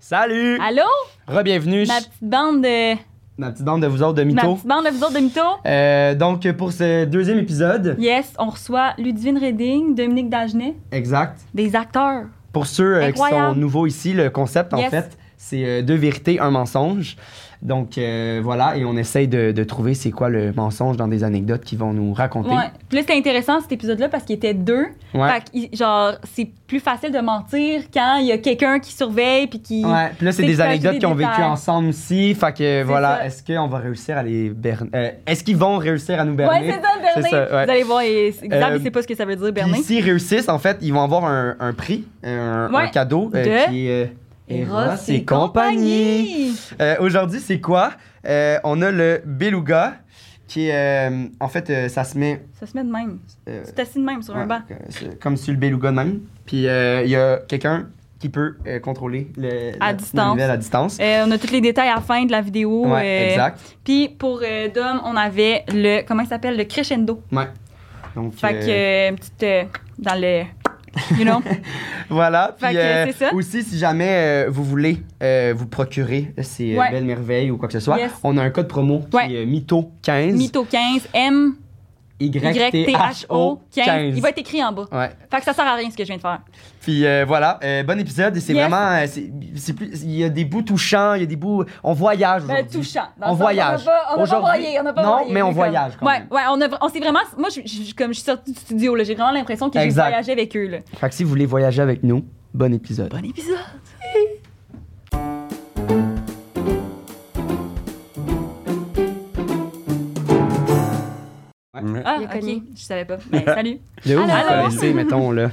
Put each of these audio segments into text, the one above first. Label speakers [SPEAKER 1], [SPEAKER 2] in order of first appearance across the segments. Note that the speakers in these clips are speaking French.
[SPEAKER 1] Salut!
[SPEAKER 2] Allô?
[SPEAKER 1] Rebienvenue.
[SPEAKER 2] Ma petite bande de.
[SPEAKER 1] Ma petite bande de vous autres de
[SPEAKER 2] Ma
[SPEAKER 1] mythos.
[SPEAKER 2] petite bande de vous autres de mythos?
[SPEAKER 1] Euh, donc, pour ce deuxième épisode,
[SPEAKER 2] Yes, on reçoit Ludivine Redding, Dominique Dagenet,
[SPEAKER 1] exact,
[SPEAKER 2] des acteurs.
[SPEAKER 1] pour ceux euh, qui sont
[SPEAKER 2] Incroyable.
[SPEAKER 1] nouveaux ici, le concept, en
[SPEAKER 2] Yes.
[SPEAKER 1] fait, c'est euh, deux vérités, un mensonge. Donc, euh, voilà, et on essaye de, de trouver c'est quoi le mensonge dans des anecdotes qu'ils vont nous raconter.
[SPEAKER 2] Ouais. Puis là, c'était intéressant cet épisode-là parce qu'il était deux.
[SPEAKER 1] Ouais.
[SPEAKER 2] Fait que, il- genre, c'est plus facile de mentir quand il y a quelqu'un qui surveille puis qui.
[SPEAKER 1] Ouais, puis là, c'est
[SPEAKER 2] C'est
[SPEAKER 1] des
[SPEAKER 2] qu'il faut ajouter
[SPEAKER 1] anecdotes
[SPEAKER 2] des
[SPEAKER 1] qu'ils ont vécu
[SPEAKER 2] détails.
[SPEAKER 1] ensemble aussi. Fait que voilà,
[SPEAKER 2] ça.
[SPEAKER 1] est-ce qu'on va réussir à les berner? euh, est-ce qu'ils vont réussir à nous berner?
[SPEAKER 2] Ouais, c'est ça, Berné.
[SPEAKER 1] C'est ça, ouais.
[SPEAKER 2] Vous allez voir, il- Xav,
[SPEAKER 1] Euh,
[SPEAKER 2] il sait pas ce que ça veut dire,
[SPEAKER 1] Puis
[SPEAKER 2] Berné.
[SPEAKER 1] s'ils réussissent, en fait, ils vont avoir un, un prix, un, un
[SPEAKER 2] Ouais.
[SPEAKER 1] cadeau euh,
[SPEAKER 2] De-
[SPEAKER 1] qui est euh, Eros et compagnie. Euh, Aujourd'hui, c'est quoi? Euh, on a le beluga qui est, euh, en fait, euh, ça se met
[SPEAKER 2] Ça se met de même.
[SPEAKER 1] euh,
[SPEAKER 2] C'est assis de même sur
[SPEAKER 1] ouais,
[SPEAKER 2] un banc.
[SPEAKER 1] euh, c'est comme sur le beluga de même. Puis euh, il y a quelqu'un qui peut euh, contrôler le,
[SPEAKER 2] À
[SPEAKER 1] le petit
[SPEAKER 2] distance.
[SPEAKER 1] manivelle à distance.
[SPEAKER 2] Euh, on a tous les détails à la fin de la vidéo.
[SPEAKER 1] Ouais,
[SPEAKER 2] euh,
[SPEAKER 1] exact.
[SPEAKER 2] Puis pour euh, Dom, on avait le. Comment il s'appelle Le crescendo.
[SPEAKER 1] Ouais. Donc,
[SPEAKER 2] Fait
[SPEAKER 1] euh,
[SPEAKER 2] que, euh, une petite. euh, dans le. You know?
[SPEAKER 1] Voilà.
[SPEAKER 2] Fait
[SPEAKER 1] Puis,
[SPEAKER 2] que
[SPEAKER 1] euh,
[SPEAKER 2] c'est ça.
[SPEAKER 1] Aussi, si jamais euh, vous voulez euh, vous procurer ces euh,
[SPEAKER 2] Ouais.
[SPEAKER 1] belles merveilles ou quoi que ce soit,
[SPEAKER 2] Yes.
[SPEAKER 1] on a un code promo qui
[SPEAKER 2] Ouais.
[SPEAKER 1] est euh, MITO15.
[SPEAKER 2] Mytho 15, M,
[SPEAKER 1] YTHO
[SPEAKER 2] Y-T-H-O 15. Il va être écrit en bas.
[SPEAKER 1] Ouais.
[SPEAKER 2] Fait que ça sert à rien ce que je viens de faire.
[SPEAKER 1] Puis euh, voilà, euh, bon épisode. Et c'est
[SPEAKER 2] Yes.
[SPEAKER 1] vraiment. euh, c'est- c'est plus- Il y a des bouts touchants, il y a des bouts. On voyage
[SPEAKER 2] Ben,
[SPEAKER 1] aujourd'hui.
[SPEAKER 2] touchant. Dans
[SPEAKER 1] On
[SPEAKER 2] le sens,
[SPEAKER 1] voyage.
[SPEAKER 2] On n'a pas, on n'a pas
[SPEAKER 1] Aujourd'hui-
[SPEAKER 2] broyé, on n'a pas
[SPEAKER 1] Non,
[SPEAKER 2] broyé,
[SPEAKER 1] mais on
[SPEAKER 2] comme-
[SPEAKER 1] voyage quand même.
[SPEAKER 2] Ouais, ouais, on, a, on s'est vraiment. Moi, je, je- comme je suis sortie du studio, là, j'ai vraiment l'impression que j'ai
[SPEAKER 1] Exact.
[SPEAKER 2] voyagé avec eux. Là.
[SPEAKER 1] Fait que si vous voulez voyager avec nous, bon épisode.
[SPEAKER 2] Bon épisode.
[SPEAKER 1] Ouais.
[SPEAKER 2] Ah,
[SPEAKER 3] Il a
[SPEAKER 2] ok.
[SPEAKER 3] connu.
[SPEAKER 2] Je savais pas. Ben, salut.
[SPEAKER 1] De où vous
[SPEAKER 3] Alors?
[SPEAKER 1] connaissez, mettons, là?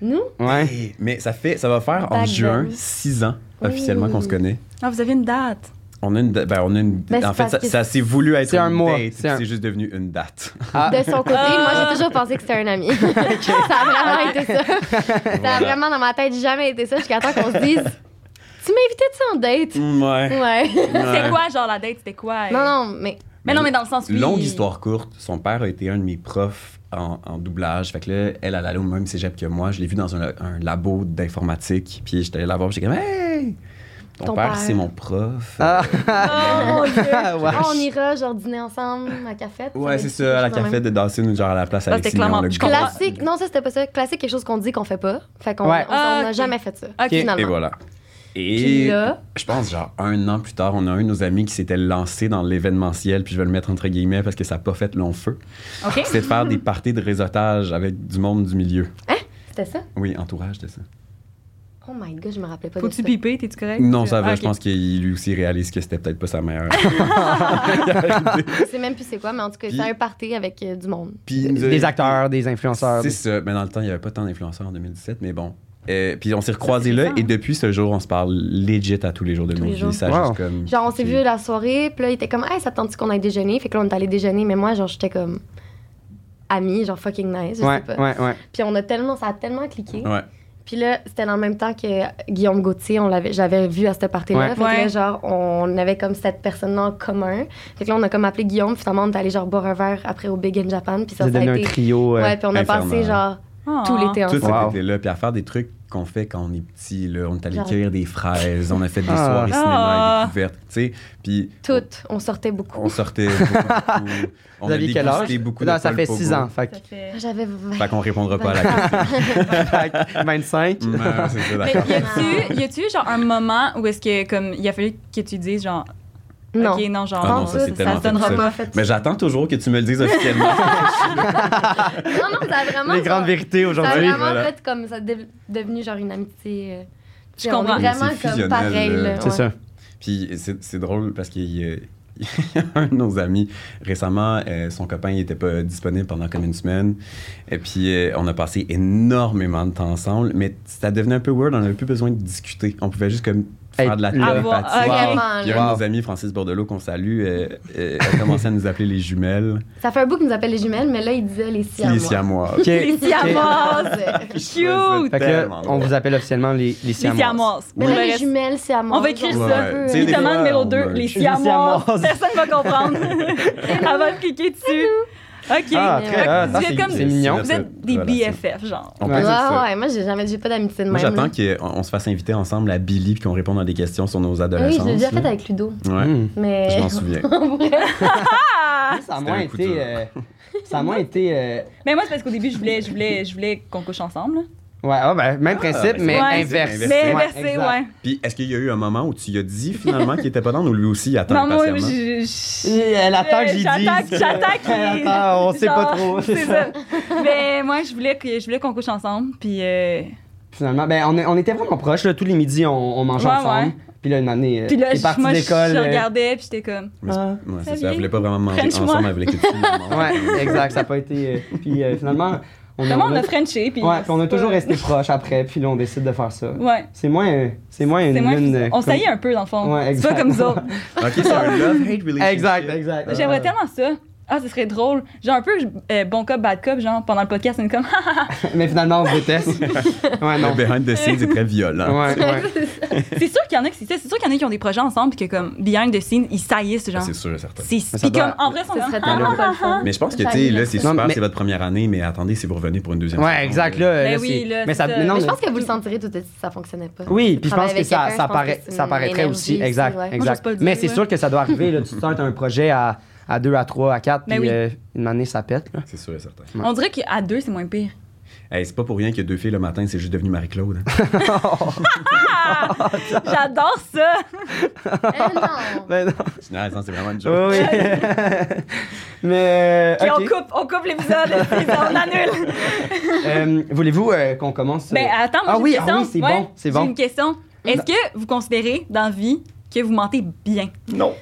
[SPEAKER 3] Nous?
[SPEAKER 1] Ouais.
[SPEAKER 4] Hey, mais ça fait, ça va faire en
[SPEAKER 3] Back
[SPEAKER 4] juin
[SPEAKER 3] then.
[SPEAKER 4] 6 ans
[SPEAKER 3] Ouh.
[SPEAKER 4] officiellement qu'on se connaît.
[SPEAKER 2] Ah, vous avez une date.
[SPEAKER 4] On a une, da- ben, on a une,
[SPEAKER 3] Ben, c'est
[SPEAKER 4] en fait,
[SPEAKER 3] parce
[SPEAKER 4] ça,
[SPEAKER 3] que
[SPEAKER 4] ça s'est voulu être
[SPEAKER 1] C'est un
[SPEAKER 4] une
[SPEAKER 1] mois,
[SPEAKER 4] date,
[SPEAKER 1] c'est un-
[SPEAKER 4] puis c'est juste devenu une date.
[SPEAKER 1] Ah,
[SPEAKER 3] De son côté,
[SPEAKER 2] Ah.
[SPEAKER 3] moi j'ai toujours pensé que c'était un ami. ça a vraiment été ça. Ça a
[SPEAKER 4] Voilà.
[SPEAKER 3] vraiment dans ma tête jamais été ça jusqu'à temps qu'on se dise Tu m'invitais-tu en date?
[SPEAKER 4] Mm, Ouais.
[SPEAKER 3] Ouais.
[SPEAKER 2] C'était
[SPEAKER 4] Ouais.
[SPEAKER 2] quoi, genre, la date? C'était quoi? euh?
[SPEAKER 3] Non, non, mais
[SPEAKER 2] Mais non, mais dans le sens. oui.
[SPEAKER 4] Longue histoire courte, son père a été un de mes profs en, en doublage. Fait que là, elle, elle allait au même cégep que moi. Je l'ai vu dans un, un labo d'informatique. Puis j'étais allé la voir, puis j'étais comme, hey! Ton,
[SPEAKER 3] Ton
[SPEAKER 4] père,
[SPEAKER 3] père.
[SPEAKER 4] c'est mon prof.
[SPEAKER 1] Ah.
[SPEAKER 2] Oh mon Dieu.
[SPEAKER 1] ouais.
[SPEAKER 3] Ah, on ira genre dîner ensemble à cafette.
[SPEAKER 4] Ouais, c'est ça, à la cafette de danser, ou genre à la place
[SPEAKER 2] Ah,
[SPEAKER 4] avec
[SPEAKER 2] c'était
[SPEAKER 4] Simon,
[SPEAKER 2] clairement-
[SPEAKER 4] le
[SPEAKER 2] je
[SPEAKER 4] gros-
[SPEAKER 2] comprends.
[SPEAKER 3] Classique, non, ça c'était pas ça. Classique, quelque chose qu'on dit qu'on fait pas. Fait qu'on
[SPEAKER 1] Ouais.
[SPEAKER 3] on s'en
[SPEAKER 2] Ah,
[SPEAKER 3] a
[SPEAKER 2] ok.
[SPEAKER 3] jamais fait ça.
[SPEAKER 2] Ok.
[SPEAKER 3] Finalement.
[SPEAKER 4] Et voilà. Et
[SPEAKER 3] Puis là-
[SPEAKER 4] je pense, genre, un an plus tard, on a un de nos amis qui s'était lancé dans l'événementiel, puis je vais le mettre entre guillemets parce que ça n'a pas fait long feu.
[SPEAKER 2] OK.
[SPEAKER 4] C'était de faire des parties de réseautage avec du monde du milieu.
[SPEAKER 3] C'était ça?
[SPEAKER 4] Oui, entourage de ça.
[SPEAKER 3] Oh my god, je me rappelais pas de
[SPEAKER 2] Faut-tu
[SPEAKER 3] ça.
[SPEAKER 2] piper? T'es-tu correct?
[SPEAKER 4] Non, ça va,
[SPEAKER 2] Ah,
[SPEAKER 4] je
[SPEAKER 2] ok.
[SPEAKER 4] pense qu'il lui aussi réalise que c'était peut-être pas sa meilleure.
[SPEAKER 3] Je sais même plus c'est quoi, mais en tout cas,
[SPEAKER 4] Puis-
[SPEAKER 3] c'était un party avec euh, du monde.
[SPEAKER 4] Puis il nous a-
[SPEAKER 1] Des acteurs, des influenceurs.
[SPEAKER 4] C'est
[SPEAKER 1] des-
[SPEAKER 4] ça, mais dans le temps, il n'y avait pas tant d'influenceurs en 2017, mais bon. Euh, puis on s'est recroisés
[SPEAKER 2] c'est
[SPEAKER 4] là,
[SPEAKER 2] ça,
[SPEAKER 4] et
[SPEAKER 2] hein.
[SPEAKER 4] depuis ce jour, on se parle legit à tous les jours de
[SPEAKER 3] Tous
[SPEAKER 4] nos
[SPEAKER 3] les
[SPEAKER 4] vies.
[SPEAKER 3] jours.
[SPEAKER 4] Ça
[SPEAKER 1] Wow.
[SPEAKER 4] juste comme.
[SPEAKER 3] Genre, on s'est
[SPEAKER 4] Ok.
[SPEAKER 3] vu la soirée, puis là, il était comme, hey, ça te tente qu'on aille déjeuner? Fait que là, on est allé déjeuner, mais moi, genre, j'étais comme amie, genre fucking nice, je
[SPEAKER 1] Ouais,
[SPEAKER 3] sais pas.
[SPEAKER 1] ouais, ouais.
[SPEAKER 3] Puis on a tellement, ça a tellement cliqué.
[SPEAKER 4] Ouais.
[SPEAKER 3] Puis là, c'était dans le même temps que Guillaume Gauthier, on l'avait, j'avais vu à cette partie-là.
[SPEAKER 1] Ouais.
[SPEAKER 3] Fait que là,
[SPEAKER 2] Ouais.
[SPEAKER 3] genre, on avait comme cette personne en commun. Fait que là, on a comme appelé Guillaume, finalement, on est allé genre boire un verre après au Big in Japan, puis ça,
[SPEAKER 1] Ça
[SPEAKER 3] ça a
[SPEAKER 1] donne un
[SPEAKER 3] été.
[SPEAKER 1] trio. euh,
[SPEAKER 3] ouais, puis on a
[SPEAKER 4] infernal.
[SPEAKER 3] passé genre
[SPEAKER 2] Ah.
[SPEAKER 3] tout l'été
[SPEAKER 4] Tout
[SPEAKER 3] ensemble.
[SPEAKER 4] cet
[SPEAKER 1] Wow.
[SPEAKER 4] été-là, puis à faire des trucs qu'on fait quand on est petit. Là. On est allé
[SPEAKER 3] Genre-
[SPEAKER 4] cueillir des fraises, on a fait des
[SPEAKER 1] Ah.
[SPEAKER 4] soirées cinéma
[SPEAKER 2] Ah.
[SPEAKER 4] et découvertes, tu sais. Puis
[SPEAKER 3] Toutes, on sortait beaucoup.
[SPEAKER 4] on sortait beaucoup. on
[SPEAKER 1] Vous
[SPEAKER 4] a
[SPEAKER 1] aviez quel
[SPEAKER 4] dégusté
[SPEAKER 1] âge?
[SPEAKER 4] beaucoup
[SPEAKER 1] non,
[SPEAKER 4] de
[SPEAKER 1] ça
[SPEAKER 4] Paul
[SPEAKER 1] fait
[SPEAKER 4] Pogo.
[SPEAKER 1] 6 ans. Fait que-
[SPEAKER 2] Ça fait-
[SPEAKER 3] J'avais 20.
[SPEAKER 4] Fait qu'on répondra pas à la question.
[SPEAKER 1] 25.
[SPEAKER 4] Mm, ah, c'est ça,
[SPEAKER 2] Mais
[SPEAKER 4] d'accord.
[SPEAKER 2] y a-tu, y a-tu genre un moment où est-ce que comme il a fallu que tu dises genre
[SPEAKER 3] Non.
[SPEAKER 2] ok non genre
[SPEAKER 4] Ah non, ça, c'est
[SPEAKER 2] ça
[SPEAKER 4] tellement
[SPEAKER 2] se donnera
[SPEAKER 4] fait,
[SPEAKER 2] pas.
[SPEAKER 4] Mais j'attends toujours que tu me le dises officiellement.
[SPEAKER 3] Non, non, ça a vraiment.
[SPEAKER 1] Les grandes vérités
[SPEAKER 3] Ça a
[SPEAKER 1] aujourd'hui.
[SPEAKER 3] vraiment
[SPEAKER 4] voilà.
[SPEAKER 3] fait comme ça dev- devenu genre une amitié. euh,
[SPEAKER 2] Je
[SPEAKER 3] genre, on est
[SPEAKER 2] comprends.
[SPEAKER 4] Mais
[SPEAKER 3] Vraiment
[SPEAKER 4] c'est
[SPEAKER 3] comme
[SPEAKER 4] fusionnel,
[SPEAKER 3] pareil.
[SPEAKER 4] là.
[SPEAKER 3] là,
[SPEAKER 1] C'est
[SPEAKER 3] ouais.
[SPEAKER 1] ça.
[SPEAKER 4] Puis c'est c'est drôle parce qu'il y a il y a un de nos amis récemment, euh, son copain il était pas disponible pendant comme une semaine. Et puis euh, on a passé énormément de temps ensemble, mais ça devenait un peu weird, on n'avait plus besoin de discuter. On pouvait juste comme faire
[SPEAKER 1] Hey,
[SPEAKER 4] de la
[SPEAKER 1] là.
[SPEAKER 4] télépathie.
[SPEAKER 2] Ah,
[SPEAKER 3] vraiment,
[SPEAKER 4] Puis
[SPEAKER 3] là.
[SPEAKER 4] un
[SPEAKER 1] Wow.
[SPEAKER 4] de nos amis, Francis Bordelot, qu'on salue, euh, euh, a commencé à nous appeler les jumelles.
[SPEAKER 3] Ça fait un bout qu'ils nous appellent les jumelles, mais là, ils disaient les siamois.
[SPEAKER 4] Les siamois.
[SPEAKER 1] Ok.
[SPEAKER 2] Les
[SPEAKER 1] Ok.
[SPEAKER 2] siamoises.
[SPEAKER 4] Je trouvais ça
[SPEAKER 1] Fait que là,
[SPEAKER 4] tellement
[SPEAKER 1] on
[SPEAKER 4] drôle.
[SPEAKER 1] vous appelle officiellement les, les
[SPEAKER 2] Les
[SPEAKER 1] Siamoises.
[SPEAKER 2] siamoises.
[SPEAKER 3] Mais
[SPEAKER 2] Pour
[SPEAKER 3] là,
[SPEAKER 2] le
[SPEAKER 3] les
[SPEAKER 2] reste-
[SPEAKER 3] jumelles, siamois.
[SPEAKER 2] On va écrire
[SPEAKER 4] Ouais.
[SPEAKER 2] ça.
[SPEAKER 4] Tu sais,
[SPEAKER 2] Les
[SPEAKER 4] des
[SPEAKER 2] commandes
[SPEAKER 4] fois,
[SPEAKER 2] numéro
[SPEAKER 4] on
[SPEAKER 2] 2,
[SPEAKER 4] meurt.
[SPEAKER 2] les
[SPEAKER 1] Les siamoises.
[SPEAKER 2] siamoises. Personne va comprendre avant de cliquer dessus. OK.
[SPEAKER 1] Ah, très,
[SPEAKER 2] Fait que
[SPEAKER 1] ah,
[SPEAKER 2] vous
[SPEAKER 1] ça,
[SPEAKER 2] êtes
[SPEAKER 1] c'est-
[SPEAKER 2] comme-
[SPEAKER 1] c'est mignon.
[SPEAKER 2] Vous êtes des
[SPEAKER 4] Relation.
[SPEAKER 2] BFF, genre.
[SPEAKER 4] On peut
[SPEAKER 1] Ouais.
[SPEAKER 3] Ouais,
[SPEAKER 4] dire ça.
[SPEAKER 3] ouais, moi, j'ai jamais, j'ai pas d'amitié de
[SPEAKER 4] Moi,
[SPEAKER 3] même.
[SPEAKER 4] j'attends
[SPEAKER 3] là.
[SPEAKER 4] qu'on on se fasse inviter ensemble à Billy puis qu'on réponde à des questions sur nos
[SPEAKER 3] Oui, je
[SPEAKER 4] adolescences.
[SPEAKER 3] l'ai déjà fait
[SPEAKER 4] là.
[SPEAKER 3] avec Ludo.
[SPEAKER 4] Ouais.
[SPEAKER 1] Hmm.
[SPEAKER 3] Mais.
[SPEAKER 4] Je m'en souviens.
[SPEAKER 3] En vrai,
[SPEAKER 1] Ça, a moins
[SPEAKER 4] un coup
[SPEAKER 1] été.
[SPEAKER 4] dur.
[SPEAKER 1] euh, ça a moins été. euh,
[SPEAKER 2] Ah! Mais moi, c'est parce qu'au début, je voulais, je voulais, je voulais qu'on couche ensemble. là.
[SPEAKER 1] Ouais, ah, ben, même principe,
[SPEAKER 4] ben, c'est
[SPEAKER 1] mais
[SPEAKER 2] bon. Ouais.
[SPEAKER 1] inversé.
[SPEAKER 4] Inversé.
[SPEAKER 2] Mais
[SPEAKER 1] Ouais,
[SPEAKER 2] inversé, ouais.
[SPEAKER 1] exact.
[SPEAKER 4] Puis est-ce qu'il y a eu un moment où tu lui as dit finalement qu'il était pas dans ou lui aussi il attend
[SPEAKER 2] Non, moi,
[SPEAKER 4] patiemment?
[SPEAKER 2] je-
[SPEAKER 1] Et
[SPEAKER 2] je-
[SPEAKER 1] Elle attend que j'y
[SPEAKER 2] J'attaque,
[SPEAKER 1] dise.
[SPEAKER 2] j'attaque.
[SPEAKER 1] Elle attend, on sait pas trop.
[SPEAKER 2] C'est ça. Mais moi, je voulais que- je voulais qu'on couche ensemble, puis... euh,
[SPEAKER 1] Finalement, ben, on, est- on était vraiment proches. Là, tous les midis, on, on mangeait
[SPEAKER 2] Ouais,
[SPEAKER 1] ensemble.
[SPEAKER 2] ouais.
[SPEAKER 1] Puis là, une année, euh,
[SPEAKER 2] Puis là,
[SPEAKER 1] t'es
[SPEAKER 2] je-
[SPEAKER 1] parti
[SPEAKER 2] moi, je,
[SPEAKER 1] d'école.
[SPEAKER 2] je
[SPEAKER 1] euh,
[SPEAKER 2] regardais, puis j'étais comme...
[SPEAKER 4] Mais c'est-
[SPEAKER 1] Ah.
[SPEAKER 4] ouais, c'est
[SPEAKER 2] Salut.
[SPEAKER 4] ça. Elle voulait pas vraiment manger
[SPEAKER 2] French-moi.
[SPEAKER 4] ensemble avec les filles.
[SPEAKER 1] Ouais, exact, ça n'a pas été. euh, Puis euh, finalement, on,
[SPEAKER 2] Comment on
[SPEAKER 1] on
[SPEAKER 2] a frenché, puis...
[SPEAKER 1] Ouais, puis on a
[SPEAKER 2] c'est pas-
[SPEAKER 1] toujours resté proches après, puis là, on décide de faire ça.
[SPEAKER 2] Ouais.
[SPEAKER 1] C'est moins, euh, c'est moins une
[SPEAKER 2] C'est moins...
[SPEAKER 1] lune. euh,
[SPEAKER 2] on
[SPEAKER 1] comme-
[SPEAKER 2] s'aillait un peu, dans le fond.
[SPEAKER 1] Ouais,
[SPEAKER 2] c'est pas
[SPEAKER 1] exact.
[SPEAKER 2] comme ça.
[SPEAKER 4] ok, c'est un love-hate relationship.
[SPEAKER 1] Exact, exact.
[SPEAKER 2] J'aimerais
[SPEAKER 1] Ah.
[SPEAKER 2] tellement ça. Ah, ce serait drôle. Genre un peu euh, bon cop, bad cop, genre pendant le podcast, on est comme... Ah,
[SPEAKER 1] Mais finalement, on se déteste. ouais, non.
[SPEAKER 4] Le behind the scenes est très violent.
[SPEAKER 1] Ouais, ouais.
[SPEAKER 2] c'est sûr qu'il y en a qui c'est ça, c'est sûr qu'il y en a qui ont des projets ensemble, puis que comme behind the scenes, ils saillissent, genre...
[SPEAKER 4] C'est sûr et certain.
[SPEAKER 2] C'est
[SPEAKER 1] Mais ça
[SPEAKER 2] puis
[SPEAKER 1] doit-
[SPEAKER 2] comme en vrai, ils sont
[SPEAKER 3] ce serait
[SPEAKER 2] comme...
[SPEAKER 3] tellement pas le fun.
[SPEAKER 4] Mais je pense que, tu sais, là, c'est
[SPEAKER 1] Non,
[SPEAKER 4] super,
[SPEAKER 1] mais-
[SPEAKER 4] c'est votre première année, mais attendez si vous revenez pour une deuxième
[SPEAKER 1] Ouais,
[SPEAKER 4] saison,
[SPEAKER 1] exact,
[SPEAKER 4] là.
[SPEAKER 1] là.
[SPEAKER 2] Ben
[SPEAKER 1] là,
[SPEAKER 2] oui,
[SPEAKER 1] c'est-
[SPEAKER 2] là,
[SPEAKER 1] mais ça,
[SPEAKER 2] c'est
[SPEAKER 1] mais
[SPEAKER 2] ça.
[SPEAKER 1] non,
[SPEAKER 3] Mais je
[SPEAKER 1] mais-
[SPEAKER 3] pense que vous le sentirez tout de suite si ça fonctionnait pas.
[SPEAKER 1] Oui, puis je pense
[SPEAKER 3] Travailler
[SPEAKER 1] que
[SPEAKER 3] avec
[SPEAKER 1] ça,
[SPEAKER 3] quelqu'un,
[SPEAKER 1] ça,
[SPEAKER 3] je pense
[SPEAKER 1] paraît-
[SPEAKER 3] que c'est
[SPEAKER 1] ça
[SPEAKER 3] une
[SPEAKER 1] paraîtrait
[SPEAKER 3] énergie
[SPEAKER 1] aussi.
[SPEAKER 3] aussi,
[SPEAKER 1] Exact,
[SPEAKER 3] ouais. Moi,
[SPEAKER 2] j'ose
[SPEAKER 1] exact.
[SPEAKER 2] pas le dire,
[SPEAKER 1] mais c'est
[SPEAKER 2] ouais.
[SPEAKER 1] sûr que ça doit arriver. Là, tu te sens un projet à, à 2, à 3, à 4,
[SPEAKER 2] Mais
[SPEAKER 1] puis
[SPEAKER 2] Ben oui.
[SPEAKER 1] euh, une année, ça pète. Là.
[SPEAKER 4] C'est sûr et certain.
[SPEAKER 2] On dirait qu'à deux, c'est moins pire.
[SPEAKER 4] Hey, c'est pas pour rien qu'il y a deux filles le matin, c'est juste devenu Marie-Claude. hein.
[SPEAKER 1] Oh,
[SPEAKER 2] Ah, J'adore ça!
[SPEAKER 3] Eh non!
[SPEAKER 1] Mais Ben non.
[SPEAKER 4] Non, non, c'est vraiment une joke.
[SPEAKER 1] Oui. mais. euh,
[SPEAKER 2] Puis
[SPEAKER 1] ok.
[SPEAKER 2] on coupe, on coupe l'épisode, c'est ça, on annule.
[SPEAKER 1] Euh, Voulez-vous euh, qu'on commence? euh,
[SPEAKER 2] Mais attends, moi,
[SPEAKER 1] ah
[SPEAKER 2] j'ai
[SPEAKER 1] oui,
[SPEAKER 2] une
[SPEAKER 1] ah
[SPEAKER 2] question.
[SPEAKER 1] oui, c'est
[SPEAKER 2] Ouais,
[SPEAKER 1] bon, c'est
[SPEAKER 2] j'ai
[SPEAKER 1] bon.
[SPEAKER 2] une question. Est-ce que vous considérez dans la vie que vous mentez bien?
[SPEAKER 4] Non.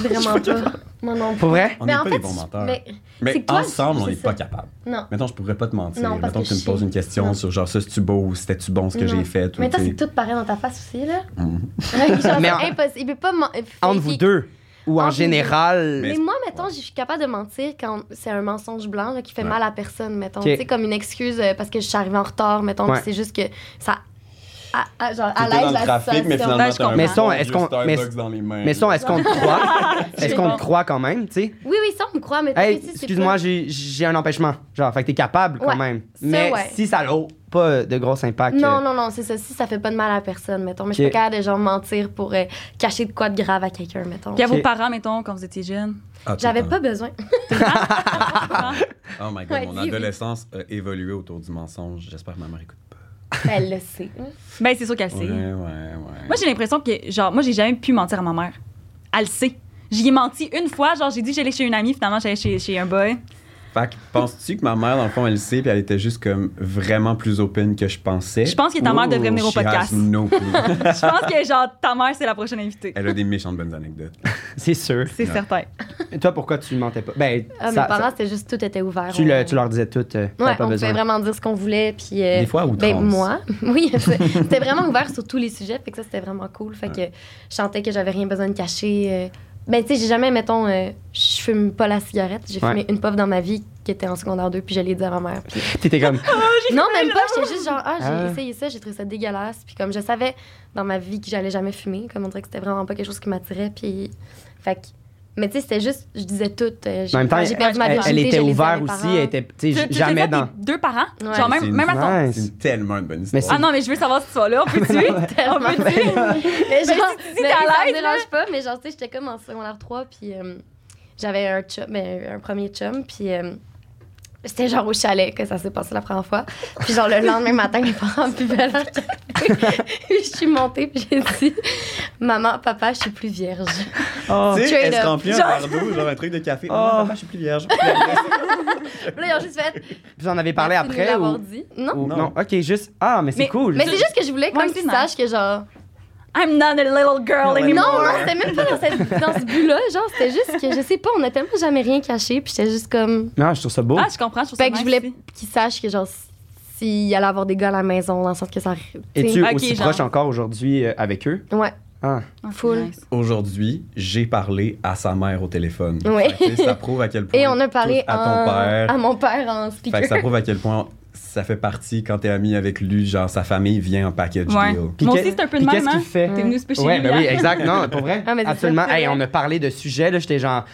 [SPEAKER 3] Vraiment pas. Moi non plus.
[SPEAKER 1] Pour vrai?
[SPEAKER 4] On
[SPEAKER 3] Mais
[SPEAKER 4] n'est
[SPEAKER 3] en
[SPEAKER 4] pas
[SPEAKER 3] fait,
[SPEAKER 4] des bons
[SPEAKER 3] je-
[SPEAKER 4] menteurs.
[SPEAKER 3] mais-
[SPEAKER 4] Mais,
[SPEAKER 3] c'est que toi,
[SPEAKER 4] ensemble, on
[SPEAKER 3] c'est
[SPEAKER 4] n'est
[SPEAKER 3] ça.
[SPEAKER 4] pas capable.
[SPEAKER 3] Non.
[SPEAKER 4] Mettons, je pourrais pas te mentir.
[SPEAKER 3] Non, parce
[SPEAKER 4] Mettons
[SPEAKER 3] que
[SPEAKER 4] que tu me
[SPEAKER 3] je
[SPEAKER 4] poses
[SPEAKER 3] sais.
[SPEAKER 4] une question
[SPEAKER 3] Non.
[SPEAKER 4] sur genre, ça, c'est-tu beau? C'était-tu bon ce que
[SPEAKER 3] Non.
[SPEAKER 4] j'ai fait?
[SPEAKER 3] Mais toi,
[SPEAKER 4] tu
[SPEAKER 3] c'est
[SPEAKER 4] sais.
[SPEAKER 3] tout pareil dans ta face aussi, là.
[SPEAKER 4] Mhm.
[SPEAKER 1] Mais
[SPEAKER 3] Mais
[SPEAKER 1] en-
[SPEAKER 3] impossible. Il peut pas men-
[SPEAKER 1] Entre vous
[SPEAKER 3] il-
[SPEAKER 1] deux? Ou en
[SPEAKER 3] Entre vous
[SPEAKER 1] général?
[SPEAKER 3] Mais moi, mettons, je suis capable de mentir quand c'est un mensonge blanc là, qui fait
[SPEAKER 4] Ouais.
[SPEAKER 3] mal à personne, mettons.
[SPEAKER 1] Ok.
[SPEAKER 3] Tu sais, comme une excuse euh, parce que je suis arrivée en retard, mettons.
[SPEAKER 1] Ouais.
[SPEAKER 3] puis C'est juste que ça. À, à- genre, à
[SPEAKER 4] T'étais
[SPEAKER 3] l'aise,
[SPEAKER 4] dans le
[SPEAKER 3] la
[SPEAKER 4] trafic, mais
[SPEAKER 3] situation.
[SPEAKER 4] finalement,
[SPEAKER 2] Ben, je
[SPEAKER 4] t'as un
[SPEAKER 2] comprends. Mais
[SPEAKER 1] sont-
[SPEAKER 4] bon
[SPEAKER 1] est-ce
[SPEAKER 4] vieux
[SPEAKER 1] qu'on- mais-
[SPEAKER 4] Starbucks dans les mains.
[SPEAKER 1] Mais ça, est-ce qu'on te croit? Est-ce
[SPEAKER 2] C'est
[SPEAKER 1] qu'on
[SPEAKER 2] bon.
[SPEAKER 1] te croit quand même, tu sais?
[SPEAKER 3] Oui, oui, ça, on me croit, mais
[SPEAKER 1] Hey,
[SPEAKER 3] tu sais, c'est
[SPEAKER 1] excuse-moi,
[SPEAKER 3] pas-
[SPEAKER 1] j'ai- j'ai un empêchement. Genre, fait que t'es capable quand
[SPEAKER 3] Ouais,
[SPEAKER 1] même.
[SPEAKER 3] ça,
[SPEAKER 1] Mais
[SPEAKER 3] ouais.
[SPEAKER 1] si ça n'a pas de gros impact.
[SPEAKER 3] Non,
[SPEAKER 1] euh,
[SPEAKER 3] non, non, c'est ça. Si ça fait pas de mal à personne, mettons. Mais je
[SPEAKER 1] Ok.
[SPEAKER 3] suis pas capable de genre mentir pour euh, cacher de quoi de grave à quelqu'un, mettons.
[SPEAKER 2] Puis à
[SPEAKER 1] Ok.
[SPEAKER 2] vos parents, mettons, quand vous étiez jeune.
[SPEAKER 4] Ah, tout
[SPEAKER 3] J'avais
[SPEAKER 4] le
[SPEAKER 3] pas besoin.
[SPEAKER 4] temps. Oh my god,
[SPEAKER 3] Ouais,
[SPEAKER 4] mon
[SPEAKER 3] dis oui.
[SPEAKER 4] adolescence a évolué autour du mensonge. J'espère que maman écoute pas.
[SPEAKER 3] Ben, elle le sait.
[SPEAKER 2] Ben, c'est sûr qu'elle sait.
[SPEAKER 4] Ouais, ouais, ouais.
[SPEAKER 2] Moi, j'ai l'impression que, genre, moi, j'ai jamais pu mentir à ma mère. Elle le sait. J'y ai menti une fois, genre, j'ai dit que j'allais chez une amie, finalement, j'allais chez, chez un boy.
[SPEAKER 4] Fait que penses-tu que ma mère, dans le fond, elle le sait, puis elle était juste comme vraiment plus open que je pensais?
[SPEAKER 2] Je pense que ta mère devrait venir au
[SPEAKER 4] She has
[SPEAKER 2] podcast.
[SPEAKER 4] no clue.
[SPEAKER 2] Je pense que, genre, ta mère, c'est la prochaine invitée.
[SPEAKER 4] elle a des méchantes bonnes anecdotes.
[SPEAKER 1] C'est sûr.
[SPEAKER 2] C'est
[SPEAKER 4] Non.
[SPEAKER 2] certain.
[SPEAKER 1] Et toi, pourquoi tu mentais pas? Ben,
[SPEAKER 3] Ah,
[SPEAKER 1] ça-
[SPEAKER 3] mes parents,
[SPEAKER 1] ça-
[SPEAKER 3] c'était juste tout était ouvert.
[SPEAKER 1] tu,
[SPEAKER 3] On-
[SPEAKER 1] le- tu leur disais tout. euh, t'avais
[SPEAKER 3] Ouais,
[SPEAKER 1] pas
[SPEAKER 3] on
[SPEAKER 1] besoin.
[SPEAKER 3] pouvait vraiment dire ce qu'on voulait. Puis, euh,
[SPEAKER 4] Des fois, à outrance.
[SPEAKER 3] ben, moi, oui, c'est- c'était vraiment ouvert sur tous les sujets. Fait que ça, c'était vraiment cool. Fait que je sentais que j'avais rien besoin de cacher. euh. Ben, tu sais, j'ai jamais, mettons, euh, je fume pas la cigarette. J'ai
[SPEAKER 1] Ouais.
[SPEAKER 3] fumé une puff dans ma vie qui était en secondaire 2, puis je l'ai dit à ma mère. Puis-
[SPEAKER 1] T'étais comme.
[SPEAKER 3] non, même pas. J'étais juste genre, ah, j'ai
[SPEAKER 1] Ah.
[SPEAKER 3] essayé ça, j'ai trouvé ça dégueulasse. Puis comme je savais dans ma vie que j'allais jamais fumer, comme on dirait que c'était vraiment pas quelque chose qui m'attirait. Puis, fait que. Mais tu sais, c'était juste, je disais tout. euh, j'ai-
[SPEAKER 1] En même temps,
[SPEAKER 3] quand j'ai perdu ma
[SPEAKER 1] elle,
[SPEAKER 3] virginité,
[SPEAKER 1] elle était
[SPEAKER 3] je l'ai dit à
[SPEAKER 1] ouverte
[SPEAKER 3] mes
[SPEAKER 1] aussi.
[SPEAKER 3] parents.
[SPEAKER 1] Elle était. Tu
[SPEAKER 2] Tu-
[SPEAKER 1] sais,
[SPEAKER 2] tu- tu
[SPEAKER 1] jamais
[SPEAKER 2] fais tes
[SPEAKER 1] dans.
[SPEAKER 2] Deux parents?
[SPEAKER 3] Ouais.
[SPEAKER 2] Genre,
[SPEAKER 4] C'est
[SPEAKER 2] même,
[SPEAKER 4] une-
[SPEAKER 2] même à ton.
[SPEAKER 1] Nice.
[SPEAKER 4] C'est tellement une bonne
[SPEAKER 1] Mais
[SPEAKER 4] histoire.
[SPEAKER 1] c'est-
[SPEAKER 2] Ah non, mais je veux savoir si tu vas là. On peut-tu? On peut-tu?
[SPEAKER 3] Mais genre,
[SPEAKER 2] si t'es
[SPEAKER 3] mais
[SPEAKER 2] à
[SPEAKER 3] ça me
[SPEAKER 2] l'aise, là.
[SPEAKER 3] dérange pas, mais genre, tu sais, j'étais comme en secondaire 3, puis euh, j'avais un chum, ben, un premier chum, puis euh, c'était genre au chalet que ça s'est passé la première fois. Puis genre, le lendemain matin, mes parents buvaient leur café. Puis je suis montée, puis j'ai dit « Maman, papa, je suis plus vierge.
[SPEAKER 1] Oh.
[SPEAKER 4] Tu sais, elle
[SPEAKER 3] Straight
[SPEAKER 4] se
[SPEAKER 3] up.
[SPEAKER 4] remplit un
[SPEAKER 2] Genre-
[SPEAKER 4] verre d'eau, Ah, genre un truc de café. Oh,
[SPEAKER 1] Oh.
[SPEAKER 4] non, papa, je suis plus vierge. Je suis plus vierge. »
[SPEAKER 3] Puis là, ils ont juste fait
[SPEAKER 1] Vous en avez parlé
[SPEAKER 3] Merci de nous
[SPEAKER 1] après?
[SPEAKER 3] l'avoir
[SPEAKER 1] Ou...
[SPEAKER 3] dit. Non.
[SPEAKER 1] ou-
[SPEAKER 4] Non.
[SPEAKER 1] Non. Ok, juste. Ah, mais c'est
[SPEAKER 2] Mais-
[SPEAKER 1] cool.
[SPEAKER 3] Mais c'est juste que je voulais
[SPEAKER 2] Ouais,
[SPEAKER 3] comme
[SPEAKER 2] c'est
[SPEAKER 3] qu'ils
[SPEAKER 2] nice.
[SPEAKER 3] sachent que genre...
[SPEAKER 2] I'm not a little girl
[SPEAKER 1] Ouais.
[SPEAKER 2] anymore.
[SPEAKER 3] Non, non, c'était même pas dans, cette- dans ce but-là. Genre, c'était juste que, je sais pas, on a tellement jamais rien caché, puis j'étais juste comme...
[SPEAKER 1] Non, je trouve ça beau.
[SPEAKER 2] Ah, je comprends, je trouve ça
[SPEAKER 3] Fait que je
[SPEAKER 2] nice.
[SPEAKER 3] voulais qu'ils sachent que, genre, s'il allait avoir des gars à la maison, dans le sens que ça.
[SPEAKER 1] Es-tu
[SPEAKER 2] Ok,
[SPEAKER 1] aussi
[SPEAKER 2] genre.
[SPEAKER 1] proche encore aujourd'hui euh, avec eux?
[SPEAKER 3] Ouais.
[SPEAKER 1] Ah.
[SPEAKER 2] Ah, c'est
[SPEAKER 3] Full.
[SPEAKER 2] nice.
[SPEAKER 4] Aujourd'hui, j'ai parlé à sa mère au téléphone.
[SPEAKER 3] Ouais.
[SPEAKER 4] Fait que, tu sais, ça prouve à quel point.
[SPEAKER 3] Et on a parlé
[SPEAKER 4] touche à ton
[SPEAKER 3] en-
[SPEAKER 4] père.
[SPEAKER 3] à mon père en
[SPEAKER 4] Fait que ça
[SPEAKER 3] speaker.
[SPEAKER 4] prouve à quel point ça fait partie quand t'es ami avec lui, genre sa famille vient en package
[SPEAKER 2] Ouais.
[SPEAKER 4] deal.
[SPEAKER 1] Puis
[SPEAKER 2] Moi
[SPEAKER 1] que-
[SPEAKER 2] aussi, c'est un peu
[SPEAKER 1] puis
[SPEAKER 2] de même,
[SPEAKER 1] Qu'est-ce
[SPEAKER 2] hein.
[SPEAKER 1] qu'il fait?
[SPEAKER 2] T'es venu souper chez
[SPEAKER 1] Ouais,
[SPEAKER 2] lui,
[SPEAKER 1] ben oui,
[SPEAKER 2] hein?
[SPEAKER 1] exact. Non, pour vrai.
[SPEAKER 3] Ah, mais c'est
[SPEAKER 1] absolument.
[SPEAKER 3] ça, c'est
[SPEAKER 1] Hey,
[SPEAKER 3] vrai.
[SPEAKER 1] on a parlé de sujets, là. J'étais genre.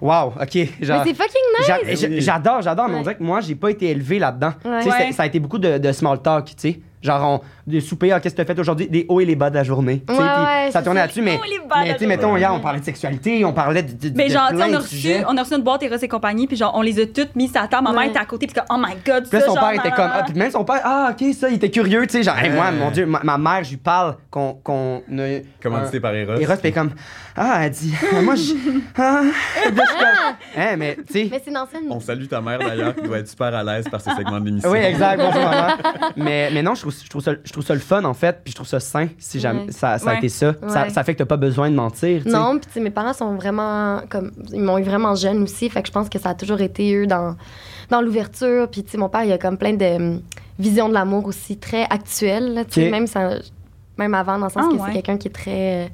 [SPEAKER 1] Wow, ok.
[SPEAKER 3] Mais
[SPEAKER 1] Genre,
[SPEAKER 3] c'est fucking nice.
[SPEAKER 1] j'a-
[SPEAKER 4] nice.
[SPEAKER 1] j'a- j'adore, j'adore, mais on
[SPEAKER 3] Ouais.
[SPEAKER 1] dirait que moi, j'ai pas été élevé là-dedans.
[SPEAKER 3] Ouais.
[SPEAKER 1] Tu sais,
[SPEAKER 2] Ouais.
[SPEAKER 1] Ça, ça a été beaucoup de, de small talk, tu sais. Genre, on, des soupers, ah, qu'est-ce que t'as fait aujourd'hui, des hauts et les bas de la journée. tu sais,
[SPEAKER 3] Ouais,
[SPEAKER 1] puis
[SPEAKER 3] ouais,
[SPEAKER 1] ça
[SPEAKER 3] c'est
[SPEAKER 1] tournait
[SPEAKER 3] ça,
[SPEAKER 1] là-dessus, mais,
[SPEAKER 2] Oh, les balles
[SPEAKER 1] mais tu sais,
[SPEAKER 2] à
[SPEAKER 1] mettons,
[SPEAKER 4] journée.
[SPEAKER 1] hier, on parlait de sexualité, on parlait de, de, de-
[SPEAKER 2] Mais
[SPEAKER 1] de
[SPEAKER 2] genre, tu sais,
[SPEAKER 1] plein
[SPEAKER 2] on
[SPEAKER 1] de
[SPEAKER 2] a, reçu,
[SPEAKER 1] sujets.
[SPEAKER 2] on a reçu notre boîte Eros et compagnie, puis genre, on les a toutes mises à terre. Ma mère
[SPEAKER 3] Ouais.
[SPEAKER 2] était à côté, puis comme, oh my god,
[SPEAKER 1] Puis là,
[SPEAKER 2] ça,
[SPEAKER 1] son
[SPEAKER 2] genre,
[SPEAKER 1] père était
[SPEAKER 2] nan,
[SPEAKER 1] comme.
[SPEAKER 2] nan,
[SPEAKER 1] Ah, puis même son père, ah, ok, ça, il était curieux, tu sais. Genre, hey, moi,
[SPEAKER 4] Euh.
[SPEAKER 1] mon Dieu, ma, ma mère, je lui parle qu'on. qu'on ne-
[SPEAKER 4] Comment
[SPEAKER 1] un-
[SPEAKER 4] tu sais par Eros?
[SPEAKER 1] Et Ross fait comme. Ah, elle dit. ah, moi, je. Ah. Puis là, je suis comme, Hein, mais, tu sais.
[SPEAKER 3] Mais c'est une ancienne.
[SPEAKER 4] On salue ta mère d'ailleurs qui doit être super à l'aise par ce segment de l'émission.
[SPEAKER 1] Oui, exact, bonjour maman. Mais, mais non, je trouve, je, trouve ça, je trouve ça le fun en fait, puis je trouve ça sain si jamais
[SPEAKER 3] Ouais.
[SPEAKER 1] ça, ça a
[SPEAKER 2] Ouais.
[SPEAKER 1] été ça. ça.
[SPEAKER 3] Ouais.
[SPEAKER 1] ça fait que t'as pas besoin de mentir. tu sais.
[SPEAKER 3] Non, puis tu sais, mes parents sont vraiment comme ils m'ont eu vraiment jeune aussi, fait que je pense que ça a toujours été eux dans dans l'ouverture, puis tu sais mon père il a comme plein de hum, visions de l'amour aussi très actuelles, là, tu sais
[SPEAKER 1] Ok.
[SPEAKER 3] même ça, même avant dans le sens
[SPEAKER 2] Ah,
[SPEAKER 3] que
[SPEAKER 2] ouais.
[SPEAKER 3] c'est quelqu'un qui est très euh,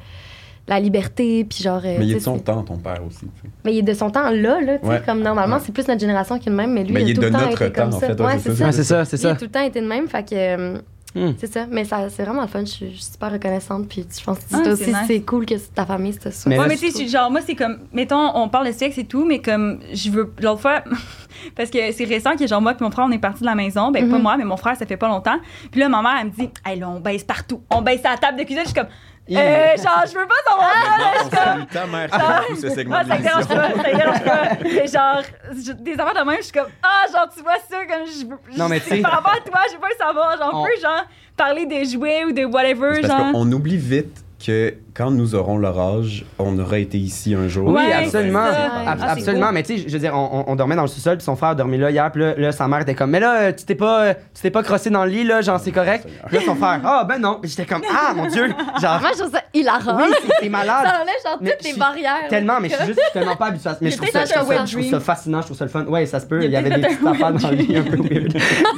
[SPEAKER 3] la liberté puis genre euh,
[SPEAKER 4] Mais il est
[SPEAKER 3] tu sais,
[SPEAKER 4] de son
[SPEAKER 3] c'est-
[SPEAKER 4] temps, ton père aussi. tu sais.
[SPEAKER 3] mais il est de son temps là, là tu sais
[SPEAKER 4] Ouais.
[SPEAKER 3] comme normalement
[SPEAKER 4] Ouais.
[SPEAKER 3] c'est plus notre génération qui est le même mais lui
[SPEAKER 4] Mais
[SPEAKER 3] il
[SPEAKER 4] il
[SPEAKER 3] a
[SPEAKER 4] est
[SPEAKER 3] tout le
[SPEAKER 4] de
[SPEAKER 3] temps
[SPEAKER 4] notre
[SPEAKER 3] été comme
[SPEAKER 4] temps, en
[SPEAKER 3] ça
[SPEAKER 4] fait, ouais,
[SPEAKER 3] ouais
[SPEAKER 4] c'est
[SPEAKER 3] c'est
[SPEAKER 4] ça.
[SPEAKER 3] ça
[SPEAKER 1] Ouais, c'est ça, c'est
[SPEAKER 3] il a
[SPEAKER 1] ça.
[SPEAKER 3] tout le temps été le même fait que hum,
[SPEAKER 1] Hmm.
[SPEAKER 3] c'est ça mais ça c'est vraiment le fun je suis, je suis super reconnaissante puis je pense que
[SPEAKER 2] Ah,
[SPEAKER 3] toi
[SPEAKER 2] c'est
[SPEAKER 3] aussi
[SPEAKER 2] nice.
[SPEAKER 3] c'est cool que ta famille c'est ça
[SPEAKER 1] Mais
[SPEAKER 2] Ouais,
[SPEAKER 1] là,
[SPEAKER 2] mais tu sais, genre, moi, c'est comme, mettons, on parle de sexe et tout, mais comme, je veux, l'autre fois, parce que c'est récent que, genre, moi, puis mon frère, on est parti de la maison. Ben, pas
[SPEAKER 3] Mhm.
[SPEAKER 2] moi, mais mon frère, ça fait pas longtemps. Puis là, ma mère, elle me dit, hey, là, on baisse partout. On baisse à la table de cuisine. Je suis comme,
[SPEAKER 1] Hi.
[SPEAKER 2] Euh, genre, je veux pas savoir ça, là. Je
[SPEAKER 4] On
[SPEAKER 2] suis comme,
[SPEAKER 4] salue ta mère qui a vu ce segment
[SPEAKER 2] ah,
[SPEAKER 4] de
[SPEAKER 2] ça te dérange
[SPEAKER 4] l'émission.
[SPEAKER 2] pas, ça te dérange pas. Mais genre, je- des affaires de même, je suis comme, ah, genre, tu vois ça, comme, je veux. je-
[SPEAKER 1] Non, mais tu sais-
[SPEAKER 2] Par rapport à toi, je veux pas savoir. Genre, on
[SPEAKER 1] On-
[SPEAKER 2] peut, genre, parler des jouets ou de whatever,
[SPEAKER 4] C'est Parce
[SPEAKER 2] genre.
[SPEAKER 4] qu'on oublie vite que quand nous aurons leur âge, on aura été ici un jour.
[SPEAKER 1] Oui,
[SPEAKER 2] Ouais,
[SPEAKER 1] absolument.
[SPEAKER 2] c'est ça.
[SPEAKER 1] Ab-
[SPEAKER 2] Ah, c'est
[SPEAKER 1] absolument,
[SPEAKER 2] beau.
[SPEAKER 1] mais tu sais, je veux dire, on, on- on dormait dans le sous-sol, puis son frère dormait là hier, puis là, là, sa mère était comme, mais là, euh, tu t'es pas, euh, tu t'es pas crossé dans le lit, là, genre, c'est correct.
[SPEAKER 4] Seigneur.
[SPEAKER 1] Puis là, son frère, ah, ben non. Puis j'étais comme, ah, mon Dieu, genre,
[SPEAKER 3] Moi, je trouve ça hilarant.
[SPEAKER 1] oui, c'est- c'est malade.
[SPEAKER 3] Ça enlève genre
[SPEAKER 1] Mais
[SPEAKER 3] toutes
[SPEAKER 1] je
[SPEAKER 3] les
[SPEAKER 1] suis
[SPEAKER 3] barrières.
[SPEAKER 1] Tellement, mais je suis juste tellement pas habitué à ça. Mais
[SPEAKER 2] Il y
[SPEAKER 1] je
[SPEAKER 2] a
[SPEAKER 1] trouve ça,
[SPEAKER 2] peut-être
[SPEAKER 1] je trouve
[SPEAKER 2] un
[SPEAKER 1] ça-
[SPEAKER 2] wet
[SPEAKER 1] je trouve
[SPEAKER 2] dream.
[SPEAKER 1] ça fascinant, je trouve ça le fun. Ouais, ça se peut.
[SPEAKER 2] Il y a
[SPEAKER 1] Il y avait des
[SPEAKER 2] peut-être
[SPEAKER 1] petites
[SPEAKER 2] un
[SPEAKER 1] affaires dans le
[SPEAKER 2] wet
[SPEAKER 1] lit un peu weird.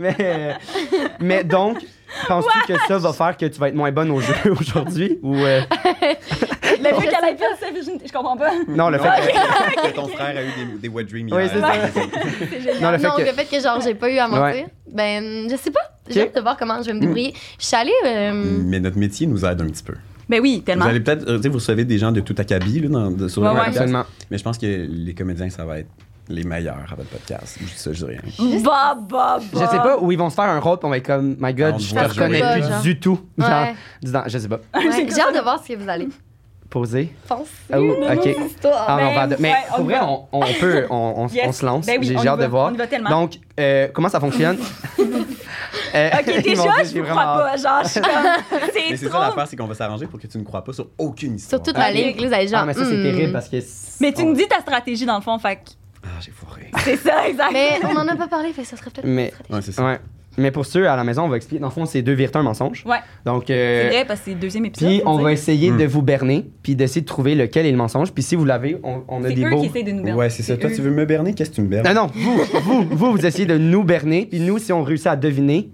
[SPEAKER 1] mais, mais, mais donc, penses-tu que ça va faire que tu vas être moins bonne au jeu aujourd'hui? Ou euh,
[SPEAKER 2] Mais vu qu'elle a perdu sa virginité, je comprends pas.
[SPEAKER 1] Non, le
[SPEAKER 4] Non,
[SPEAKER 1] fait que-
[SPEAKER 4] que ton frère a eu des, des wet dreams
[SPEAKER 1] Oui,
[SPEAKER 4] hier.
[SPEAKER 1] c'est ça.
[SPEAKER 2] C'est génial.
[SPEAKER 1] Non, le fait
[SPEAKER 3] non,
[SPEAKER 1] que-
[SPEAKER 3] le fait que genre j'ai pas eu à mentir,
[SPEAKER 1] Ouais.
[SPEAKER 3] ben je sais pas. J'ai
[SPEAKER 1] Ok. Hmm.
[SPEAKER 3] hâte de voir comment je vais me débrouiller. Je suis allée. euh,
[SPEAKER 4] Mais notre métier nous aide un petit peu.
[SPEAKER 2] Ben oui, Mm. tellement.
[SPEAKER 4] Vous allez peut-être, euh, tu sais, vous recevez des gens de tout acabit là, dans, de- sur
[SPEAKER 2] Ouais,
[SPEAKER 4] le
[SPEAKER 2] ouais.
[SPEAKER 4] podcast.
[SPEAKER 1] Absolument.
[SPEAKER 4] Mais je pense que les comédiens, ça va être les meilleurs à votre podcast. Je dis ça, je dis rien.
[SPEAKER 2] Bah, bah, bah.
[SPEAKER 1] Je sais pas où ils vont se faire un rôle, puis on va être comme, my
[SPEAKER 4] Ah, On
[SPEAKER 1] god,
[SPEAKER 4] te
[SPEAKER 1] je
[SPEAKER 4] voit
[SPEAKER 1] te reconnais
[SPEAKER 3] jouer,
[SPEAKER 1] plus
[SPEAKER 3] genre.
[SPEAKER 1] du tout.
[SPEAKER 3] Ouais.
[SPEAKER 1] Genre, disant, je sais pas.
[SPEAKER 3] ouais, J'ai hâte de voir ce que vous allez
[SPEAKER 1] Poser.
[SPEAKER 3] penser.
[SPEAKER 1] Ah, ou-
[SPEAKER 3] de
[SPEAKER 1] ok.
[SPEAKER 3] nos histoires.
[SPEAKER 1] Ah, non,
[SPEAKER 2] Ben,
[SPEAKER 1] on va ad- Mais
[SPEAKER 2] ouais, on
[SPEAKER 1] pour
[SPEAKER 2] y
[SPEAKER 1] vrai,
[SPEAKER 2] va.
[SPEAKER 1] on, on peut, on, on-
[SPEAKER 2] Yes.
[SPEAKER 1] on se lance.
[SPEAKER 2] Ben oui,
[SPEAKER 1] J'ai
[SPEAKER 2] on
[SPEAKER 1] j'ai
[SPEAKER 2] y
[SPEAKER 1] hâte
[SPEAKER 2] va,
[SPEAKER 1] de voir.
[SPEAKER 2] on y va tellement.
[SPEAKER 1] Donc, euh, comment ça fonctionne? Euh, mon
[SPEAKER 2] Ok, déjà,
[SPEAKER 1] Dieu,
[SPEAKER 2] je
[SPEAKER 1] j'ai
[SPEAKER 2] vous
[SPEAKER 1] vraiment
[SPEAKER 2] crois
[SPEAKER 1] hâte.
[SPEAKER 2] pas. Genre, je suis comme,
[SPEAKER 4] Mais
[SPEAKER 2] c'est
[SPEAKER 4] c'est ça
[SPEAKER 2] trop.
[SPEAKER 4] l'affaire, c'est qu'on va s'arranger pour que tu ne crois pas sur aucune histoire.
[SPEAKER 3] Sur toute la
[SPEAKER 2] Ok.
[SPEAKER 3] ligne, vous allez genre.
[SPEAKER 1] Ah, mais ça, c'est
[SPEAKER 3] hmm.
[SPEAKER 1] terrible parce que. c'est-
[SPEAKER 2] Mais tu me dis ta stratégie, dans le fond, fait que
[SPEAKER 4] Ah, j'ai foiré.
[SPEAKER 2] c'est ça, exact.
[SPEAKER 1] Euh,
[SPEAKER 3] Mais on en a pas parlé, fait que ça serait peut-être.
[SPEAKER 1] Mais-
[SPEAKER 4] Ouais, c'est ça.
[SPEAKER 1] Ouais. Mais pour ceux à la maison, on va expliquer. Dans le fond, c'est deux vérités, un mensonge.
[SPEAKER 2] Ouais.
[SPEAKER 1] Donc,
[SPEAKER 2] C'est
[SPEAKER 1] euh,
[SPEAKER 2] vrai, parce que c'est le deuxième épisode.
[SPEAKER 1] puis on
[SPEAKER 2] tu
[SPEAKER 1] va
[SPEAKER 2] sais.
[SPEAKER 1] essayer
[SPEAKER 4] Hmm.
[SPEAKER 1] de vous berner, puis d'essayer de trouver lequel est le mensonge. Puis si vous l'avez, on, on a
[SPEAKER 2] C'est
[SPEAKER 1] des
[SPEAKER 2] eux
[SPEAKER 1] beaux.
[SPEAKER 2] qui essayent de nous berner.
[SPEAKER 4] Ouais, c'est ça. Toi,
[SPEAKER 2] eux.
[SPEAKER 4] tu veux me berner? Qu'est-ce que tu me bernes?
[SPEAKER 1] Non, non, vous, vous, vous, vous essayez de nous berner, puis nous, si on réussit à deviner,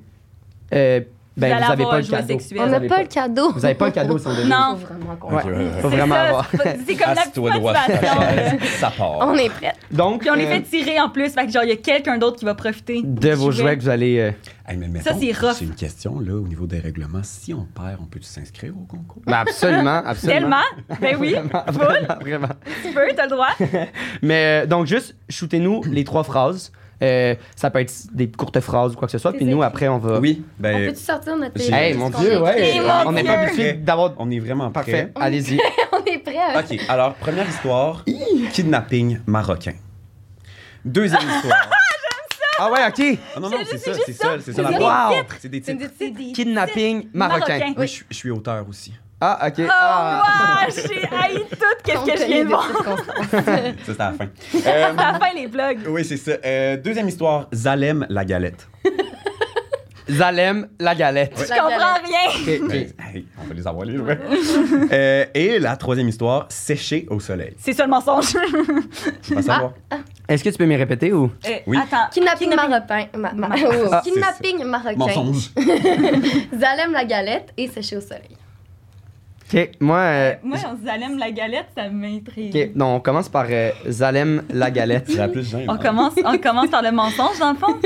[SPEAKER 1] euh,
[SPEAKER 2] Vous
[SPEAKER 1] ben,
[SPEAKER 2] allez
[SPEAKER 1] vous avez
[SPEAKER 2] avoir
[SPEAKER 1] pas
[SPEAKER 2] un
[SPEAKER 1] le
[SPEAKER 2] jouet
[SPEAKER 1] cadeau.
[SPEAKER 2] sexuel.
[SPEAKER 1] Vous
[SPEAKER 3] On n'a
[SPEAKER 1] avez
[SPEAKER 3] pas le cadeau.
[SPEAKER 1] Vous avez pas le cadeau si on devine.
[SPEAKER 2] Non.
[SPEAKER 3] Faut vraiment qu'on-
[SPEAKER 1] Ouais.
[SPEAKER 4] Ok, ouais, ouais.
[SPEAKER 1] Faut
[SPEAKER 2] C'est
[SPEAKER 1] vraiment
[SPEAKER 2] ça,
[SPEAKER 1] avoir.
[SPEAKER 2] c'est pas- C'est comme la petite
[SPEAKER 4] Asse-toi droit sur ta
[SPEAKER 2] motivation.
[SPEAKER 4] chaise. Ça part.
[SPEAKER 3] On est prêts.
[SPEAKER 1] Donc,
[SPEAKER 2] Puis on les
[SPEAKER 1] euh,
[SPEAKER 2] fait tirer en plus, fait que genre, il y a quelqu'un d'autre qui va profiter.
[SPEAKER 1] de
[SPEAKER 2] du
[SPEAKER 1] vos
[SPEAKER 2] jouet.
[SPEAKER 1] jouets que vous allez. euh,
[SPEAKER 4] Hey, mais
[SPEAKER 2] Ça,
[SPEAKER 4] mettons,
[SPEAKER 2] c'est rough.
[SPEAKER 4] une question, là, au niveau des règlements. Si on perd, on peut-tu s'inscrire au concours?
[SPEAKER 1] ben, absolument, absolument.
[SPEAKER 2] Tellement. Ben oui,
[SPEAKER 1] Vraiment,
[SPEAKER 2] full,
[SPEAKER 1] vraiment, vraiment.
[SPEAKER 2] tu peux, t'as le droit.
[SPEAKER 1] Mais euh, donc, juste, shootez-nous les trois phrases. Euh, ça peut être des courtes phrases ou quoi que ce soit.
[SPEAKER 2] C'est
[SPEAKER 1] Puis nous,
[SPEAKER 2] ça.
[SPEAKER 1] après, on va.
[SPEAKER 4] Oui,
[SPEAKER 3] On
[SPEAKER 4] ben,
[SPEAKER 3] peut-tu sortir notre.
[SPEAKER 4] J'ai-
[SPEAKER 1] Hey,
[SPEAKER 4] Qu'est-ce
[SPEAKER 1] mon
[SPEAKER 3] qu'on
[SPEAKER 1] Dieu,
[SPEAKER 3] a
[SPEAKER 1] ouais.
[SPEAKER 3] écrit?
[SPEAKER 2] Hey, mon
[SPEAKER 1] on n'est pas
[SPEAKER 2] Dieu.
[SPEAKER 1] habitué d'avoir.
[SPEAKER 4] on est vraiment
[SPEAKER 1] Parfait,
[SPEAKER 4] prêts.
[SPEAKER 1] allez-y.
[SPEAKER 3] On est prêts.
[SPEAKER 4] OK, alors, première histoire, kidnapping marocain. Deuxième histoire.
[SPEAKER 1] Ah ouais, ok.
[SPEAKER 4] Ah non, non,
[SPEAKER 2] C'est- c'est
[SPEAKER 4] c'est ça,
[SPEAKER 2] juste
[SPEAKER 4] c'est
[SPEAKER 2] ça.
[SPEAKER 4] ça, c'est ça
[SPEAKER 1] C'est
[SPEAKER 4] la
[SPEAKER 1] des
[SPEAKER 4] Wow!
[SPEAKER 1] titres.
[SPEAKER 4] C'est des
[SPEAKER 2] C'est
[SPEAKER 4] titres.
[SPEAKER 2] une petite-
[SPEAKER 1] Kidnapping marocain.
[SPEAKER 2] Marocain.
[SPEAKER 4] Moi, je suis- je suis auteur aussi.
[SPEAKER 1] Ah, ok.
[SPEAKER 2] Oh,
[SPEAKER 1] Ah.
[SPEAKER 2] wow, j'ai haï tout qu'est-ce que je viens de voir.
[SPEAKER 4] Ça, c'est à la fin. Euh,
[SPEAKER 2] À la fin, les vlogs.
[SPEAKER 4] oui, c'est ça. Euh, deuxième histoire, Zalem la galette.
[SPEAKER 1] Zalem, la galette.
[SPEAKER 2] Je comprends rien.
[SPEAKER 1] Ok, ok.
[SPEAKER 4] Ben, hey, on va les avoir les jouets. Euh, et la troisième histoire, sécher au soleil.
[SPEAKER 2] C'est ça le mensonge.
[SPEAKER 4] Faut pas savoir.
[SPEAKER 1] Est-ce que tu peux me répéter ou.
[SPEAKER 2] Euh,
[SPEAKER 4] Oui.
[SPEAKER 2] Attends.
[SPEAKER 3] Kidnapping marocain. Ma- ma- oh,
[SPEAKER 1] Ah,
[SPEAKER 3] Kidnapping marocain.
[SPEAKER 4] Mensonge.
[SPEAKER 3] Zalem la galette et sécher au soleil.
[SPEAKER 1] Ok, moi. euh,
[SPEAKER 2] Moi, on s'allume la galette, ça m'intrigue.
[SPEAKER 1] Ok, non, on commence par euh, Zalem, la galette.
[SPEAKER 4] C'est la plus gêne,
[SPEAKER 2] On
[SPEAKER 4] hein.
[SPEAKER 2] commence, on commence par le mensonge, dans le fond.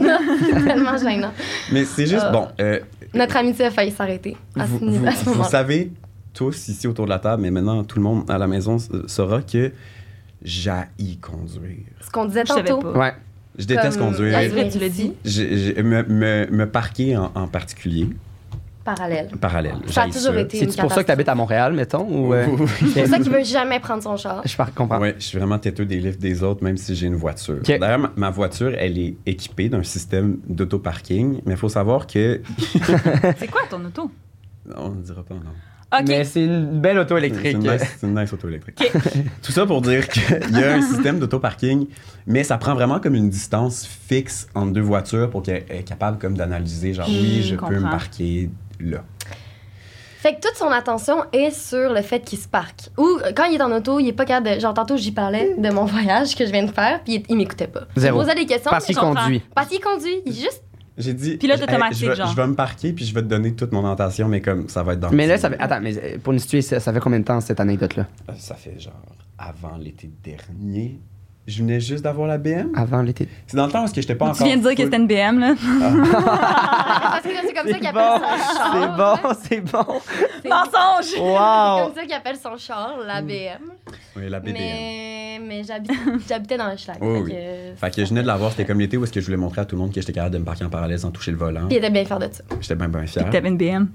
[SPEAKER 3] Non, c'est tellement gênant.
[SPEAKER 4] Mais c'est juste,
[SPEAKER 3] Ah.
[SPEAKER 4] bon, euh,
[SPEAKER 3] Notre amitié a failli s'arrêter à ce,
[SPEAKER 4] vous,
[SPEAKER 3] niveau-
[SPEAKER 4] vous-
[SPEAKER 3] à ce
[SPEAKER 4] vous
[SPEAKER 3] moment-là.
[SPEAKER 4] savez tous ici autour de la table, mais maintenant tout le monde à la maison s- saura que j'haïs conduire.
[SPEAKER 3] Ce qu'on disait
[SPEAKER 2] Je savais
[SPEAKER 3] tantôt.
[SPEAKER 2] pas.
[SPEAKER 1] Ouais.
[SPEAKER 4] Je déteste
[SPEAKER 3] Comme
[SPEAKER 4] conduire.
[SPEAKER 2] Ah, c'est
[SPEAKER 3] Yasmine
[SPEAKER 2] vrai, tu l'as dit.
[SPEAKER 4] J'ai- j'ai- me, me- me parquer en, en particulier,
[SPEAKER 3] Parallèle.
[SPEAKER 4] parallèle.
[SPEAKER 3] Ça a
[SPEAKER 4] j'haïs
[SPEAKER 3] toujours été une
[SPEAKER 1] C'est-tu pour ça que t'habites à Montréal, mettons? Ou, euh,
[SPEAKER 3] C'est pour ça qu'il veut jamais prendre son char.
[SPEAKER 1] Je par- comprends.
[SPEAKER 4] Ouais, je suis vraiment têteux des livres des autres, même si j'ai une voiture.
[SPEAKER 1] Ok.
[SPEAKER 4] D'ailleurs, ma, ma voiture, elle est équipée d'un système d'auto-parking, mais il faut savoir que.
[SPEAKER 2] C'est quoi ton auto?
[SPEAKER 4] On ne dira pas, non.
[SPEAKER 2] OK.
[SPEAKER 1] Mais c'est une belle auto
[SPEAKER 4] C'est
[SPEAKER 1] électrique.
[SPEAKER 4] une nice, c'est une nice auto électrique. Tout ça pour dire qu'il y a un système d'auto-parking, mais ça prend vraiment comme une distance fixe entre deux voitures pour qu'elle est capable comme d'analyser, genre,
[SPEAKER 2] Hmm,
[SPEAKER 4] oui, je peux me
[SPEAKER 2] comprends.
[SPEAKER 4] parquer là.
[SPEAKER 3] Fait que toute son attention est sur le fait qu'il se parque. Ou euh, quand il est en auto, il est pas capable de. Genre, tantôt, j'y parlais de mon voyage que je viens de faire, puis il, il m'écoutait pas.
[SPEAKER 1] Zéro.
[SPEAKER 3] Il posait des questions.
[SPEAKER 1] Parce
[SPEAKER 3] mais
[SPEAKER 1] qu'il
[SPEAKER 3] genre-
[SPEAKER 1] conduit.
[SPEAKER 3] Parce qu'il conduit. Il est juste.
[SPEAKER 4] J'ai dit.
[SPEAKER 2] Pilote
[SPEAKER 4] je-
[SPEAKER 2] automatique,
[SPEAKER 4] je vais-
[SPEAKER 2] genre.
[SPEAKER 4] Je vais me parquer puis je vais te donner toute mon attention, mais comme ça va être dans le
[SPEAKER 1] Mais là,
[SPEAKER 4] petit-
[SPEAKER 1] ça fait... Attends, mais euh, pour nous situer, ça, ça fait combien de temps, cette anecdote-là?
[SPEAKER 4] Euh, Ça fait genre avant l'été dernier. Je venais juste d'avoir la BM.
[SPEAKER 1] Avant l'été.
[SPEAKER 4] C'est dans le temps où est-ce que j'étais pas encore.
[SPEAKER 2] Tu viens de dire que
[SPEAKER 4] full-
[SPEAKER 2] c'était une BM, là.
[SPEAKER 3] Parce que là, c'est comme ça qu'il
[SPEAKER 1] C'est
[SPEAKER 3] appelle
[SPEAKER 1] bon,
[SPEAKER 3] son char.
[SPEAKER 1] c'est bon, c'est bon.
[SPEAKER 3] C'est-
[SPEAKER 2] Mensonge!
[SPEAKER 3] C'est
[SPEAKER 1] Wow!
[SPEAKER 3] comme ça qu'il appelle son char, l'ABM.
[SPEAKER 4] Oui, Mm. la BDM.
[SPEAKER 3] Mais, mais j'habite- j'habitais dans le schlag.
[SPEAKER 4] Oui,
[SPEAKER 3] fait
[SPEAKER 4] oui.
[SPEAKER 3] que-
[SPEAKER 4] Fait que je venais de l'avoir, c'était comme l'été où est-ce que je voulais montrer à tout le monde que j'étais capable de me parquer en parallèle sans toucher le volant.
[SPEAKER 3] Puis il était bien fier de ça.
[SPEAKER 4] J'étais bien, bien
[SPEAKER 2] Puis
[SPEAKER 4] fier.
[SPEAKER 2] que t'avais une BM.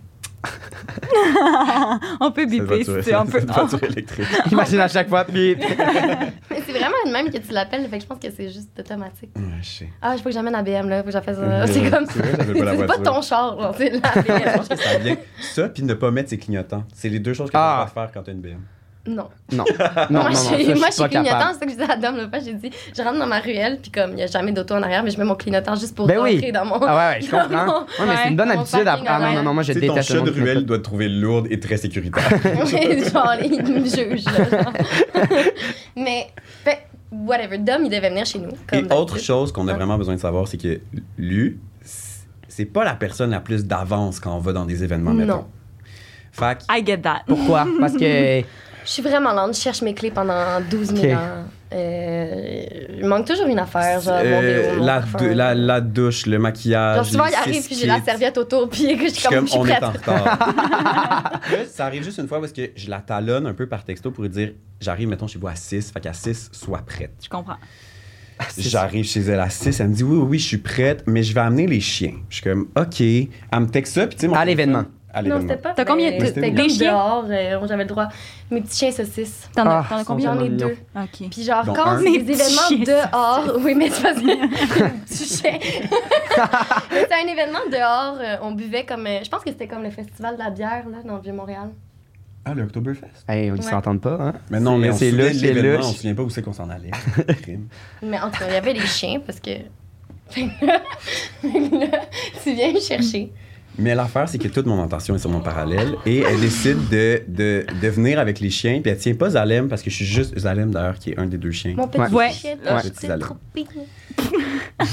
[SPEAKER 2] on peut
[SPEAKER 4] Cette
[SPEAKER 2] biper si
[SPEAKER 4] voiture,
[SPEAKER 2] tu veux, on peut.
[SPEAKER 4] cette voiture électrique.
[SPEAKER 1] Imagine à chaque fois, puis...
[SPEAKER 3] Mais c'est vraiment le même que tu l'appelles, fait que je pense que c'est juste automatique.
[SPEAKER 4] Ouais, je sais.
[SPEAKER 3] Ah, je faut que j'amène l'ABM, là, faut que j'appelle ça.
[SPEAKER 4] Mhm.
[SPEAKER 3] C'est comme
[SPEAKER 4] C'est vrai, j'avais pas la
[SPEAKER 3] C'est pas
[SPEAKER 4] voiture.
[SPEAKER 3] ton char, genre, c'est l'ABM.
[SPEAKER 4] Je pense que ça vient. Ça, puis ne pas mettre ses clignotants. C'est les deux choses que tu
[SPEAKER 1] Ah.
[SPEAKER 4] pas faire quand t'as une BM.
[SPEAKER 3] Non.
[SPEAKER 1] Non, non, non, non,
[SPEAKER 3] moi,
[SPEAKER 1] ça,
[SPEAKER 3] j'ai-
[SPEAKER 1] je
[SPEAKER 3] moi,
[SPEAKER 1] suis pas
[SPEAKER 3] j'ai clignotant,
[SPEAKER 1] capable.
[SPEAKER 3] c'est ça que je disais à Dom l'autre fois. J'ai dit, je rentre dans ma ruelle, puis comme il n'y a jamais d'auto en arrière, mais je mets mon clignotant juste pour
[SPEAKER 1] Ben
[SPEAKER 3] rentrer
[SPEAKER 1] oui.
[SPEAKER 3] dans mon.
[SPEAKER 1] Ah ouais, ouais, je
[SPEAKER 3] dans
[SPEAKER 1] comprends.
[SPEAKER 3] mon-
[SPEAKER 1] Ouais, mais c'est une bonne
[SPEAKER 3] dans mon
[SPEAKER 1] habitude. à-
[SPEAKER 3] parking
[SPEAKER 1] Ah non, non,
[SPEAKER 3] horaire.
[SPEAKER 1] non, moi, je
[SPEAKER 4] Tu sais, ton
[SPEAKER 1] déteste le
[SPEAKER 4] chat de
[SPEAKER 1] monde qui fait
[SPEAKER 4] ruelle doit te trouver lourde et très sécuritaire.
[SPEAKER 3] Oui, genre, il me juge. là, genre. mais, fait, whatever. Dom, il devait venir chez nous.
[SPEAKER 4] Et
[SPEAKER 3] comme
[SPEAKER 4] autre
[SPEAKER 3] d'habitude.
[SPEAKER 4] chose qu'on a
[SPEAKER 3] Ah.
[SPEAKER 4] vraiment besoin de savoir, c'est que lui, c'est pas la personne la plus d'avance quand on va dans des événements,
[SPEAKER 3] Non.
[SPEAKER 4] mettons. Fait que-
[SPEAKER 2] I get that.
[SPEAKER 1] ça. Pourquoi? Parce que...
[SPEAKER 3] Je suis vraiment lente, je cherche mes clés pendant 12 000
[SPEAKER 1] Ok.
[SPEAKER 3] ans. Euh, il manque toujours une affaire, Ah, genre, mon
[SPEAKER 4] Euh,
[SPEAKER 3] vélo, mon
[SPEAKER 4] la,
[SPEAKER 3] parfum.
[SPEAKER 4] dou- la, la douche, le maquillage.
[SPEAKER 3] Genre, souvent,
[SPEAKER 4] les
[SPEAKER 3] il arrive,
[SPEAKER 4] six
[SPEAKER 3] puis j'ai la
[SPEAKER 4] kits.
[SPEAKER 3] serviette autour, puis que je
[SPEAKER 4] Je
[SPEAKER 3] suis
[SPEAKER 4] suis
[SPEAKER 3] comme,
[SPEAKER 4] comme,
[SPEAKER 3] je suis
[SPEAKER 4] on est
[SPEAKER 3] prête.
[SPEAKER 4] en retard. Là, ça arrive juste une fois parce que je la talonne un peu par texto pour lui dire j'arrive, mettons, chez vous à 6, fait qu'à 6, sois prête.
[SPEAKER 2] Je comprends.
[SPEAKER 4] J'arrive chez elle à 6, elle me dit oui, oui, oui, je suis prête, mais je vais amener les chiens. Je suis comme OK. Elle me texte ça, puis tu sais, mon
[SPEAKER 1] À
[SPEAKER 4] téléphone-
[SPEAKER 1] l'événement.
[SPEAKER 4] À
[SPEAKER 3] Non,
[SPEAKER 4] l'événement.
[SPEAKER 3] c'était pas.
[SPEAKER 2] T'as combien de-
[SPEAKER 3] mais C'était
[SPEAKER 4] des
[SPEAKER 3] comme
[SPEAKER 2] chiens?
[SPEAKER 3] dehors, euh, j'avais le droit. Mes petits chiens saucisses.
[SPEAKER 2] T'en as
[SPEAKER 1] Ah,
[SPEAKER 2] t'en as
[SPEAKER 1] ils sont
[SPEAKER 2] combien?
[SPEAKER 3] J'en ai
[SPEAKER 1] mignons.
[SPEAKER 3] deux.
[SPEAKER 2] OK.
[SPEAKER 3] Puis genre,
[SPEAKER 4] Dont
[SPEAKER 3] quand
[SPEAKER 4] un.
[SPEAKER 3] c'est
[SPEAKER 2] Mes
[SPEAKER 3] des
[SPEAKER 2] petits
[SPEAKER 3] événements
[SPEAKER 2] chiens
[SPEAKER 3] dehors, oui, mais c'est parce que... Petit chien. mais c'est un événement dehors, euh, on buvait comme... euh, je pense que c'était comme le festival de la bière, là, dans le Vieux-Montréal.
[SPEAKER 4] Ah, le Oktoberfest.
[SPEAKER 1] Hey, on ne
[SPEAKER 3] Ouais.
[SPEAKER 1] s'entend pas, hein?
[SPEAKER 4] Mais non, mais on se
[SPEAKER 1] C'est
[SPEAKER 4] souvient
[SPEAKER 1] louche,
[SPEAKER 4] de
[SPEAKER 1] c'est
[SPEAKER 4] l'événement, on se
[SPEAKER 1] louche.
[SPEAKER 4] souvient pas où c'est qu'on s'en allait. Crime.
[SPEAKER 3] Mais en tout cas, il y avait les chiens, parce que... Fait que là- fait que là, tu viens me chercher.
[SPEAKER 4] Mais l'affaire, c'est que toute mon attention est sur mon parallèle et elle décide de, de, de venir avec les chiens. Puis elle tient pas Zalem parce que je suis juste Zalem d'ailleurs, qui est un des deux chiens.
[SPEAKER 3] Mon petit
[SPEAKER 1] Ouais.
[SPEAKER 2] Ouais.
[SPEAKER 3] chien,
[SPEAKER 4] Ouais.
[SPEAKER 3] petit,
[SPEAKER 4] Petits
[SPEAKER 3] trop pignon.
[SPEAKER 4] Quoi?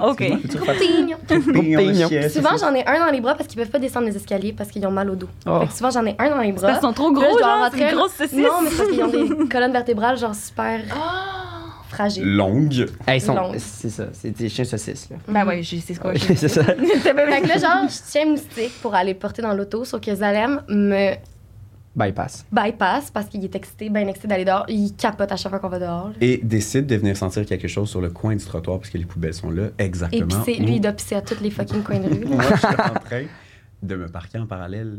[SPEAKER 2] Ah, ok.
[SPEAKER 4] Excuse-moi, peux-tu
[SPEAKER 3] Trop
[SPEAKER 4] refaire-
[SPEAKER 3] pignon.
[SPEAKER 4] Pignon, le
[SPEAKER 1] Pignon.
[SPEAKER 4] chien, Eh, c'est
[SPEAKER 3] Souvent,
[SPEAKER 4] ça.
[SPEAKER 3] j'en ai un dans les bras parce qu'ils peuvent pas descendre les escaliers parce qu'ils ont mal au dos.
[SPEAKER 1] Oh.
[SPEAKER 3] Fait que souvent, j'en ai un dans les
[SPEAKER 2] Parce
[SPEAKER 3] bras.
[SPEAKER 2] qu'ils sont trop
[SPEAKER 3] Là, je
[SPEAKER 2] gros,
[SPEAKER 3] dois
[SPEAKER 2] genre,
[SPEAKER 3] rentrer
[SPEAKER 2] c'est une
[SPEAKER 3] un-
[SPEAKER 2] grosse saucisse.
[SPEAKER 3] Non, mais c'est parce qu'ils ont des colonnes vertébrales, genre, super fragiles.
[SPEAKER 4] longue.
[SPEAKER 1] Hey, ils sont...
[SPEAKER 3] Long.
[SPEAKER 1] C'est ça, c'est des chiens saucisses, là.
[SPEAKER 3] Bah
[SPEAKER 2] Ben ouais, j'ai- c'est ce que
[SPEAKER 1] c'est ça.
[SPEAKER 3] Fait que là, genre, je tiens moustique pour aller le porter dans l'auto, sauf que Zalem me
[SPEAKER 1] Bypass.
[SPEAKER 3] bypass parce qu'il est excité, bien excité d'aller dehors. Il capote à chaque fois qu'on va dehors. là.
[SPEAKER 4] Et décide de venir sentir quelque chose sur le coin du trottoir parce que les poubelles sont là.
[SPEAKER 3] Et
[SPEAKER 4] Exactement.
[SPEAKER 3] pisser, lui, il doit pisser à tous les fucking coins de rue. là.
[SPEAKER 4] Moi, je suis en train de me parquer en parallèle.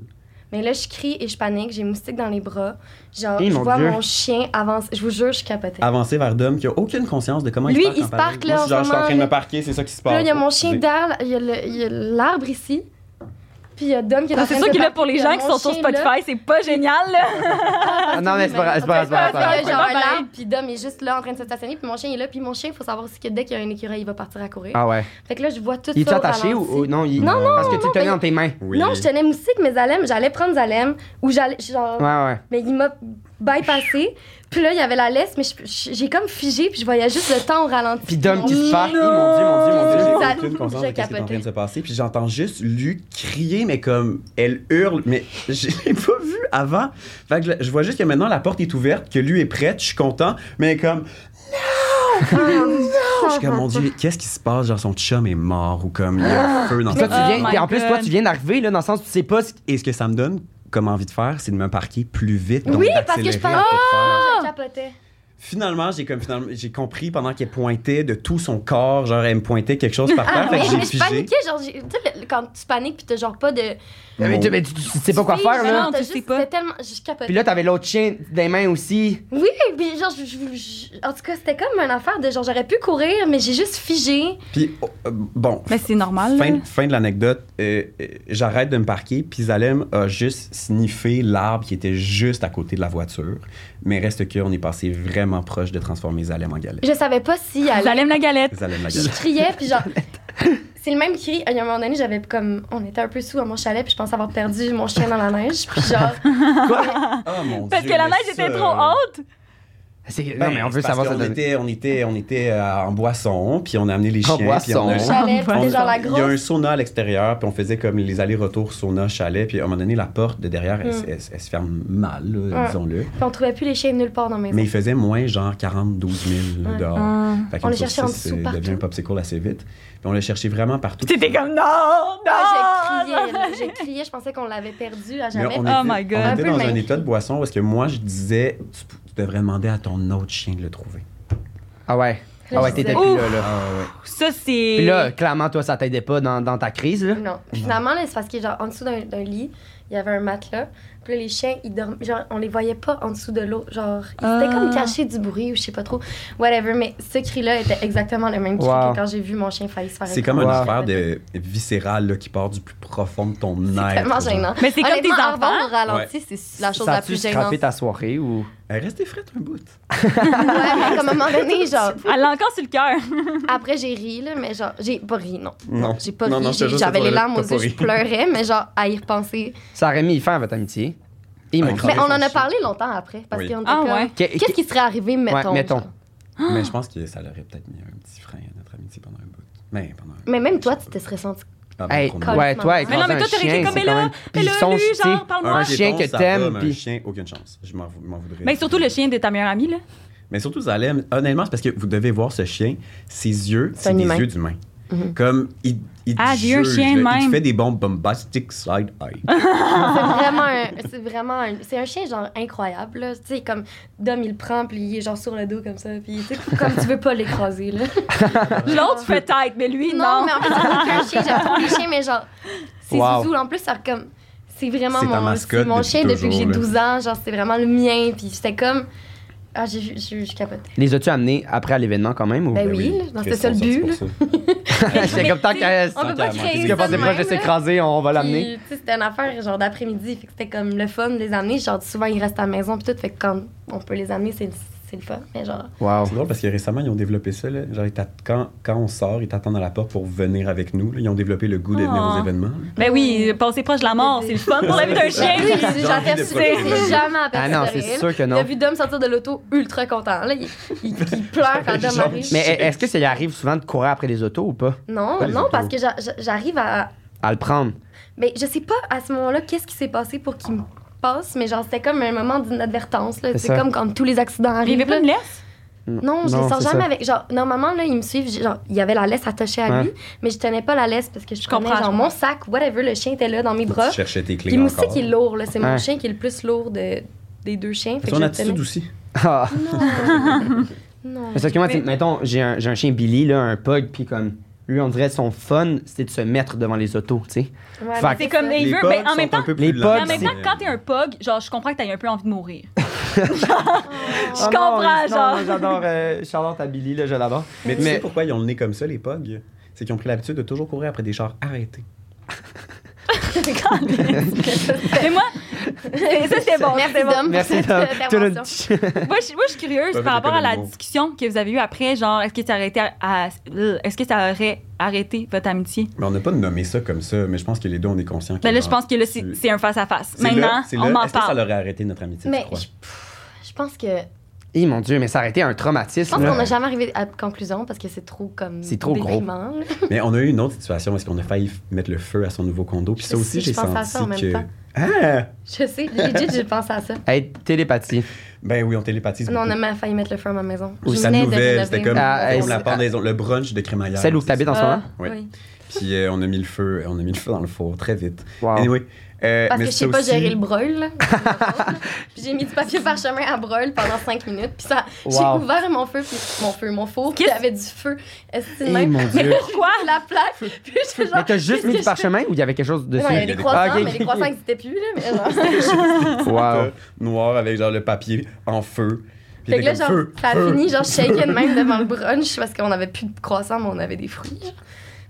[SPEAKER 3] Mais là, je crie et je panique, j'ai moustique dans les bras. Genre,
[SPEAKER 1] Eh,
[SPEAKER 3] je
[SPEAKER 1] mon
[SPEAKER 3] vois
[SPEAKER 1] Dieu. Ah,
[SPEAKER 3] mon chien avancer. Je vous jure, je capotais.
[SPEAKER 4] Avancer vers Dom qui a aucune conscience de comment
[SPEAKER 3] Lui,
[SPEAKER 4] il se
[SPEAKER 3] il se
[SPEAKER 4] parque. en parallèle.
[SPEAKER 3] parque, là,
[SPEAKER 4] Moi, je suis genre,
[SPEAKER 3] en
[SPEAKER 4] je suis en train de
[SPEAKER 3] ce
[SPEAKER 4] me parquer, c'est ça qui se
[SPEAKER 3] Puis
[SPEAKER 4] passe.
[SPEAKER 3] là, il y a mon chien
[SPEAKER 4] J'ai-
[SPEAKER 3] derrière, il y a le- il y a l'arbre ici. Puis il y a Dom qui est en train
[SPEAKER 2] Ah, C'est
[SPEAKER 3] de
[SPEAKER 2] sûr
[SPEAKER 3] se
[SPEAKER 2] que là,
[SPEAKER 3] battre,
[SPEAKER 2] pour les
[SPEAKER 3] puis il y a
[SPEAKER 2] gens qui
[SPEAKER 3] mon
[SPEAKER 2] sont sur
[SPEAKER 3] chien, là.
[SPEAKER 2] Spotify, c'est pas génial, là.
[SPEAKER 1] Ah, non, mais c'est pas grave, c'est pas grave, c'est pas grave.
[SPEAKER 3] Parce
[SPEAKER 1] c'est
[SPEAKER 3] que
[SPEAKER 1] pas
[SPEAKER 3] Genre
[SPEAKER 1] grave.
[SPEAKER 3] un arbre, puis Dom est juste là en train de se stationner, puis mon chien est là, puis mon chien, il faut savoir aussi que dès qu'il y a un écureuil, il va partir à courir.
[SPEAKER 1] Ah ouais.
[SPEAKER 3] Fait que là, je vois tout
[SPEAKER 1] Il est
[SPEAKER 3] ça. au
[SPEAKER 1] attaché ou,
[SPEAKER 3] ralenti.
[SPEAKER 1] ou- non, il-
[SPEAKER 4] Non, non,
[SPEAKER 1] Parce que tu le tenais
[SPEAKER 3] ben-
[SPEAKER 1] dans tes mains.
[SPEAKER 4] Oui.
[SPEAKER 3] Non, je tenais moustique, mes Zalem, j'allais prendre Zalem, ou j'allais. Genre,
[SPEAKER 1] Ouais, ouais.
[SPEAKER 3] Mais il m'a bypassé. Puis là, il y avait la laisse, mais je- je- j'ai comme figé, puis je voyais juste le temps au ralenti.
[SPEAKER 1] Puis Dom qui se
[SPEAKER 3] Mon-
[SPEAKER 1] parque. Ih, Mon Dieu, mon Dieu, mon Dieu.
[SPEAKER 4] J'ai
[SPEAKER 3] Ça-
[SPEAKER 4] aucune conscience de
[SPEAKER 3] j'ai
[SPEAKER 4] ce qui est en train
[SPEAKER 3] capoté.
[SPEAKER 4] de se passer. Puis j'entends juste Luc crier, mais comme elle hurle, mais je l'ai pas vu avant. Fait que je, je vois juste que maintenant la porte est ouverte, que lui est prête, je suis content, mais comme.
[SPEAKER 3] Ah,
[SPEAKER 4] Je suis comme, mon Dieu, qu'est-ce qui se passe? Genre, son chum est mort ou comme il y a
[SPEAKER 3] Ah!
[SPEAKER 4] un feu dans
[SPEAKER 1] Puis toi,
[SPEAKER 4] sa
[SPEAKER 1] tu
[SPEAKER 2] Oh
[SPEAKER 1] viens,
[SPEAKER 2] my
[SPEAKER 1] puis en plus, toi,
[SPEAKER 2] God.
[SPEAKER 1] tu viens d'arriver, là, dans le sens où tu sais pas ce qui-
[SPEAKER 4] Et ce que ça me donne comme envie de faire, c'est de me parquer plus vite. donc
[SPEAKER 3] Oui, parce que je Ah!
[SPEAKER 4] d'accélérer
[SPEAKER 3] pense-
[SPEAKER 4] un peu de faire.
[SPEAKER 3] Je capotais.
[SPEAKER 4] Finalement, j'ai comme finalement, j'ai compris pendant qu'elle pointait de tout son corps, genre elle me pointait quelque chose par terre, fait
[SPEAKER 3] Ah, mais,
[SPEAKER 4] que
[SPEAKER 3] mais
[SPEAKER 4] j'ai
[SPEAKER 3] je
[SPEAKER 4] pigé.
[SPEAKER 3] paniquais, genre, j'ai- tu sais, le- quand tu paniques puis t'as genre pas de.
[SPEAKER 1] Mais,
[SPEAKER 4] Mon-
[SPEAKER 1] tu, Oh. mais tu- tu sais pas
[SPEAKER 3] Tu
[SPEAKER 1] quoi
[SPEAKER 3] sais,
[SPEAKER 1] faire, là.
[SPEAKER 3] vraiment, t'as
[SPEAKER 2] Tu sais
[SPEAKER 3] juste-
[SPEAKER 2] pas.
[SPEAKER 3] c'était tellement. Je capotais.
[SPEAKER 1] Puis là, t'avais l'autre chien des mains aussi.
[SPEAKER 3] Oui, puis genre, je- je- je- en tout cas, c'était comme une affaire de genre, j'aurais pu courir, mais j'ai juste figé.
[SPEAKER 4] Puis oh, euh, bon,
[SPEAKER 2] Mais c'est normal.
[SPEAKER 4] Fin,
[SPEAKER 2] là.
[SPEAKER 4] fin de l'anecdote, euh, euh, j'arrête de me parquer, puis Zalem a juste sniffé l'arbre qui était juste à côté de la voiture. Mais reste que on est passé vraiment proche de transformer Zalem en galette.
[SPEAKER 3] Je savais pas si elle
[SPEAKER 2] J'allais me la galette.
[SPEAKER 4] Zalem la
[SPEAKER 3] Je
[SPEAKER 4] galette.
[SPEAKER 3] criais, puis genre. C'est le même qui rit. À un moment donné, j'avais comme. On était un peu sous à mon chalet, puis je pensais avoir perdu mon chien dans la neige. Puis genre.
[SPEAKER 4] Oh, mon
[SPEAKER 2] Parce
[SPEAKER 4] Dieu,
[SPEAKER 2] que la
[SPEAKER 4] mais
[SPEAKER 2] neige était
[SPEAKER 4] ça,
[SPEAKER 2] trop
[SPEAKER 4] euh,
[SPEAKER 2] haute.
[SPEAKER 1] C'est-
[SPEAKER 4] ben,
[SPEAKER 1] non, mais on veut
[SPEAKER 4] c'est parce
[SPEAKER 1] savoir ça.
[SPEAKER 4] qu'on
[SPEAKER 1] donne-
[SPEAKER 4] était, on était, on était euh, en boisson, puis on a amené les chiens.
[SPEAKER 1] En
[SPEAKER 4] puis on a-
[SPEAKER 1] boisson.
[SPEAKER 3] chalet, puis
[SPEAKER 2] On-
[SPEAKER 3] c'était genre la
[SPEAKER 4] Il y a un
[SPEAKER 3] grosse.
[SPEAKER 4] sauna à l'extérieur, puis on faisait comme les allers-retours sauna-chalet, puis à un moment donné, la porte de derrière, elle,
[SPEAKER 3] Mm.
[SPEAKER 4] elle- elle se ferme mal, là,
[SPEAKER 2] Mm.
[SPEAKER 3] Ouais.
[SPEAKER 4] disons-le.
[SPEAKER 3] Puis on trouvait plus les chiens nulle part dans la maison.
[SPEAKER 4] Mais il faisait moins genre 42 000 là,
[SPEAKER 3] Ouais.
[SPEAKER 4] dehors.
[SPEAKER 2] Ah.
[SPEAKER 4] Fait
[SPEAKER 3] On
[SPEAKER 4] qu'une
[SPEAKER 3] les cherchait en
[SPEAKER 4] saucisse,
[SPEAKER 3] dessous,
[SPEAKER 4] euh,
[SPEAKER 3] partout.
[SPEAKER 4] devient un popsicle assez vite. Puis on l'a cherché vraiment partout.
[SPEAKER 2] T'étais comme non, non.
[SPEAKER 3] Ah, j'ai crié,
[SPEAKER 2] non.
[SPEAKER 3] là. j'ai crié, je pensais qu'on l'avait perdu à
[SPEAKER 4] Mais
[SPEAKER 3] jamais.
[SPEAKER 2] Oh
[SPEAKER 4] on était-
[SPEAKER 2] my God.
[SPEAKER 4] On
[SPEAKER 2] Un
[SPEAKER 4] était
[SPEAKER 3] peu
[SPEAKER 4] dans
[SPEAKER 3] le
[SPEAKER 4] un
[SPEAKER 3] même
[SPEAKER 4] état de
[SPEAKER 3] cri.
[SPEAKER 4] boisson parce que moi, je disais, tu, p- tu devrais demander à ton autre chien de le trouver.
[SPEAKER 1] Ah ouais. Ah ouais, t'étais
[SPEAKER 3] Ouf.
[SPEAKER 1] plus là, là.
[SPEAKER 4] Ah ouais.
[SPEAKER 2] Ça c'est.
[SPEAKER 1] Puis là, clairement, toi, ça t'aidait pas dans, dans ta crise, là.
[SPEAKER 3] Non. Puis Finalement, là, c'est parce que, genre, en dessous d'un d'un lit, il y avait un matelas. Puis là, les chiens, ils dormaient. Genre, on les voyait pas en dessous de l'eau. Genre, ils étaient
[SPEAKER 2] Ah.
[SPEAKER 3] comme cachés du bruit ou je sais pas trop. Whatever. Mais ce cri-là était exactement le même cri
[SPEAKER 1] Wow.
[SPEAKER 3] que quand j'ai vu mon chien failli se faire
[SPEAKER 4] C'est comme une
[SPEAKER 1] Wow.
[SPEAKER 4] affaire de viscérale là, qui part du plus profond de ton
[SPEAKER 3] C'est
[SPEAKER 4] être.
[SPEAKER 3] tellement
[SPEAKER 4] genre.
[SPEAKER 3] gênant.
[SPEAKER 2] Mais c'est comme tes
[SPEAKER 3] Honnêtement, en
[SPEAKER 2] enfants.
[SPEAKER 3] revoir au ralenti, c'est la chose
[SPEAKER 1] ça
[SPEAKER 3] la
[SPEAKER 1] a-tu
[SPEAKER 3] plus gênante.
[SPEAKER 1] scrappé ta soirée ou.
[SPEAKER 4] Elle restait frette un bout.
[SPEAKER 3] Ouais, mais comme à un moment donné, genre,
[SPEAKER 2] Elle l'a encore sur le cœur.
[SPEAKER 3] après j'ai ri, là, mais genre, j'ai pas ri, non.
[SPEAKER 4] Non.
[SPEAKER 3] J'ai pas
[SPEAKER 4] Non, non,
[SPEAKER 3] ri,
[SPEAKER 4] c'est
[SPEAKER 3] j'ai-
[SPEAKER 4] juste
[SPEAKER 3] j'avais
[SPEAKER 4] que
[SPEAKER 3] les
[SPEAKER 4] t'as
[SPEAKER 3] larmes aux
[SPEAKER 4] pas
[SPEAKER 3] yeux,
[SPEAKER 4] ri.
[SPEAKER 3] je pleurais, mais genre, à y repenser.
[SPEAKER 1] Ça aurait mis y faire à votre amitié. Immense.
[SPEAKER 4] Grave.
[SPEAKER 3] Mais on en a
[SPEAKER 4] défense.
[SPEAKER 3] parlé longtemps après, parce
[SPEAKER 4] Oui.
[SPEAKER 3] qu'on était
[SPEAKER 2] Ah
[SPEAKER 3] comme,
[SPEAKER 2] ouais.
[SPEAKER 1] Que-
[SPEAKER 3] Qu'est-ce qui serait arrivé, mettons?
[SPEAKER 1] mettons.
[SPEAKER 3] genre?
[SPEAKER 4] Mais je pense que ça l'aurait peut-être mis un petit frein à notre amitié pendant un bout. Mais, pendant un
[SPEAKER 3] Mais même
[SPEAKER 4] bout,
[SPEAKER 3] toi,
[SPEAKER 4] je sais
[SPEAKER 3] tu te serais senti.
[SPEAKER 4] pas. Ah, ben,
[SPEAKER 1] Hey,
[SPEAKER 4] qu'on
[SPEAKER 3] Colin.
[SPEAKER 1] ouais, toi, avec
[SPEAKER 2] Mais non, mais toi, t'aurais été comme, mais là, mais là, lui, genre, parle-moi.
[SPEAKER 1] Un
[SPEAKER 4] qui est
[SPEAKER 1] chien
[SPEAKER 4] ton,
[SPEAKER 1] que
[SPEAKER 4] ça ben
[SPEAKER 1] t'aimes,
[SPEAKER 4] va, mais
[SPEAKER 1] puis-
[SPEAKER 4] Un chien, aucune chance. Je m'en, vou- m'en voudrais.
[SPEAKER 2] Mais surtout le chien de ta meilleure amie là.
[SPEAKER 4] Mais surtout Zalem, honnêtement, c'est parce que vous devez voir ce chien, ses yeux,
[SPEAKER 3] C'est
[SPEAKER 4] c'est
[SPEAKER 3] un
[SPEAKER 4] des
[SPEAKER 3] humain.
[SPEAKER 4] yeux d'humain.
[SPEAKER 3] Mhm.
[SPEAKER 4] Comme il, il te
[SPEAKER 2] Ah, j'ai eu un
[SPEAKER 4] juge,
[SPEAKER 2] chien de
[SPEAKER 4] là. Il te
[SPEAKER 2] même.
[SPEAKER 4] fait des bons bombastic side eye.
[SPEAKER 3] Ah, ben C'est vraiment un. C'est vraiment un. C'est un chien, genre, incroyable, là. Tu sais, comme, Dom, il le prend, puis il est, genre, sur le dos, comme ça. Puis, tu sais, comme tu veux pas l'écraser, là.
[SPEAKER 2] L'autre peut-être, mais lui
[SPEAKER 3] Non,
[SPEAKER 2] non.
[SPEAKER 3] mais en fait, c'est aucun chien. J'aime trop les chiens, mais genre, c'est
[SPEAKER 1] Wow.
[SPEAKER 3] Zouzou. En plus, ça, comme, c'est vraiment
[SPEAKER 4] C'est ta
[SPEAKER 3] mon,
[SPEAKER 4] mascotte
[SPEAKER 3] c'est mon
[SPEAKER 4] depuis
[SPEAKER 3] chien depuis que
[SPEAKER 4] toujours,
[SPEAKER 3] j'ai
[SPEAKER 4] là.
[SPEAKER 3] 12 ans. Genre, c'est vraiment le mien. Puis c'était comme. Ah, j'ai vu, je, je capotais.
[SPEAKER 1] Les as-tu amenés après à l'événement quand même ou.
[SPEAKER 3] Ben oui, là, non, c'était ça le but. là.
[SPEAKER 1] J'étais comme tant qu'à.
[SPEAKER 3] On peut pas
[SPEAKER 4] Tant qu'à
[SPEAKER 3] créer
[SPEAKER 1] Si
[SPEAKER 4] monter.
[SPEAKER 1] que
[SPEAKER 3] ça de
[SPEAKER 1] pensez
[SPEAKER 3] même,
[SPEAKER 1] proche de
[SPEAKER 3] là.
[SPEAKER 1] s'écraser, on va l'amener.
[SPEAKER 3] Puis, tu sais, c'était une affaire genre d'après-midi. Fait que c'était comme le fun de les amener. Genre, souvent, ils restent à la maison. Puis tout. Fait que quand on peut les amener, c'est c'est le fun. Mais genre.
[SPEAKER 1] Wow.
[SPEAKER 4] C'est drôle parce que récemment, ils ont développé ça. Là. Genre, ils t'att- quand, quand on sort, ils t'attendent à la porte pour venir avec nous. là. Ils ont développé le goût de venir
[SPEAKER 2] Oh.
[SPEAKER 4] aux événements.
[SPEAKER 2] Ben oui, passer proche de la mort, c'est le fun pour la vie d'un chien.
[SPEAKER 3] Oui,
[SPEAKER 4] envie
[SPEAKER 3] j'en fais
[SPEAKER 4] de
[SPEAKER 3] souper,
[SPEAKER 4] pas
[SPEAKER 3] c'est
[SPEAKER 4] le
[SPEAKER 3] jamais aperçu.
[SPEAKER 1] Ah non,
[SPEAKER 3] de
[SPEAKER 1] c'est
[SPEAKER 3] rire.
[SPEAKER 1] sûr que
[SPEAKER 3] Il a
[SPEAKER 1] non.
[SPEAKER 3] vu Dom sortir de l'auto ultra content. Là, il, il- il pleure quand Dom
[SPEAKER 4] Genre,
[SPEAKER 3] arrive.
[SPEAKER 1] Mais est-ce que ça lui arrive souvent de courir après les autos ou pas
[SPEAKER 3] Non,
[SPEAKER 4] Pas les
[SPEAKER 3] non,
[SPEAKER 4] autos.
[SPEAKER 3] parce que j'a- j'a- j'arrive à.
[SPEAKER 1] À le prendre.
[SPEAKER 3] Mais je sais pas à ce moment-là qu'est-ce qui s'est passé pour qu'il me passe, mais genre c'était comme un moment d'inadvertance. là.
[SPEAKER 1] C'est
[SPEAKER 3] C'est
[SPEAKER 1] ça.
[SPEAKER 3] comme quand tous les accidents
[SPEAKER 2] Il y
[SPEAKER 3] arrivent.
[SPEAKER 2] avait pas
[SPEAKER 3] là.
[SPEAKER 2] une laisse?
[SPEAKER 3] Non, je les sors
[SPEAKER 1] c'est
[SPEAKER 3] jamais
[SPEAKER 1] ça.
[SPEAKER 3] avec. Genre, normalement, là, ils me suivent. j'ai- Genre, il y avait la laisse attachée à
[SPEAKER 1] Ouais.
[SPEAKER 3] lui, mais je tenais pas la laisse parce que je,
[SPEAKER 2] Je
[SPEAKER 3] comprends.
[SPEAKER 2] comprends,
[SPEAKER 3] Genre,
[SPEAKER 2] je
[SPEAKER 3] mon sac, whatever, le chien était là dans mes bras.
[SPEAKER 4] Tu cherchais tes clés
[SPEAKER 3] Puis
[SPEAKER 4] encore.
[SPEAKER 3] Moustique, il est lourd, là. C'est mon
[SPEAKER 1] Ouais.
[SPEAKER 3] chien qui est le plus lourd de- des deux chiens. Fait que
[SPEAKER 4] Ton
[SPEAKER 3] je le
[SPEAKER 4] attitude
[SPEAKER 3] tenais.
[SPEAKER 4] aussi.
[SPEAKER 1] Ah.
[SPEAKER 3] Non. non.
[SPEAKER 1] Parce que moi, tu sais,
[SPEAKER 2] Mais-
[SPEAKER 1] mettons, j'ai un, j'ai un chien Billy, là, un pug, puis comme. Lui, on dirait son fun, c'est de se mettre devant les autos, tu sais.
[SPEAKER 3] Ouais,
[SPEAKER 1] Fait
[SPEAKER 3] mais
[SPEAKER 1] que-
[SPEAKER 2] C'est comme
[SPEAKER 3] ça.
[SPEAKER 2] il veut,
[SPEAKER 4] bugs
[SPEAKER 2] mais ben, en
[SPEAKER 4] sont
[SPEAKER 2] même
[SPEAKER 4] un
[SPEAKER 2] temps.
[SPEAKER 4] peu
[SPEAKER 1] Les
[SPEAKER 4] plus
[SPEAKER 1] bugs,
[SPEAKER 4] lents.
[SPEAKER 2] mais en même temps, quand t'es un pug, genre, je comprends que t'as un peu envie de mourir. Je comprends, genre.
[SPEAKER 1] Ah J'adore euh, Charlotte à Billy, là, je l'adore.
[SPEAKER 4] Mais tu
[SPEAKER 1] Mais-
[SPEAKER 4] sais pourquoi ils ont le nez comme ça, les pogs? C'est qu'ils ont pris l'habitude de toujours courir après des chars arrêtés.
[SPEAKER 2] Mais moi, ça c'était bon.
[SPEAKER 3] Merci,
[SPEAKER 2] c'était bon.
[SPEAKER 3] Dom, pour
[SPEAKER 1] Merci,
[SPEAKER 3] cette
[SPEAKER 1] Tom.
[SPEAKER 3] intervention.
[SPEAKER 2] Moi, je, moi, je suis curieuse
[SPEAKER 4] Pas
[SPEAKER 2] par
[SPEAKER 4] fait
[SPEAKER 2] rapport à la
[SPEAKER 4] d'économie de mots.
[SPEAKER 2] discussion que vous avez eue après, genre, est-ce que ça aurait été à- à- euh, est-ce que ça aurait arrêté votre amitié?
[SPEAKER 4] Mais on n'a pas nommé ça comme ça, mais je pense que les deux, on est conscients. que
[SPEAKER 2] Ben là,
[SPEAKER 4] genre,
[SPEAKER 2] je pense que là, c'est
[SPEAKER 4] c'est-
[SPEAKER 2] c'est un face-à-face.
[SPEAKER 4] c'est là-
[SPEAKER 2] Maintenant,
[SPEAKER 4] c'est
[SPEAKER 2] on
[SPEAKER 4] là.
[SPEAKER 2] m'en
[SPEAKER 4] Est-ce que ça
[SPEAKER 2] parle.
[SPEAKER 4] leur a arrêté notre amitié, tu
[SPEAKER 3] Mais
[SPEAKER 4] crois?
[SPEAKER 3] je, pff, je pense que.
[SPEAKER 1] Eh mon Dieu, mais ça aurait été un
[SPEAKER 3] Je
[SPEAKER 1] traumatisme.
[SPEAKER 3] pense
[SPEAKER 1] là.
[SPEAKER 3] qu'on n'a jamais arrivé à la conclusion parce que c'est trop comme.
[SPEAKER 1] C'est trop gros.
[SPEAKER 3] déprimant, là.
[SPEAKER 4] Mais on a eu une autre situation parce qu'on a failli f- mettre le feu à son nouveau condo. Puis
[SPEAKER 3] Je
[SPEAKER 4] ça aussi,
[SPEAKER 3] sais,
[SPEAKER 4] j'ai
[SPEAKER 3] je pense
[SPEAKER 4] senti
[SPEAKER 3] à ça en même
[SPEAKER 4] que.
[SPEAKER 3] temps.
[SPEAKER 4] Ah!
[SPEAKER 3] Je sais, legit, j'ai pensé à ça.
[SPEAKER 1] Hey, télépathie.
[SPEAKER 4] Ben oui, on télépathise.
[SPEAKER 3] Non, on a
[SPEAKER 4] beaucoup.
[SPEAKER 3] même failli mettre le feu à ma maison.
[SPEAKER 4] Ou
[SPEAKER 3] Je
[SPEAKER 4] sa
[SPEAKER 3] venais de
[SPEAKER 4] nouvelle,
[SPEAKER 3] rénover
[SPEAKER 4] c'était
[SPEAKER 3] ma
[SPEAKER 4] comme,
[SPEAKER 1] Ah,
[SPEAKER 4] comme
[SPEAKER 1] elle,
[SPEAKER 4] la
[SPEAKER 1] c'est-
[SPEAKER 4] pendaison, le brunch de crémaillère.
[SPEAKER 1] Celle où
[SPEAKER 2] Euh,
[SPEAKER 4] c'est
[SPEAKER 1] t'habites en
[SPEAKER 4] ça.
[SPEAKER 1] ce moment?
[SPEAKER 4] Ouais.
[SPEAKER 3] Oui.
[SPEAKER 4] Puis euh, on a mis le feu, on a mis le feu dans le four très vite.
[SPEAKER 1] Wow.
[SPEAKER 4] Anyway, Euh,
[SPEAKER 3] Parce
[SPEAKER 4] mais
[SPEAKER 3] que je
[SPEAKER 4] ça
[SPEAKER 3] sais pas
[SPEAKER 4] aussi-
[SPEAKER 3] gérer le brûle, là. puis j'ai mis du papier parchemin à brûle pendant 5 minutes. Puis ça,
[SPEAKER 1] Wow.
[SPEAKER 3] j'ai ouvert mon feu, puis mon feu, mon four, puis il y avait du feu. Est-ce que
[SPEAKER 1] Eh,
[SPEAKER 3] c'est même
[SPEAKER 1] mon Dieu.
[SPEAKER 2] Pourquoi?
[SPEAKER 3] la plaque? Puis j'étais genre.
[SPEAKER 1] Mais t'as juste
[SPEAKER 3] qu'est-ce
[SPEAKER 1] mis du
[SPEAKER 3] que je fais?
[SPEAKER 1] parchemin ou il y avait quelque chose dessus?
[SPEAKER 3] Non, il y avait des croissants,
[SPEAKER 1] Ah, ok,
[SPEAKER 3] mais
[SPEAKER 1] ok.
[SPEAKER 3] les croissants n'existaient plus, là. Mais genre.
[SPEAKER 1] Wow.
[SPEAKER 4] noir avec genre le papier en feu. Puis
[SPEAKER 3] Fait que là,
[SPEAKER 4] t'es comme,
[SPEAKER 3] genre,
[SPEAKER 4] feu,
[SPEAKER 3] ça a
[SPEAKER 4] feu.
[SPEAKER 3] fini, genre, shaken même devant le brunch parce qu'on avait plus de croissants, mais on avait des fruits. genre.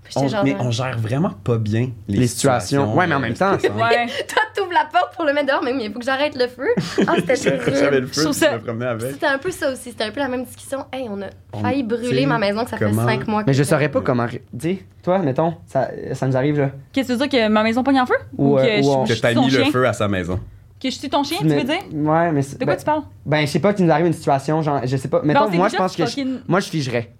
[SPEAKER 3] Puis j'étais
[SPEAKER 4] On-
[SPEAKER 3] genre. euh,
[SPEAKER 4] mais on gère vraiment pas bien les,
[SPEAKER 1] Les situations. Ouais, mais en
[SPEAKER 4] euh,
[SPEAKER 1] même temps,
[SPEAKER 4] stressantes.
[SPEAKER 2] Ouais.
[SPEAKER 3] Toi, t'ouvres la porte pour le mettre dehors, mais il faut que j'arrête le feu. Ah, c'était
[SPEAKER 4] J'avais
[SPEAKER 3] terrible.
[SPEAKER 4] le
[SPEAKER 2] Je
[SPEAKER 4] feu,
[SPEAKER 2] trouve
[SPEAKER 4] puis
[SPEAKER 2] ça-
[SPEAKER 4] je me promenais avec.
[SPEAKER 3] C'était un peu ça aussi, c'était un peu la même discussion. Hey, on a
[SPEAKER 4] On-
[SPEAKER 3] failli
[SPEAKER 4] tu sais,
[SPEAKER 3] brûler ma maison que ça
[SPEAKER 4] comment-
[SPEAKER 3] fait 5 mois.
[SPEAKER 1] Mais
[SPEAKER 3] que-
[SPEAKER 1] je saurais pas comment. ré- Dis, toi, mettons, ça, ça nous arrive là.
[SPEAKER 2] Qu'est-ce que tu veux dire que ma maison pogne en feu?
[SPEAKER 1] Ou, euh,
[SPEAKER 2] que
[SPEAKER 1] ou on-
[SPEAKER 2] je,
[SPEAKER 4] Que
[SPEAKER 2] je
[SPEAKER 4] t'as
[SPEAKER 2] tue ton
[SPEAKER 4] mis le
[SPEAKER 2] chien?
[SPEAKER 4] feu à sa maison.
[SPEAKER 2] Que je tue ton chien, tu
[SPEAKER 1] Mais-
[SPEAKER 2] veux dire?
[SPEAKER 1] Ouais, mais.
[SPEAKER 2] De quoi
[SPEAKER 1] ben,
[SPEAKER 2] tu parles?
[SPEAKER 1] ben, je sais pas qu'il nous arrive une situation, genre, je sais pas. Mettons,
[SPEAKER 2] Ben, on s'est
[SPEAKER 1] moi, je
[SPEAKER 2] déjà
[SPEAKER 1] pense que. je-
[SPEAKER 2] fucking-
[SPEAKER 1] Moi, je figerais.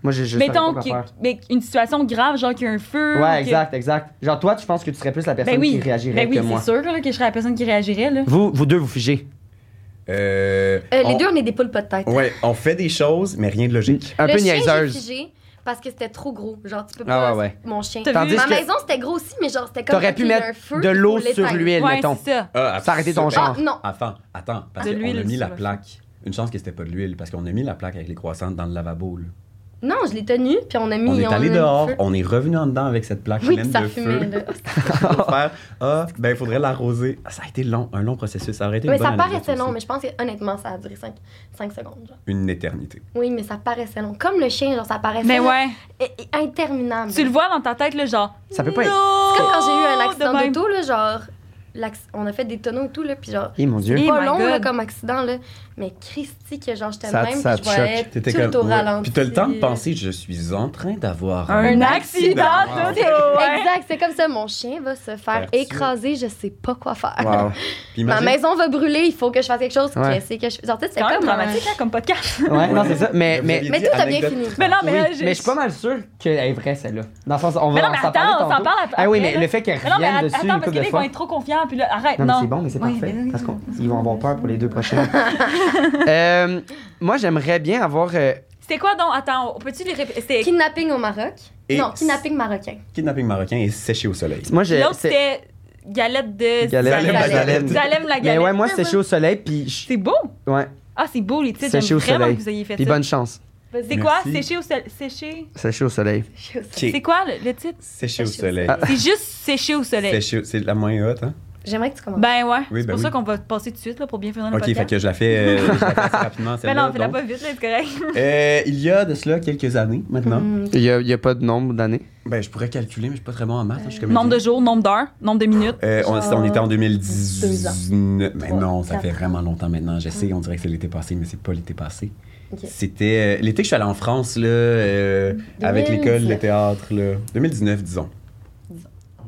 [SPEAKER 1] Moi, je, je saurais
[SPEAKER 2] Mettons
[SPEAKER 1] pas quoi faire.
[SPEAKER 2] que- mais une situation grave, genre qu'il y a un feu.
[SPEAKER 1] Ouais,
[SPEAKER 2] que-
[SPEAKER 1] exact, exact. Genre, toi, tu penses que tu serais plus la personne
[SPEAKER 2] Ben oui.
[SPEAKER 1] qui réagirait
[SPEAKER 2] Ben oui,
[SPEAKER 1] que moi.
[SPEAKER 2] c'est sûr là, que je serais la personne qui réagirait. Là.
[SPEAKER 1] Vous, vous deux, vous figez.
[SPEAKER 4] Euh,
[SPEAKER 3] Euh,
[SPEAKER 4] on-
[SPEAKER 3] Les deux, on est des poules pas de tête.
[SPEAKER 4] Ouais, on fait des choses, mais rien de logique.
[SPEAKER 1] Un
[SPEAKER 3] le
[SPEAKER 1] peu
[SPEAKER 3] chien, j'ai
[SPEAKER 1] niaiseuse.
[SPEAKER 3] figé parce que c'était trop gros. Genre, tu peux
[SPEAKER 1] Ah
[SPEAKER 3] pas.
[SPEAKER 1] ouais, ouais.
[SPEAKER 3] Mon chien.
[SPEAKER 2] T'as
[SPEAKER 1] Tandis
[SPEAKER 3] Ma
[SPEAKER 1] que-
[SPEAKER 3] maison, c'était gros aussi, mais genre, c'était comme.
[SPEAKER 1] T'aurais
[SPEAKER 3] ok,
[SPEAKER 1] pu
[SPEAKER 3] il y a
[SPEAKER 1] mettre
[SPEAKER 3] un feu,
[SPEAKER 1] de
[SPEAKER 3] il faut
[SPEAKER 1] l'eau sur
[SPEAKER 3] l'éteindre.
[SPEAKER 1] l'huile,
[SPEAKER 2] ouais,
[SPEAKER 1] mettons.
[SPEAKER 2] c'est ça.
[SPEAKER 4] Ah,
[SPEAKER 1] Ça a arrêté ton
[SPEAKER 4] super.
[SPEAKER 1] genre.
[SPEAKER 3] Ah, non.
[SPEAKER 4] Attends, attends, parce
[SPEAKER 2] De
[SPEAKER 4] qu'on
[SPEAKER 2] l'huile
[SPEAKER 4] a mis
[SPEAKER 2] sur
[SPEAKER 4] la
[SPEAKER 2] le feu.
[SPEAKER 4] plaque. Une chance que c'était pas de l'huile, parce qu'on a mis la plaque avec les croissants dans le lavabo. là.
[SPEAKER 3] Non, je l'ai tenu, puis on a mis.
[SPEAKER 4] On est
[SPEAKER 3] a
[SPEAKER 4] allé
[SPEAKER 3] mis
[SPEAKER 4] dehors,
[SPEAKER 3] le feu.
[SPEAKER 4] on est revenu en dedans avec cette plaque
[SPEAKER 3] Oui,
[SPEAKER 4] pleine
[SPEAKER 3] puis ça
[SPEAKER 4] de
[SPEAKER 3] fumait.
[SPEAKER 4] feu.
[SPEAKER 3] là.
[SPEAKER 4] pour faire Ah, ben il faudrait l'arroser. Ah, Ça a été long, un long processus. Ça aurait été une
[SPEAKER 3] Mais
[SPEAKER 4] bonne
[SPEAKER 3] ça
[SPEAKER 4] anecdote
[SPEAKER 3] paraissait
[SPEAKER 4] aussi.
[SPEAKER 3] long, mais je pense que honnêtement, ça a duré 5, secondes. genre.
[SPEAKER 4] Une éternité.
[SPEAKER 3] Oui, mais ça paraissait long. Comme le chien, genre, ça paraissait
[SPEAKER 2] Mais
[SPEAKER 3] long,
[SPEAKER 2] ouais,
[SPEAKER 3] et- et interminable.
[SPEAKER 2] tu le vois dans ta tête, là, genre.
[SPEAKER 1] Ça peut pas être-
[SPEAKER 2] Non!
[SPEAKER 3] Comme quand j'ai eu un accident
[SPEAKER 2] De même.
[SPEAKER 3] d'auto, là, genre, l'acc- on a fait des tonneaux et tout, là, puis genre,
[SPEAKER 1] Eh mon dieu.
[SPEAKER 2] Et-
[SPEAKER 3] c'est
[SPEAKER 2] Oh
[SPEAKER 3] pas
[SPEAKER 2] my
[SPEAKER 3] long, là,
[SPEAKER 2] God.
[SPEAKER 3] comme accident, là, mais Christy, que genre, j'étais de
[SPEAKER 1] Ça-
[SPEAKER 3] même,
[SPEAKER 1] ça
[SPEAKER 3] puis
[SPEAKER 1] te
[SPEAKER 3] je voyais tout
[SPEAKER 4] T'étais
[SPEAKER 3] le
[SPEAKER 4] comme.
[SPEAKER 3] tour
[SPEAKER 4] ouais.
[SPEAKER 3] ralenti.
[SPEAKER 4] Puis t'as le temps de penser, je suis en train d'avoir
[SPEAKER 2] Un accident
[SPEAKER 4] Wow.
[SPEAKER 2] d'auto! ouais.
[SPEAKER 3] Exact, c'est comme ça, mon chien va se faire
[SPEAKER 4] Faire tuer.
[SPEAKER 3] écraser, je sais pas quoi faire.
[SPEAKER 1] Wow.
[SPEAKER 4] Puis
[SPEAKER 3] Ma
[SPEAKER 4] imagine-
[SPEAKER 3] maison va brûler, il faut que je fasse quelque chose.
[SPEAKER 1] Ouais.
[SPEAKER 3] Qu'est-ce que je... Genre, tu sais,
[SPEAKER 2] C'est
[SPEAKER 3] c'était
[SPEAKER 2] quand même
[SPEAKER 3] comme euh,
[SPEAKER 2] dramatique, hein, comme podcast.
[SPEAKER 1] Ouais, non, c'est ça. Mais, mais,
[SPEAKER 4] Vous
[SPEAKER 3] Mais
[SPEAKER 4] aviez
[SPEAKER 3] tout
[SPEAKER 4] dit
[SPEAKER 3] a bien
[SPEAKER 4] anecdote-
[SPEAKER 3] fini.
[SPEAKER 2] Mais non, Ah, mais
[SPEAKER 1] Oui,
[SPEAKER 2] là,
[SPEAKER 1] mais je suis pas mal sûr qu'elle est vraie, celle-là. Dans le sens, on
[SPEAKER 2] Mais
[SPEAKER 1] va
[SPEAKER 2] non,
[SPEAKER 1] on
[SPEAKER 2] mais
[SPEAKER 1] s'en parler
[SPEAKER 2] attends, on s'en
[SPEAKER 1] tantôt.
[SPEAKER 2] parle après.
[SPEAKER 1] Ah oui, mais
[SPEAKER 2] là.
[SPEAKER 1] le fait qu'elle
[SPEAKER 2] Mais non, mais
[SPEAKER 1] revienne
[SPEAKER 2] att-
[SPEAKER 1] dessus
[SPEAKER 2] attends,
[SPEAKER 1] une
[SPEAKER 2] parce
[SPEAKER 1] couple
[SPEAKER 2] que
[SPEAKER 1] de
[SPEAKER 2] là, ils vont
[SPEAKER 1] fois.
[SPEAKER 2] être trop confiants, puis là, arrête,
[SPEAKER 1] Non,
[SPEAKER 2] non.
[SPEAKER 1] mais c'est bon, mais c'est
[SPEAKER 2] Oui,
[SPEAKER 1] parfait.
[SPEAKER 2] mais oui,
[SPEAKER 1] Parce qu'on-
[SPEAKER 2] oui,
[SPEAKER 1] ils vont avoir peur pour les deux prochaines. Euh, moi, j'aimerais bien avoir. euh,
[SPEAKER 2] C'était quoi donc? Attends, on- peux-tu les répéter? C'était-
[SPEAKER 3] Kidnapping au Maroc.
[SPEAKER 4] Et-
[SPEAKER 3] Non, kidnapping marocain.
[SPEAKER 4] Ah, Kidnapping marocain et séché au soleil.
[SPEAKER 1] Moi, j'ai.
[SPEAKER 2] L'autre,
[SPEAKER 1] c'est-
[SPEAKER 2] c'était galette de.
[SPEAKER 1] Galette,
[SPEAKER 4] Zalem,
[SPEAKER 1] la
[SPEAKER 4] la
[SPEAKER 1] Zalem.
[SPEAKER 4] galette.
[SPEAKER 2] Zalem, la
[SPEAKER 1] Mais
[SPEAKER 2] galette.
[SPEAKER 1] ouais, moi, séché au soleil, puis. je-
[SPEAKER 2] C'est beau!
[SPEAKER 1] Ouais,
[SPEAKER 2] Ah, c'est beau les titres.
[SPEAKER 1] Sécher
[SPEAKER 2] J'aime
[SPEAKER 1] au
[SPEAKER 2] vraiment
[SPEAKER 1] soleil.
[SPEAKER 2] que vous ayez fait
[SPEAKER 1] puis
[SPEAKER 2] ça.
[SPEAKER 1] bonne chance.
[SPEAKER 2] C'est quoi?
[SPEAKER 4] Merci.
[SPEAKER 2] Sécher au soleil? Sécher?
[SPEAKER 1] Séché au soleil.
[SPEAKER 4] Qui-
[SPEAKER 2] C'est quoi le, le titre?
[SPEAKER 4] Séché au
[SPEAKER 3] Séché au
[SPEAKER 4] soleil.
[SPEAKER 1] soleil.
[SPEAKER 2] C'est juste sécher au soleil.
[SPEAKER 4] Séché au- C'est la moins haute, hein?
[SPEAKER 3] J'aimerais que tu commences.
[SPEAKER 2] Ben ouais.
[SPEAKER 4] Oui,
[SPEAKER 2] c'est
[SPEAKER 4] ben
[SPEAKER 2] pour
[SPEAKER 4] oui.
[SPEAKER 2] ça qu'on va passer tout de suite là, pour bien finir le
[SPEAKER 4] Ok, fait
[SPEAKER 2] podcast.
[SPEAKER 4] que je la fais, euh, je la fais assez rapidement.
[SPEAKER 2] Mais
[SPEAKER 4] celle-là,
[SPEAKER 2] non, fais-la
[SPEAKER 4] donc.
[SPEAKER 2] pas vite, là, c'est correct.
[SPEAKER 4] Euh, il y a de cela quelques années maintenant.
[SPEAKER 3] Hmm.
[SPEAKER 1] Il y a, il y a pas de nombre d'années.
[SPEAKER 4] Ben, je pourrais calculer, mais je suis pas très bon en maths. hein, je suis comédien.
[SPEAKER 2] nombre de jours, nombre d'heures, nombre de minutes.
[SPEAKER 4] Euh, on,
[SPEAKER 3] Genre
[SPEAKER 4] on était en
[SPEAKER 3] deux ans.
[SPEAKER 4] 2019. Mais
[SPEAKER 3] Trois,
[SPEAKER 4] non, ça
[SPEAKER 3] quatre
[SPEAKER 4] fait
[SPEAKER 3] ans.
[SPEAKER 4] vraiment longtemps maintenant. Je sais, on dirait que c'est l'été passé, mais c'est pas l'été passé.
[SPEAKER 3] Ok.
[SPEAKER 4] C'était euh, l'été que je suis allé en France, là, euh, avec
[SPEAKER 3] 2019.
[SPEAKER 4] l'école de théâtre, là. 2019, disons.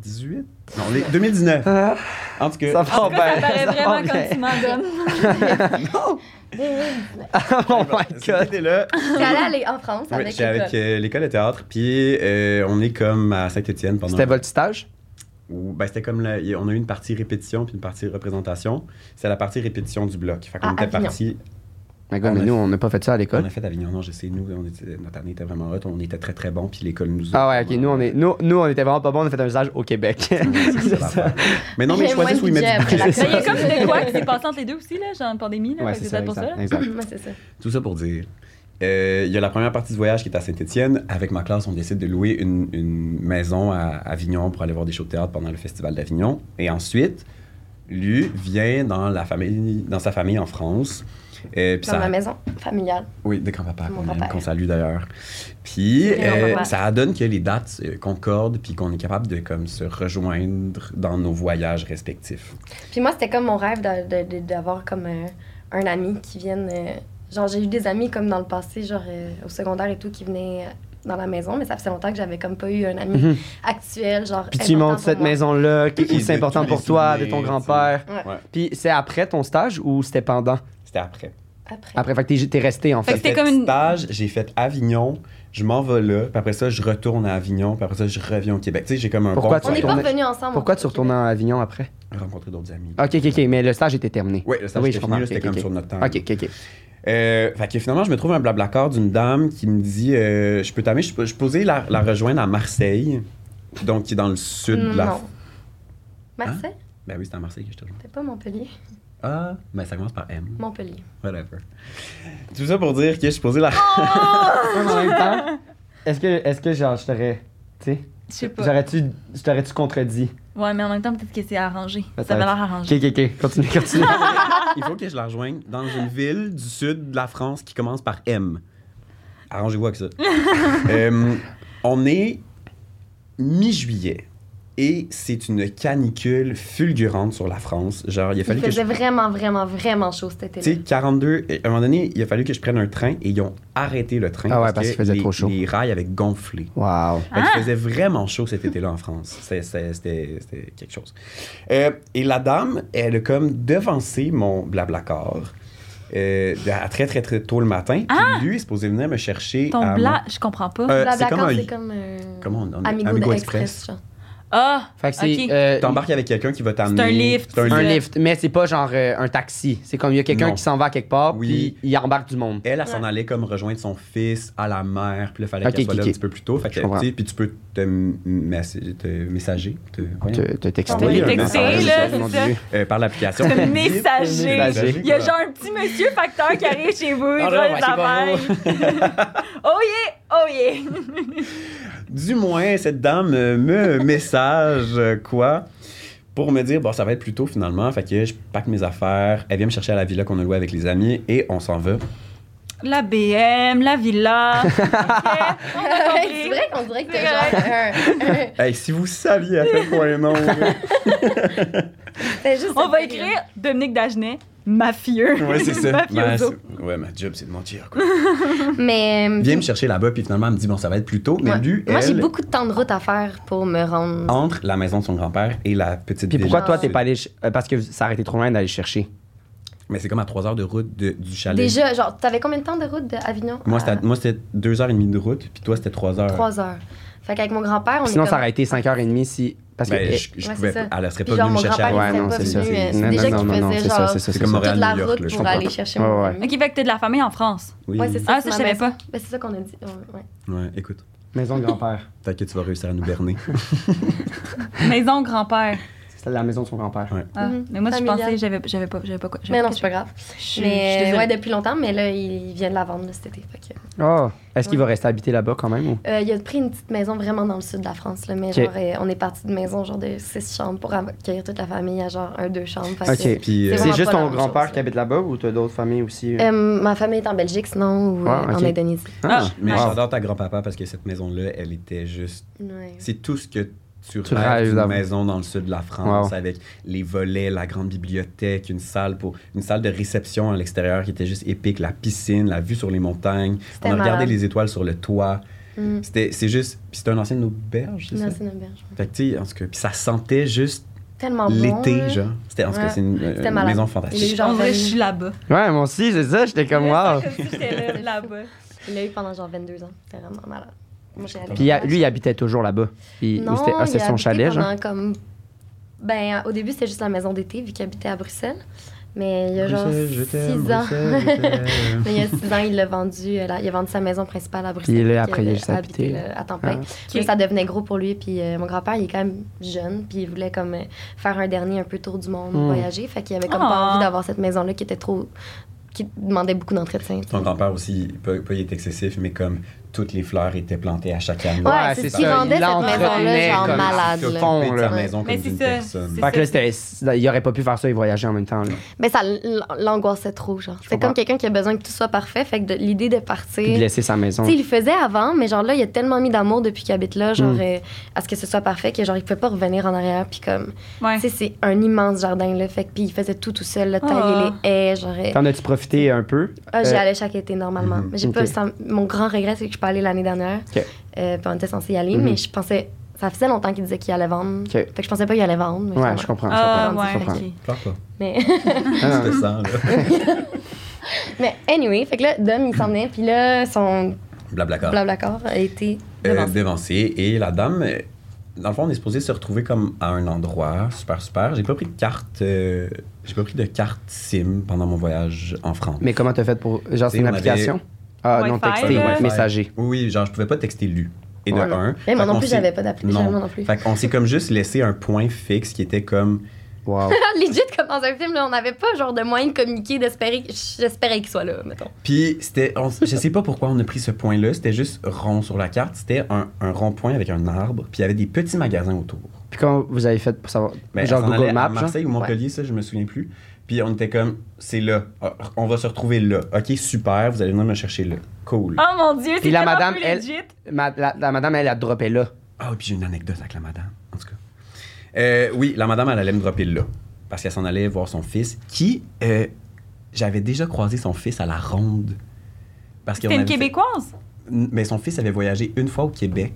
[SPEAKER 4] 18? Non, les- 2019.
[SPEAKER 1] Ah,
[SPEAKER 4] En tout cas,
[SPEAKER 1] Oh, ben, ça
[SPEAKER 2] En
[SPEAKER 1] va
[SPEAKER 2] tout cas, ça paraît
[SPEAKER 1] bien.
[SPEAKER 2] vraiment
[SPEAKER 1] va
[SPEAKER 2] comme tu
[SPEAKER 1] bien.
[SPEAKER 2] m'en donnes.
[SPEAKER 1] Oh my
[SPEAKER 4] cet
[SPEAKER 1] god.
[SPEAKER 4] été-là,
[SPEAKER 3] T'es allée aller en France
[SPEAKER 4] ouais,
[SPEAKER 3] avec
[SPEAKER 4] j'étais avec
[SPEAKER 3] l'école.
[SPEAKER 4] euh, l'école de théâtre, puis euh, on est comme à Saint-Étienne pendant...
[SPEAKER 1] C'était votre stage?
[SPEAKER 4] Ou- ben, c'était comme, la- y- on a eu une partie répétition puis une partie représentation. C'est la partie répétition du bloc. Fait qu'on
[SPEAKER 3] Ah,
[SPEAKER 4] était
[SPEAKER 3] Avignon.
[SPEAKER 4] parti...
[SPEAKER 1] Mais gars, Ah, mais
[SPEAKER 4] On a-
[SPEAKER 1] nous, on n'a pas fait ça à
[SPEAKER 4] On
[SPEAKER 1] l'école.
[SPEAKER 4] a fait Avignon, non, je sais, nous, on était- notre année était vraiment hot, on était très très bon, puis l'école nous a-
[SPEAKER 1] Ah ouais, ok, nous, on est, nous, nous, on était vraiment pas bons, on a fait un stage au Québec.
[SPEAKER 4] C'est ça l'affaire. Mais non, mais
[SPEAKER 3] Il y
[SPEAKER 4] je
[SPEAKER 3] a moins
[SPEAKER 4] choisis
[SPEAKER 3] de
[SPEAKER 4] où ils
[SPEAKER 3] budget
[SPEAKER 4] mettent du
[SPEAKER 3] après la
[SPEAKER 4] budget.
[SPEAKER 2] Mais Ben, il y a comme de quoi qui s'est passé entre les deux aussi, là, genre une pandémie, là,
[SPEAKER 1] ouais,
[SPEAKER 2] fait que c'est
[SPEAKER 1] c'est ça,
[SPEAKER 2] peut-être pour ça.
[SPEAKER 1] exact, exact.
[SPEAKER 3] Ouais, c'est ça.
[SPEAKER 4] Tout ça pour dire. euh, Il y a la première partie du voyage qui est à Saint-Étienne. Avec ma classe, on décide de louer une, une maison à Avignon pour aller voir des shows de théâtre pendant le Festival d'Avignon. Et ensuite, lui vient dans, la famille, dans sa famille en France. Euh, puis
[SPEAKER 3] Dans
[SPEAKER 4] ça-
[SPEAKER 3] ma maison familiale.
[SPEAKER 4] Oui, de grand-papa,
[SPEAKER 3] Mon
[SPEAKER 4] qu'on aime,
[SPEAKER 3] grand-père.
[SPEAKER 4] qu'on salue d'ailleurs. Puis,
[SPEAKER 3] Et
[SPEAKER 4] euh,
[SPEAKER 3] grand-papa.
[SPEAKER 4] ça donne que les dates euh, concordent, puis qu'on est capable de comme, se rejoindre dans nos voyages respectifs.
[SPEAKER 3] Puis moi, c'était comme mon rêve d'a- de- de- d'avoir comme euh, un ami qui vienne. euh, genre, j'ai eu des amis comme dans le passé, genre euh, au secondaire et tout, qui venaient euh, dans la maison, mais ça faisait longtemps que j'avais comme pas eu un ami
[SPEAKER 1] Mhm.
[SPEAKER 3] actuel. Genre,
[SPEAKER 1] Puis tu
[SPEAKER 3] important
[SPEAKER 1] montes
[SPEAKER 3] pour
[SPEAKER 1] cette
[SPEAKER 3] moi.
[SPEAKER 1] maison-là, qui
[SPEAKER 4] Puis
[SPEAKER 1] qui c'est
[SPEAKER 4] de
[SPEAKER 1] important
[SPEAKER 4] tous
[SPEAKER 1] pour
[SPEAKER 4] les
[SPEAKER 1] toi, de
[SPEAKER 4] souvenirs,
[SPEAKER 1] ton
[SPEAKER 4] tu sais.
[SPEAKER 1] grand-père.
[SPEAKER 3] Ouais.
[SPEAKER 4] Ouais.
[SPEAKER 1] Puis c'est après ton stage ou c'était pendant?
[SPEAKER 4] C'était après.
[SPEAKER 3] Après.
[SPEAKER 1] Après, fait que t'es- t'es resté en
[SPEAKER 2] Fait
[SPEAKER 1] fait.
[SPEAKER 2] que c'était
[SPEAKER 4] J'ai
[SPEAKER 2] comme une-
[SPEAKER 4] stage, j'ai fait Avignon, je m'en vais là, puis après ça, je retourne à Avignon, puis après ça, je reviens au Québec. Tu sais, j'ai comme un
[SPEAKER 1] Pourquoi
[SPEAKER 4] bon
[SPEAKER 3] On
[SPEAKER 1] tu
[SPEAKER 3] n'est pas
[SPEAKER 1] retournais-
[SPEAKER 3] revenus ensemble.
[SPEAKER 1] Pourquoi
[SPEAKER 3] on-
[SPEAKER 1] tu retournais à Avignon après?
[SPEAKER 4] rencontrer d'autres amis.
[SPEAKER 1] Ok, ok, ok, mais le stage était terminé.
[SPEAKER 4] Ouais, le stage
[SPEAKER 1] Oui,
[SPEAKER 4] était
[SPEAKER 1] je
[SPEAKER 4] fini,
[SPEAKER 1] comprends.
[SPEAKER 4] là, c'était
[SPEAKER 1] Ok,
[SPEAKER 4] comme
[SPEAKER 1] ok.
[SPEAKER 4] sur notre temps.
[SPEAKER 1] Ok, ok, ok.
[SPEAKER 4] Euh, fait que finalement, je me trouve un blablacar d'une dame qui me dit euh, Je peux t'amener, je, peux- Hein? je posais la, la rejoindre à Marseille, donc qui est dans le sud de la.
[SPEAKER 3] Non. Marseille?
[SPEAKER 4] Ben oui, c'est à Marseille que je te rejoins.
[SPEAKER 3] T'es pas Montpellier?
[SPEAKER 4] Ah, ben ça commence par M.
[SPEAKER 3] Montpellier.
[SPEAKER 4] Whatever. Tout ça pour dire que je suis posé la.
[SPEAKER 1] Ouais, mais en même temps, est-ce que, est-ce que genre, je t'aurais. Tu sais,
[SPEAKER 2] Je sais pas.
[SPEAKER 1] j'aurais-tu, je t'aurais-tu contredit?
[SPEAKER 2] Ouais, mais en même temps, peut-être que c'est arrangé.
[SPEAKER 1] Peut-être.
[SPEAKER 2] Ça avait l'air
[SPEAKER 1] Ok,
[SPEAKER 2] arrangé.
[SPEAKER 1] ok, ok, continue, continue.
[SPEAKER 4] Il faut que je la rejoigne dans une ville du sud de la France qui commence par M. Arrangez-vous avec ça. Euh, on est mi-juillet et c'est une canicule fulgurante sur la France. Genre, il a fallu
[SPEAKER 3] Il
[SPEAKER 4] que je
[SPEAKER 3] faisait vraiment, vraiment, vraiment chaud cet
[SPEAKER 4] Tu sais,
[SPEAKER 3] été-là.
[SPEAKER 4] 42, et à un moment donné, il a fallu que je prenne un train et ils ont arrêté le train
[SPEAKER 1] Ah ouais, parce qu'il faisait
[SPEAKER 4] les,
[SPEAKER 1] trop chaud.
[SPEAKER 4] les rails avaient gonflé.
[SPEAKER 1] wow.
[SPEAKER 4] Fait
[SPEAKER 2] Ah!
[SPEAKER 4] qu'il faisait vraiment chaud cet été-là en France. C'est- c'est- C'était c'était quelque chose. Euh, et la dame, elle a comme devancé mon blablacar euh, à très, très, très tôt le matin. Puis lui, il est supposé venir me chercher.
[SPEAKER 2] Ah! Ton
[SPEAKER 4] à
[SPEAKER 2] bla, je comprends pas.
[SPEAKER 4] mon- Ah, Euh, c'est
[SPEAKER 3] Blablacar,
[SPEAKER 4] comme un...
[SPEAKER 3] c'est comme un...
[SPEAKER 4] Comment on, on-
[SPEAKER 3] Amigo,
[SPEAKER 4] Amigo
[SPEAKER 3] de
[SPEAKER 4] Express.
[SPEAKER 3] Express. genre.
[SPEAKER 2] Ah!
[SPEAKER 1] Fait que c'est euh,
[SPEAKER 2] Ok.
[SPEAKER 4] Tu T'embarques avec quelqu'un qui va t'amener.
[SPEAKER 2] C'est un lift.
[SPEAKER 4] C'est un
[SPEAKER 2] C'est-
[SPEAKER 1] un
[SPEAKER 4] lift.
[SPEAKER 1] lift, mais c'est pas genre euh, un taxi. C'est comme il y a quelqu'un
[SPEAKER 4] Non.
[SPEAKER 1] qui s'en va quelque part,
[SPEAKER 4] Oui.
[SPEAKER 1] puis il embarque du monde.
[SPEAKER 4] Elle, elle s'en allait comme rejoindre son fils à la mer, puis là, fallait
[SPEAKER 1] Ok,
[SPEAKER 4] qu'elle soit
[SPEAKER 1] ok,
[SPEAKER 4] là
[SPEAKER 1] ok.
[SPEAKER 4] un petit peu plus tôt. Fait
[SPEAKER 1] Je
[SPEAKER 4] que,
[SPEAKER 1] comprends.
[SPEAKER 4] tu sais, puis tu peux te, mess- te messager, te- voyons,
[SPEAKER 1] Te, te texter.
[SPEAKER 4] Envoyer un Te texter, message, là,
[SPEAKER 2] c'est ça.
[SPEAKER 4] euh, par l'application.
[SPEAKER 2] C'est un messager.
[SPEAKER 1] Messager.
[SPEAKER 2] Il y a genre un petit monsieur facteur qui arrive chez vous, il
[SPEAKER 4] Ah,
[SPEAKER 2] drôle
[SPEAKER 4] ouais, c'est pas
[SPEAKER 2] d'affaire. Oh yeah! Oh yeah!
[SPEAKER 4] Du moins, cette dame euh, me message euh, quoi pour me dire, bon, ça va être plus tôt finalement. Fait que je pack mes affaires. Elle vient me chercher à la villa qu'on a louée avec les amis et on s'en va.
[SPEAKER 2] La BM, la villa. Ok, on a
[SPEAKER 3] C'est
[SPEAKER 2] compris.
[SPEAKER 3] vrai qu'on dirait que t'es genre... un- un-
[SPEAKER 4] Hey, si vous saviez à quel point non.
[SPEAKER 3] c'est juste
[SPEAKER 2] On
[SPEAKER 3] une
[SPEAKER 2] va
[SPEAKER 3] série.
[SPEAKER 2] écrire Dominique Dagenet, mafieux.
[SPEAKER 4] ouais, c'est ça. Ma-
[SPEAKER 2] Mafioso.
[SPEAKER 4] c'est- ouais, ma job, c'est de mentir. Quoi.
[SPEAKER 3] Mais... euh,
[SPEAKER 4] Vient me chercher là-bas, puis finalement, elle me dit, bon, ça va être plus tôt. Mais
[SPEAKER 3] ouais.
[SPEAKER 4] lui,
[SPEAKER 3] Moi, j'ai
[SPEAKER 4] elle,
[SPEAKER 3] beaucoup de temps de route à faire pour me rendre...
[SPEAKER 4] entre la maison de son grand-père et la petite
[SPEAKER 1] Puis
[SPEAKER 4] ville
[SPEAKER 1] pourquoi
[SPEAKER 3] gens-
[SPEAKER 1] toi, t'es pas allé. ch- euh, Parce que ça aurait été trop loin d'aller chercher.
[SPEAKER 4] Mais c'est comme à 3 heures de route de- du chalet.
[SPEAKER 3] Déjà, genre, t'avais combien de temps de route d'Avignon?
[SPEAKER 4] Moi, c'était- moi, c'était 2 heures et demie de route, puis toi, c'était 3 heures.
[SPEAKER 3] Trois heures. Fait qu'avec mon grand-père, on
[SPEAKER 1] Sinon,
[SPEAKER 3] est
[SPEAKER 1] ça
[SPEAKER 3] comme...
[SPEAKER 1] aurait été 5h30 si. Parce que.
[SPEAKER 4] Ben,
[SPEAKER 1] eh,
[SPEAKER 4] je, je
[SPEAKER 3] Ouais,
[SPEAKER 4] pouvais
[SPEAKER 3] c'est ça.
[SPEAKER 4] pas- elle serait
[SPEAKER 3] Puis
[SPEAKER 4] pas
[SPEAKER 3] genre,
[SPEAKER 4] venue me
[SPEAKER 3] mon
[SPEAKER 4] chercher à
[SPEAKER 3] grand-père,
[SPEAKER 1] ouais,
[SPEAKER 3] il
[SPEAKER 1] non,
[SPEAKER 3] serait
[SPEAKER 1] c'est
[SPEAKER 3] pas
[SPEAKER 1] ça.
[SPEAKER 3] venu,
[SPEAKER 1] c'est-
[SPEAKER 3] euh, c'est déjà qu'il faisait,
[SPEAKER 1] c'est ça,
[SPEAKER 3] genre,
[SPEAKER 1] c'est ça.
[SPEAKER 4] C'est
[SPEAKER 1] c'est
[SPEAKER 4] comme
[SPEAKER 1] ça.
[SPEAKER 3] toute
[SPEAKER 4] Montréal,
[SPEAKER 3] la
[SPEAKER 4] New York,
[SPEAKER 3] route
[SPEAKER 4] là, je
[SPEAKER 3] pour aller
[SPEAKER 4] comprends.
[SPEAKER 3] chercher
[SPEAKER 1] Ouais,
[SPEAKER 3] mon
[SPEAKER 1] ouais.
[SPEAKER 3] ami.
[SPEAKER 2] Ok, fait que t'es de la famille en France.
[SPEAKER 4] Oui.
[SPEAKER 3] Ouais, c'est ça.
[SPEAKER 2] Ah, ça,
[SPEAKER 3] c'est
[SPEAKER 2] je
[SPEAKER 3] ma
[SPEAKER 2] savais
[SPEAKER 3] maison.
[SPEAKER 2] pas.
[SPEAKER 3] Ben, c'est ça qu'on a dit. ouais, ouais.
[SPEAKER 4] Ouais, écoute,
[SPEAKER 1] Maison de grand-père.
[SPEAKER 4] t'inquiète, tu vas réussir
[SPEAKER 3] Ah.
[SPEAKER 4] à nous berner.
[SPEAKER 2] Maison grand-père.
[SPEAKER 1] C'était la maison de son grand-père.
[SPEAKER 4] Ouais.
[SPEAKER 2] Ah,
[SPEAKER 3] Mhm.
[SPEAKER 2] Mais moi, je
[SPEAKER 3] Familial.
[SPEAKER 2] pensais, j'avais j'avais pas, j'avais pas quoi. j'avais
[SPEAKER 3] Mais non,
[SPEAKER 2] pas-
[SPEAKER 3] c'est pas grave.
[SPEAKER 2] je suis- je suis
[SPEAKER 3] Mais
[SPEAKER 2] désolée.
[SPEAKER 3] ouais, depuis longtemps, mais là, il vient de la vendre là, cet été. Fait que,
[SPEAKER 1] Oh. Est-ce qu'il va rester habiter là-bas quand même ou?
[SPEAKER 3] euh, il a pris une petite maison vraiment dans le sud de la France, là, mais
[SPEAKER 1] Ok.
[SPEAKER 3] genre, euh, on est parti de maison genre de six chambres pour accueillir toute la famille à genre un, deux chambres. fait
[SPEAKER 1] Ok.
[SPEAKER 3] que-
[SPEAKER 4] Puis, euh,
[SPEAKER 1] C'est
[SPEAKER 3] C'est vraiment
[SPEAKER 1] juste
[SPEAKER 3] pas
[SPEAKER 1] ton
[SPEAKER 3] la même
[SPEAKER 1] grand-père
[SPEAKER 3] chose,
[SPEAKER 1] qui habite là-bas ou t'as d'autres familles aussi? euh?
[SPEAKER 3] Euh, ma famille est en Belgique, sinon, ou euh,
[SPEAKER 1] Ah, ok.
[SPEAKER 3] en Indonésie.
[SPEAKER 2] Ah,
[SPEAKER 4] mais
[SPEAKER 2] nice.
[SPEAKER 4] j'adore ta grand-papa parce que cette maison-là, elle était juste.
[SPEAKER 3] Ouais.
[SPEAKER 4] C'est tout ce que tu,
[SPEAKER 1] Tu rêves
[SPEAKER 4] rêves d'une
[SPEAKER 1] d'avoir.
[SPEAKER 4] maison dans le sud de la France
[SPEAKER 1] Wow.
[SPEAKER 4] avec les volets, la grande bibliothèque, une salle pour une salle de réception à l'extérieur qui était juste épique, la piscine, la vue sur les montagnes.
[SPEAKER 3] C'était
[SPEAKER 4] On a regardé
[SPEAKER 3] malade.
[SPEAKER 4] les étoiles sur le toit.
[SPEAKER 3] Mm.
[SPEAKER 4] C'était c'est juste puis c'était un ancien auberge, c'est ça.
[SPEAKER 3] Non, c'est une auberge.
[SPEAKER 4] Fait que tu sais, en tout cas, puis ça sentait juste
[SPEAKER 3] Tellement Ah bon. là.
[SPEAKER 4] l'été genre. C'était en tout cas
[SPEAKER 3] Ouais.
[SPEAKER 4] c'est une, euh,
[SPEAKER 3] C'était
[SPEAKER 4] une
[SPEAKER 3] malade.
[SPEAKER 4] maison
[SPEAKER 3] Il est
[SPEAKER 4] fantastique.
[SPEAKER 3] genre
[SPEAKER 2] En vrai,
[SPEAKER 3] famille.
[SPEAKER 2] je suis là-bas.
[SPEAKER 1] Ouais, moi aussi, c'est ça. J'étais comme wow.
[SPEAKER 2] Comme si j'étais là- là-bas.
[SPEAKER 3] Il l'a eu pendant genre 22 ans. C'était vraiment malade. Moi, j'ai
[SPEAKER 1] Puis il y a- lui, il habitait toujours là-bas. Puis ou
[SPEAKER 3] Non,
[SPEAKER 1] c'était ah,
[SPEAKER 3] il
[SPEAKER 1] c'est
[SPEAKER 3] a
[SPEAKER 1] son
[SPEAKER 3] habité
[SPEAKER 1] chalet, genre.
[SPEAKER 3] pendant comme... Ben, au début, c'était juste la maison d'été, vu qu'il habitait à Bruxelles. Mais il y a genre
[SPEAKER 4] Bruxelles, je t'aime,
[SPEAKER 3] 6 ans.
[SPEAKER 4] Bruxelles, je t'aime.
[SPEAKER 3] Mais il y a 6 ans, il l'a vendu, euh, là, il a vendu sa maison principale à Bruxelles.
[SPEAKER 1] Puis là,
[SPEAKER 3] puis
[SPEAKER 1] après, il a juste habité, Ah.
[SPEAKER 3] là, à temps plein. Puis
[SPEAKER 2] Ok.
[SPEAKER 3] ça devenait gros pour lui. Puis euh, mon grand-père, il est quand même jeune. Puis il voulait comme euh, faire un dernier un peu tour du monde,
[SPEAKER 1] Hmm.
[SPEAKER 3] voyager. Fait qu'il avait comme
[SPEAKER 2] Ah.
[SPEAKER 3] pas envie d'avoir cette maison-là qui était trop. qui demandait beaucoup d'entretien.
[SPEAKER 4] Ton grand-père aussi, il peut, peut y être excessif, mais comme toutes les fleurs étaient plantées à chaque année.
[SPEAKER 3] Ouais, c'est ce qui
[SPEAKER 1] ça,
[SPEAKER 3] rendait
[SPEAKER 1] il
[SPEAKER 3] cette
[SPEAKER 1] l'entretenait
[SPEAKER 3] maison-là, genre,
[SPEAKER 1] comme
[SPEAKER 3] malade,
[SPEAKER 1] ce
[SPEAKER 3] là.
[SPEAKER 1] fond,
[SPEAKER 4] Occupé de
[SPEAKER 1] là.
[SPEAKER 4] sa maison
[SPEAKER 2] Mais
[SPEAKER 4] comme
[SPEAKER 2] c'est
[SPEAKER 4] d'une
[SPEAKER 2] ça,
[SPEAKER 4] personne.
[SPEAKER 2] c'est
[SPEAKER 1] Fait que là, c'était- c'est- il aurait pas pu faire ça et voyager en même temps. Là.
[SPEAKER 3] Mais ça l- l'angoissait trop, genre. C'est
[SPEAKER 1] comprends.
[SPEAKER 3] comme quelqu'un qui a besoin que tout soit parfait. Fait que de- l'idée de partir.
[SPEAKER 1] Puis de laisser sa maison.
[SPEAKER 3] Tu sais, il le faisait avant, mais genre là, il a tellement mis d'amour depuis qu'il habite là, genre
[SPEAKER 1] Mm.
[SPEAKER 3] euh, à ce que ce soit parfait, que genre il peut pas revenir en arrière. Puis comme,
[SPEAKER 2] Ouais.
[SPEAKER 3] tu sais, c'est un immense jardin là, fait que puis il faisait tout tout seul, là, tailler
[SPEAKER 2] Ah.
[SPEAKER 3] les haies, genre. euh,
[SPEAKER 1] T'en as-tu profité un peu?
[SPEAKER 3] ah, j'y
[SPEAKER 1] Euh,
[SPEAKER 3] allais chaque été normalement.
[SPEAKER 4] Mhm.
[SPEAKER 3] Mais j'ai
[SPEAKER 1] Ok.
[SPEAKER 3] pas, ça- mon grand regret, c'est que je suis pas allée l'année dernière.
[SPEAKER 1] Ok.
[SPEAKER 3] Euh, puis on était censé y aller,
[SPEAKER 1] Mhm.
[SPEAKER 3] mais je pensais, ça faisait longtemps qu'il disait qu'il allait vendre.
[SPEAKER 1] Ok.
[SPEAKER 3] Fait que je pensais pas qu'il allait vendre. mais
[SPEAKER 1] Ouais,
[SPEAKER 3] finalement.
[SPEAKER 1] je comprends. je
[SPEAKER 2] Ah,
[SPEAKER 1] comprends, je
[SPEAKER 2] ouais,
[SPEAKER 1] comprends.
[SPEAKER 2] ok.
[SPEAKER 4] Pleure pas.
[SPEAKER 3] Mais
[SPEAKER 1] Ah,
[SPEAKER 4] Tu
[SPEAKER 1] non.
[SPEAKER 4] te sens, là.
[SPEAKER 3] mais anyway, fait que là, Dom il s'en venait, puis là son
[SPEAKER 4] Blablacar.
[SPEAKER 3] blablacar a été
[SPEAKER 4] Euh,
[SPEAKER 3] devancé.
[SPEAKER 4] dévancé. Et la dame, euh, dans le fond, on est supposé se retrouver comme à un endroit super, super. J'ai pas pris de carte, euh, j'ai pas pris de carte SIM pendant mon voyage en France.
[SPEAKER 1] Mais comment t'as fait pour. Genre, c'est
[SPEAKER 4] Et
[SPEAKER 1] une
[SPEAKER 4] on avait-
[SPEAKER 1] application? Ah, non,
[SPEAKER 2] Wi-Fi,
[SPEAKER 1] texté,
[SPEAKER 2] là.
[SPEAKER 1] messager.
[SPEAKER 4] Oui, oui, genre, je pouvais pas texter lu. et de
[SPEAKER 3] Ouais.
[SPEAKER 4] 1.
[SPEAKER 3] Mais moi non plus, j'avais pas d'appli. J'avais moi non plus.
[SPEAKER 4] Fait qu'on s'est comme juste laissé un point fixe qui était comme.
[SPEAKER 1] Wow.
[SPEAKER 3] Legit, comme dans un film, là, on n'avait pas genre de moyen de communiquer, d'espérer. J'espérais qu'il soit là, mettons.
[SPEAKER 4] Puis c'était. on- Je sais pas pourquoi on a pris ce point-là. C'était juste rond sur la carte. C'était un, un rond-point avec un arbre. Puis il y avait des petits magasins autour.
[SPEAKER 1] Puis comment vous avez fait pour savoir
[SPEAKER 4] Mais
[SPEAKER 1] Genre
[SPEAKER 4] on Ben, s'en allait
[SPEAKER 1] Google
[SPEAKER 4] à
[SPEAKER 1] Maps. genre?
[SPEAKER 4] Marseille ou Montpellier, ça, je me souviens plus. Puis on était comme, c'est là. Ah, On va se retrouver là. OK, super. Vous allez venir me chercher là. Cool.
[SPEAKER 2] Oh mon Dieu, c'est
[SPEAKER 1] Puis la
[SPEAKER 2] tellement
[SPEAKER 1] madame,
[SPEAKER 2] peu
[SPEAKER 1] elle-
[SPEAKER 2] legit.
[SPEAKER 1] Ma- la, la madame, elle a droppé là.
[SPEAKER 4] Ah, puis j'ai une anecdote avec la madame, en tout cas. Euh, oui, la madame, elle allait me dropper là. Parce qu'elle s'en allait voir son fils, qui. euh, J'avais déjà croisé son fils à la ronde. Parce qu'on
[SPEAKER 2] C'était une
[SPEAKER 4] avait fait-
[SPEAKER 2] Québécoise.
[SPEAKER 4] N- Mais son fils avait voyagé une fois au Québec.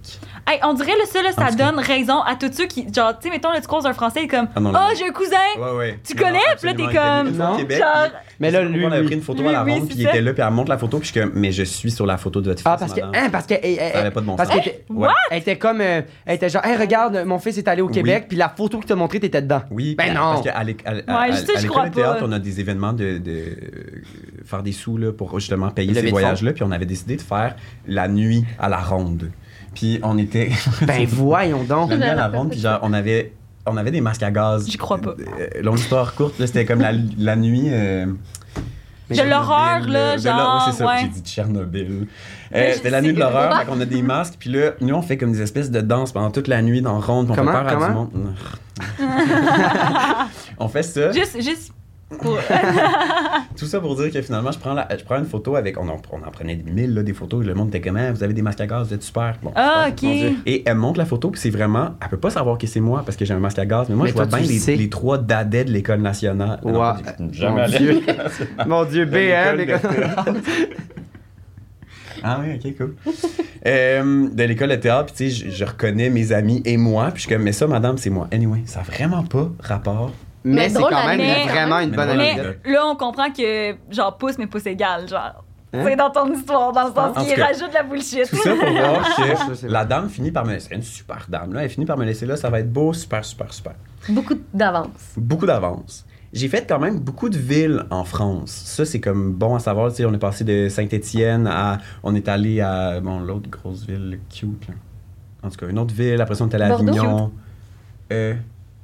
[SPEAKER 2] Hey, on dirait le seul,
[SPEAKER 4] En
[SPEAKER 2] ça
[SPEAKER 4] tout cas.
[SPEAKER 2] donne raison à tous ceux qui, genre, tu sais, mettons, là, tu croises un Français, il est comme,
[SPEAKER 4] Ah non, non,
[SPEAKER 2] oh,
[SPEAKER 4] non.
[SPEAKER 2] j'ai un cousin.
[SPEAKER 4] Ouais, ouais.
[SPEAKER 2] Tu connais? Puis là, t'es comme,
[SPEAKER 1] non.
[SPEAKER 2] Genre,
[SPEAKER 1] Mais là, lui.
[SPEAKER 4] on avait
[SPEAKER 1] oui.
[SPEAKER 4] pris une photo
[SPEAKER 2] Lui,
[SPEAKER 4] à la
[SPEAKER 2] oui,
[SPEAKER 4] ronde,
[SPEAKER 2] c'est
[SPEAKER 4] puis il
[SPEAKER 2] ça.
[SPEAKER 4] était là, puis elle montre la photo, puis je suis comme, mais je suis sur la photo de votre fils.
[SPEAKER 1] Ah, parce que.
[SPEAKER 4] madame.
[SPEAKER 1] Hein, parce que. eh, eh,
[SPEAKER 4] Ça avait pas de bon
[SPEAKER 1] parce
[SPEAKER 4] sens.
[SPEAKER 1] qu'elle était-
[SPEAKER 4] Ouais.
[SPEAKER 1] Elle était comme. euh, elle était genre, hey, regarde, mon fils est allé au
[SPEAKER 4] Oui.
[SPEAKER 1] Québec, puis la photo qu'il t'a montrée, t'étais dedans.
[SPEAKER 4] Oui,
[SPEAKER 1] Ben
[SPEAKER 4] puis à-
[SPEAKER 1] non.
[SPEAKER 4] parce qu'à l'éc- à- à-
[SPEAKER 2] Ouais,
[SPEAKER 4] à-
[SPEAKER 2] je sais,
[SPEAKER 4] à
[SPEAKER 2] je
[SPEAKER 4] l'école
[SPEAKER 2] crois
[SPEAKER 4] de théâtre,
[SPEAKER 2] pas.
[SPEAKER 4] on a des événements de, de, euh, faire des sous là, pour justement payer
[SPEAKER 1] Lever de
[SPEAKER 4] ces
[SPEAKER 1] fonds.
[SPEAKER 4] voyages-là. Puis on avait décidé de faire la nuit à la ronde. Puis on était
[SPEAKER 1] Ben voyons donc.
[SPEAKER 4] la nuit à la ronde, puis genre on avait, on avait des masques à gaz.
[SPEAKER 2] J'y crois pas.
[SPEAKER 4] Euh, longue histoire courte, là, c'était comme la, la nuit... euh,
[SPEAKER 1] Mais
[SPEAKER 2] de
[SPEAKER 1] je-
[SPEAKER 2] l'horreur,
[SPEAKER 4] Tchernobyl,
[SPEAKER 2] là,
[SPEAKER 4] de l'horreur,
[SPEAKER 2] genre,
[SPEAKER 4] ouais, c'est ça,
[SPEAKER 2] ouais.
[SPEAKER 4] j'ai dit Tchernobyl.
[SPEAKER 2] Mais
[SPEAKER 4] Euh,
[SPEAKER 2] je-
[SPEAKER 4] C'était la
[SPEAKER 2] c'est-
[SPEAKER 4] nuit de l'horreur, fait qu'on a des masques, puis là, nous, on fait comme des espèces de danses pendant toute la nuit dans ronde, puis on
[SPEAKER 1] Comment?
[SPEAKER 4] fait peur à du
[SPEAKER 1] Comment?
[SPEAKER 4] monde. on fait ça.
[SPEAKER 2] Juste, juste. pour-
[SPEAKER 4] Tout ça pour dire que finalement, je prends, la, je prends une photo avec. On en, on en prenait des mille, là, des photos. Le monde était comme, Ah, vous avez des masques à gaz, vous êtes super. Bon,
[SPEAKER 2] Ah,
[SPEAKER 4] super, mon
[SPEAKER 2] ok.
[SPEAKER 4] Dieu. Et elle montre la photo, puis c'est vraiment. Elle peut pas savoir que c'est moi parce que j'ai un masque à gaz, mais moi,
[SPEAKER 1] Mais
[SPEAKER 4] je vois
[SPEAKER 1] toi,
[SPEAKER 4] bien
[SPEAKER 1] tu
[SPEAKER 4] les,
[SPEAKER 1] sais.
[SPEAKER 4] les trois dadais de l'école nationale. Ah non,
[SPEAKER 1] Ouah.
[SPEAKER 4] pas du-
[SPEAKER 1] Mon
[SPEAKER 4] allé.
[SPEAKER 1] Dieu. Mon Dieu, B, hein,
[SPEAKER 4] l'école de théâtre. Ah oui, ok, cool. Euh, de l'école de théâtre, puis tu sais, je, je reconnais mes amis et moi, puis je suis comme, mais ça, madame, c'est moi. Anyway, ça n'a vraiment pas rapport.
[SPEAKER 1] Mais
[SPEAKER 3] Mais
[SPEAKER 1] c'est
[SPEAKER 3] drôle,
[SPEAKER 1] quand même
[SPEAKER 2] mais-
[SPEAKER 1] vraiment une
[SPEAKER 4] Mais
[SPEAKER 1] bonne
[SPEAKER 4] drôle,
[SPEAKER 1] anecdote.
[SPEAKER 2] Mais là, on comprend que, genre, pouce, mais pouce égal, genre.
[SPEAKER 1] Hein?
[SPEAKER 2] C'est dans ton histoire, dans le
[SPEAKER 4] En
[SPEAKER 2] sens
[SPEAKER 4] tout
[SPEAKER 2] qu'il
[SPEAKER 4] cas,
[SPEAKER 2] rajoute de la bullshit.
[SPEAKER 4] Tout ça pour voir
[SPEAKER 1] Ça,
[SPEAKER 4] que
[SPEAKER 1] c'est
[SPEAKER 4] la dame finit par me laisser. C'est une super dame, là. Elle finit par me laisser là, ça va être beau, super, super, super.
[SPEAKER 3] Beaucoup d'avance.
[SPEAKER 4] Beaucoup d'avance. J'ai fait quand même beaucoup de villes en France. Ça, c'est comme bon à savoir. Tu sais, on est passé de Saint-Étienne à. On est allé à. Bon, l'autre grosse ville, cute, là. En tout cas, une autre ville. Après ça, on est allé à
[SPEAKER 3] Bordeaux?
[SPEAKER 4] Avignon. Euh,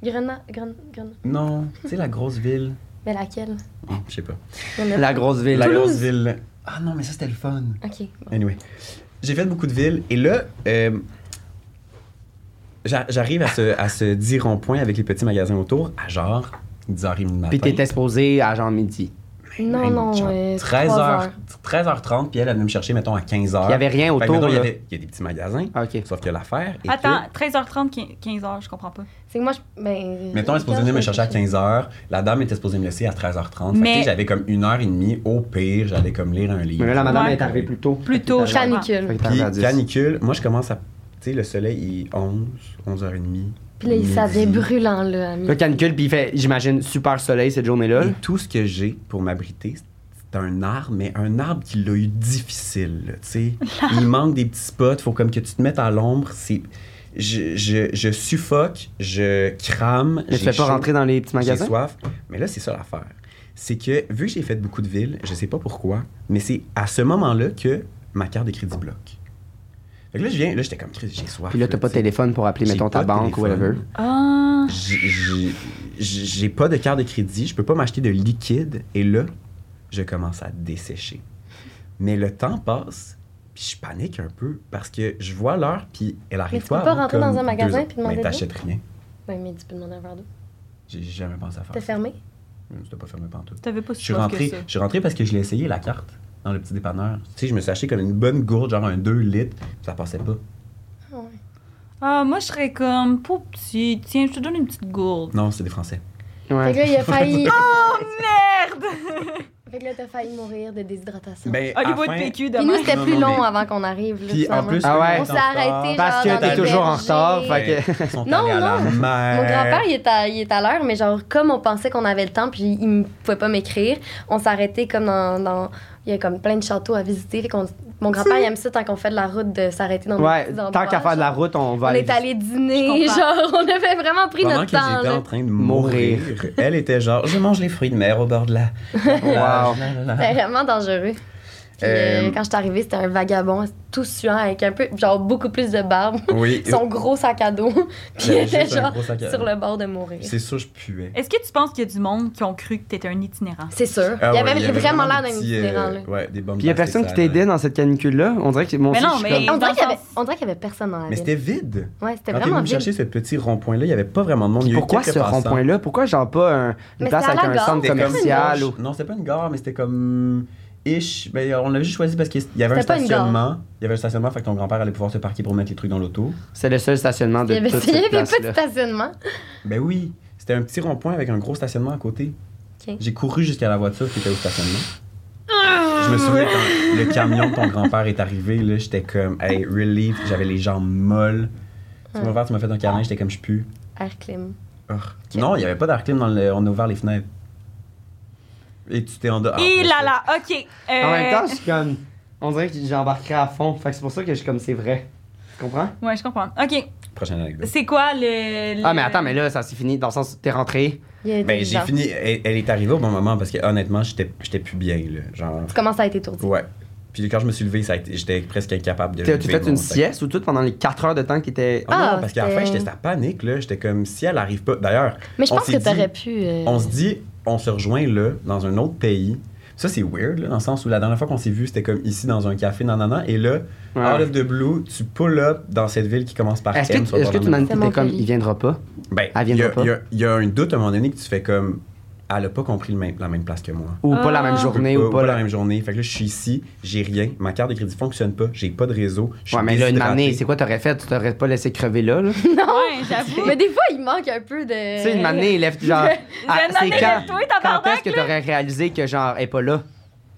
[SPEAKER 3] Grenade, Grenade, Grenade.
[SPEAKER 4] non. Tu sais, la grosse ville.
[SPEAKER 3] Mais laquelle
[SPEAKER 4] Hum, Je sais pas.
[SPEAKER 3] On a-
[SPEAKER 1] La grosse ville.
[SPEAKER 4] La
[SPEAKER 1] là.
[SPEAKER 4] grosse ville. Ah non, mais ça, c'était le fun.
[SPEAKER 3] Ok. bon.
[SPEAKER 4] Anyway, j'ai fait beaucoup de villes et là, euh, j'a- j'arrive à ce, à ce dit rond-point avec les petits magasins autour à genre 10h30 du matin.
[SPEAKER 1] Puis t'étais exposé à genre midi.
[SPEAKER 3] Non, non,
[SPEAKER 4] Ben, genre
[SPEAKER 3] euh,
[SPEAKER 4] 13
[SPEAKER 3] 3
[SPEAKER 4] h
[SPEAKER 3] heures.
[SPEAKER 4] 13h30, puis elle, elle venait me chercher, mettons, à 15h.
[SPEAKER 1] Il y avait rien autour,
[SPEAKER 4] il y
[SPEAKER 1] là.
[SPEAKER 4] avait il y a des petits magasins,
[SPEAKER 1] Ah, ok.
[SPEAKER 4] sauf que l'affaire est
[SPEAKER 2] Attends, 13h30, 15h, je comprends pas.
[SPEAKER 3] C'est que moi, je. Ben,
[SPEAKER 4] que, mettons, elle est supposée venir me chercher à 15h, la dame était supposée me laisser à 13h30. Fait que,
[SPEAKER 2] Mais-
[SPEAKER 4] tu sais, j'avais comme une heure et demie, au pire, j'allais comme lire un livre.
[SPEAKER 1] Mais là, la madame
[SPEAKER 2] Ouais.
[SPEAKER 1] est arrivée plus tôt.
[SPEAKER 2] Plus tôt, je comprends.
[SPEAKER 1] Fait
[SPEAKER 3] Canicule.
[SPEAKER 1] que t'es
[SPEAKER 4] Puis
[SPEAKER 1] arrivé à 10.
[SPEAKER 4] canicule, moi je commence à. Tu sais, le soleil, il est 11, 11h30.
[SPEAKER 3] Puis là, il- ça
[SPEAKER 4] midi.
[SPEAKER 3] devient brûlant, là, ami.
[SPEAKER 1] Le canicule, puis il fait, j'imagine, super soleil cette journée-là.
[SPEAKER 4] Et tout ce que j'ai pour m'abriter, c'est un arbre, mais un arbre qui l'a eu difficile, là, tu sais. Il manque des petits spots, faut comme que tu te mettes à l'ombre. C'est. Je, je, je suffoque, je crame.
[SPEAKER 1] Mais tu fais pas rentrer dans les petits
[SPEAKER 4] J'ai
[SPEAKER 1] magasins?
[SPEAKER 4] soif. Mais là, c'est ça l'affaire. C'est que, vu que j'ai fait beaucoup de villes, je sais pas pourquoi, mais c'est à ce moment-là que ma carte de crédit bloque. Fait que là, je viens, là, j'étais comme, Chris, j'ai soif.
[SPEAKER 1] Puis là, t'as pas de
[SPEAKER 4] tu sais.
[SPEAKER 1] téléphone pour appeler,
[SPEAKER 4] J'ai
[SPEAKER 1] mettons, ta
[SPEAKER 4] pas de
[SPEAKER 1] banque ou
[SPEAKER 4] téléphone.
[SPEAKER 1] whatever.
[SPEAKER 2] Ah.
[SPEAKER 4] J'ai- j'ai- j'ai pas de carte de crédit, je peux pas m'acheter de liquide et là, je commence à dessécher. Mais le temps passe, puis je panique un peu parce que je vois l'heure puis elle arrive
[SPEAKER 3] tu
[SPEAKER 4] pas.
[SPEAKER 3] peux pas
[SPEAKER 4] avant
[SPEAKER 3] rentrer
[SPEAKER 4] comme
[SPEAKER 3] dans un magasin
[SPEAKER 4] deux
[SPEAKER 3] puis
[SPEAKER 4] heures.
[SPEAKER 3] demander
[SPEAKER 4] Mais
[SPEAKER 3] de
[SPEAKER 4] t'achètes rien.
[SPEAKER 3] Ouais, mais tu peux demander un verre d'eau.
[SPEAKER 4] J'ai jamais pensé à faire.
[SPEAKER 3] T'es
[SPEAKER 4] ça.
[SPEAKER 3] fermé
[SPEAKER 4] Hum, C'était pas fermé pantoute.
[SPEAKER 2] T'avais pas
[SPEAKER 4] Je suis
[SPEAKER 2] si peur que
[SPEAKER 4] rentré,
[SPEAKER 2] ça.
[SPEAKER 4] je suis rentré parce que je l'ai essayé la carte dans le petit dépanneur. Tu sais, je me suis acheté comme une bonne gourde, genre un 2 litres, puis ça passait pas.
[SPEAKER 3] Ah ouais.
[SPEAKER 2] Ah, moi, je serais comme, pauvre petit, tiens, je te donne une petite gourde.
[SPEAKER 4] Non, c'est des Français.
[SPEAKER 3] Fait que
[SPEAKER 1] Ouais.
[SPEAKER 3] là, il a failli.
[SPEAKER 2] Merde!
[SPEAKER 3] Fait que là, t'as failli mourir de déshydratation.
[SPEAKER 4] Ben, à
[SPEAKER 2] Hollywood
[SPEAKER 4] fin-
[SPEAKER 2] PQ
[SPEAKER 3] Puis nous,
[SPEAKER 2] demain.
[SPEAKER 3] c'était
[SPEAKER 4] Non,
[SPEAKER 3] plus
[SPEAKER 4] non,
[SPEAKER 3] long
[SPEAKER 4] mais-
[SPEAKER 3] avant qu'on arrive. là,
[SPEAKER 4] Puis en
[SPEAKER 3] finalement.
[SPEAKER 4] plus,
[SPEAKER 1] Ah ouais.
[SPEAKER 3] on s'est arrêté.
[SPEAKER 1] Parce
[SPEAKER 3] genre,
[SPEAKER 1] que
[SPEAKER 3] dans
[SPEAKER 1] t'es
[SPEAKER 3] des
[SPEAKER 1] toujours en retard,
[SPEAKER 3] bergers.
[SPEAKER 1] fait que-
[SPEAKER 4] ben, Ils sont
[SPEAKER 3] Non,
[SPEAKER 4] allés à la
[SPEAKER 3] non.
[SPEAKER 4] mer.
[SPEAKER 3] Mon grand-père, il est à, il est à l'heure, mais genre, comme on pensait qu'on avait le temps, puis il ne pouvait pas m'écrire, on s'arrêtait comme dans, dans- Il y a comme plein de châteaux à visiter. Fait qu'on- mon grand-père, il aime ça tant qu'on fait de la route, de s'arrêter dans des
[SPEAKER 1] Ouais,
[SPEAKER 3] petits
[SPEAKER 1] tant
[SPEAKER 3] endroits,
[SPEAKER 1] qu'à faire de la
[SPEAKER 3] genre.
[SPEAKER 1] route, on va
[SPEAKER 3] On
[SPEAKER 1] aller.
[SPEAKER 3] est allé dîner,
[SPEAKER 2] Je comprends.
[SPEAKER 3] genre, on avait vraiment pris
[SPEAKER 4] Pendant
[SPEAKER 3] notre
[SPEAKER 4] que
[SPEAKER 3] temps.
[SPEAKER 4] j'étais
[SPEAKER 3] là.
[SPEAKER 4] en train de mourir, elle était genre, je mange les fruits de mer au bord de la.
[SPEAKER 1] Wow.
[SPEAKER 3] Ben, C'était vraiment dangereux. Puis euh, quand je suis arrivée, c'était un vagabond tout suant avec un peu, genre beaucoup plus de barbe,
[SPEAKER 4] Oui.
[SPEAKER 3] son gros sac à dos. Puis il
[SPEAKER 4] J'avais oh.
[SPEAKER 3] était
[SPEAKER 4] Ben, juste un
[SPEAKER 3] genre
[SPEAKER 4] gros sac à-
[SPEAKER 3] sur le bord de mourir.
[SPEAKER 4] C'est sûr, je puais.
[SPEAKER 2] Est-ce que tu penses qu'il y a du monde qui ont cru que t'étais un itinérant?
[SPEAKER 3] C'est sûr.
[SPEAKER 4] Ah
[SPEAKER 3] il y
[SPEAKER 4] ouais,
[SPEAKER 3] avait, vraiment l'air d'un
[SPEAKER 4] des petits,
[SPEAKER 3] itinérant,
[SPEAKER 4] euh,
[SPEAKER 3] là.
[SPEAKER 4] Ouais, des bombes
[SPEAKER 1] Puis il a personne qui
[SPEAKER 4] plastiques, ça,
[SPEAKER 1] t'aidait dans cette canicule-là. On dirait que mon
[SPEAKER 2] Mais
[SPEAKER 1] fils,
[SPEAKER 2] non,
[SPEAKER 1] je suis
[SPEAKER 2] mais-
[SPEAKER 1] comme-
[SPEAKER 3] On dirait
[SPEAKER 2] le
[SPEAKER 3] qu'il y avait-
[SPEAKER 2] sens-
[SPEAKER 3] on dirait qu'il y avait personne dans la
[SPEAKER 4] Mais
[SPEAKER 3] ville.
[SPEAKER 4] c'était vide.
[SPEAKER 3] Ouais, c'était
[SPEAKER 4] Quand t'es
[SPEAKER 3] vraiment
[SPEAKER 4] venu
[SPEAKER 3] vide.
[SPEAKER 4] chercher ce petit rond-point-là, il n'y avait pas vraiment de monde. Il y a eu
[SPEAKER 1] Pourquoi
[SPEAKER 4] quelques
[SPEAKER 1] ce
[SPEAKER 4] passants.
[SPEAKER 1] rond-point-là? Pourquoi genre pas un- une
[SPEAKER 3] Mais
[SPEAKER 1] place
[SPEAKER 3] c'était à
[SPEAKER 1] avec un
[SPEAKER 3] la
[SPEAKER 1] centre
[SPEAKER 3] gare.
[SPEAKER 4] C'était comme
[SPEAKER 1] commercial
[SPEAKER 3] une
[SPEAKER 1] ou...
[SPEAKER 4] Non, c'était pas une gare, mais c'était comme. Ish. Ben, on l'avait juste choisi parce qu'il y avait un
[SPEAKER 3] C'était pas une gare.
[SPEAKER 4] stationnement. Il y avait un stationnement, fait que ton grand-père allait pouvoir se parquer pour mettre les trucs dans l'auto.
[SPEAKER 1] C'est le seul stationnement
[SPEAKER 3] Il
[SPEAKER 1] de
[SPEAKER 3] y avait,
[SPEAKER 1] toute
[SPEAKER 3] il y
[SPEAKER 1] cette
[SPEAKER 3] avait pas
[SPEAKER 1] place-là.
[SPEAKER 3] de stationnement.
[SPEAKER 4] Ben oui, c'était un petit rond-point avec un gros stationnement à côté.
[SPEAKER 3] Ok.
[SPEAKER 4] J'ai couru jusqu'à la voiture qui était au stationnement. Je me souviens quand le camion de ton grand-père est arrivé, là, j'étais comme, hey, relief, j'avais les jambes molles. Tu m'as ouvert, tu m'as fait un câlin, j'étais comme, je pue.
[SPEAKER 3] Air clim.
[SPEAKER 4] Urgh. Non, il n'y avait pas d'air clim dans le. On a ouvert les fenêtres. Et tu t'es en dehors.
[SPEAKER 2] Et là là, ok. euh,
[SPEAKER 1] En même temps, je suis comme... On dirait que j'embarquerais à fond. Fait que c'est pour ça que je suis comme, c'est vrai. Tu comprends?
[SPEAKER 2] Ouais, je comprends. Ok.
[SPEAKER 4] Prochaine anecdote.
[SPEAKER 2] C'est quoi le. le-
[SPEAKER 1] Ah, mais attends, mais là, ça s'est fini dans le sens où t'es rentré.
[SPEAKER 3] Il y a
[SPEAKER 4] Ben,
[SPEAKER 3] des
[SPEAKER 4] j'ai
[SPEAKER 3] gens.
[SPEAKER 4] fini. Elle, elle est arrivée au bon moment parce que honnêtement, j'étais j'étais plus bien, là. Genre.
[SPEAKER 3] Tu commences à être étourdi.
[SPEAKER 4] Ouais. Puis quand je me suis levé, ça a été- j'étais presque incapable de.
[SPEAKER 1] T'as-tu
[SPEAKER 4] lever
[SPEAKER 1] fait
[SPEAKER 4] mon
[SPEAKER 1] une
[SPEAKER 4] sac.
[SPEAKER 1] sieste ou tout pendant les 4 heures de temps qui était...
[SPEAKER 4] Ah,
[SPEAKER 3] Ah,
[SPEAKER 4] non, parce qu'à la fin,
[SPEAKER 3] c'était-
[SPEAKER 4] j'étais sa panique, là. J'étais comme si elle arrive pas. D'ailleurs,
[SPEAKER 3] Mais je
[SPEAKER 4] on
[SPEAKER 3] pense
[SPEAKER 4] s'est
[SPEAKER 3] que t'aurais
[SPEAKER 4] dit-
[SPEAKER 3] pu. euh,
[SPEAKER 4] On se dit, on se rejoint là, dans un autre pays. Ça, c'est weird, là, dans le sens où la dernière fois qu'on s'est vu, c'était comme ici, dans un café, nanana. Et là,
[SPEAKER 1] Ouais.
[SPEAKER 4] out of the blue, tu pull up dans cette ville qui commence par
[SPEAKER 1] Est-ce
[SPEAKER 4] M,
[SPEAKER 1] que,
[SPEAKER 4] soit
[SPEAKER 1] est-ce que
[SPEAKER 4] par
[SPEAKER 1] tu m'as
[SPEAKER 4] Nanana.
[SPEAKER 1] dit
[SPEAKER 3] C'est mon
[SPEAKER 1] comme,
[SPEAKER 3] pays.
[SPEAKER 1] il viendra pas?
[SPEAKER 4] Ben,
[SPEAKER 1] Elle
[SPEAKER 4] il y,
[SPEAKER 1] viendra
[SPEAKER 4] a-
[SPEAKER 1] pas.
[SPEAKER 4] il y a- il y a un doute à un moment donné que tu fais comme. Elle a pas compris le même- la même place que moi.
[SPEAKER 1] Ou pas la
[SPEAKER 2] Ah.
[SPEAKER 1] même journée, ou pas
[SPEAKER 4] la
[SPEAKER 1] la
[SPEAKER 4] même journée. Fait que là, je suis ici, j'ai rien. Ma carte de crédit fonctionne pas, j'ai pas de réseau. je suis
[SPEAKER 1] Ouais, mais là, une
[SPEAKER 4] déshydraté.
[SPEAKER 1] année, c'est quoi t'aurais fait? Tu t'aurais pas laissé crever là,
[SPEAKER 3] Euh.
[SPEAKER 1] là? tu
[SPEAKER 2] Ouais, j'avoue.
[SPEAKER 3] Mais des fois, il manque un peu de.
[SPEAKER 1] sais, une année, il lève genre. ah,
[SPEAKER 2] une année, lève-toi,
[SPEAKER 1] quand
[SPEAKER 2] tabarnak,
[SPEAKER 1] est-ce que t'aurais réalisé que genre, elle est pas là?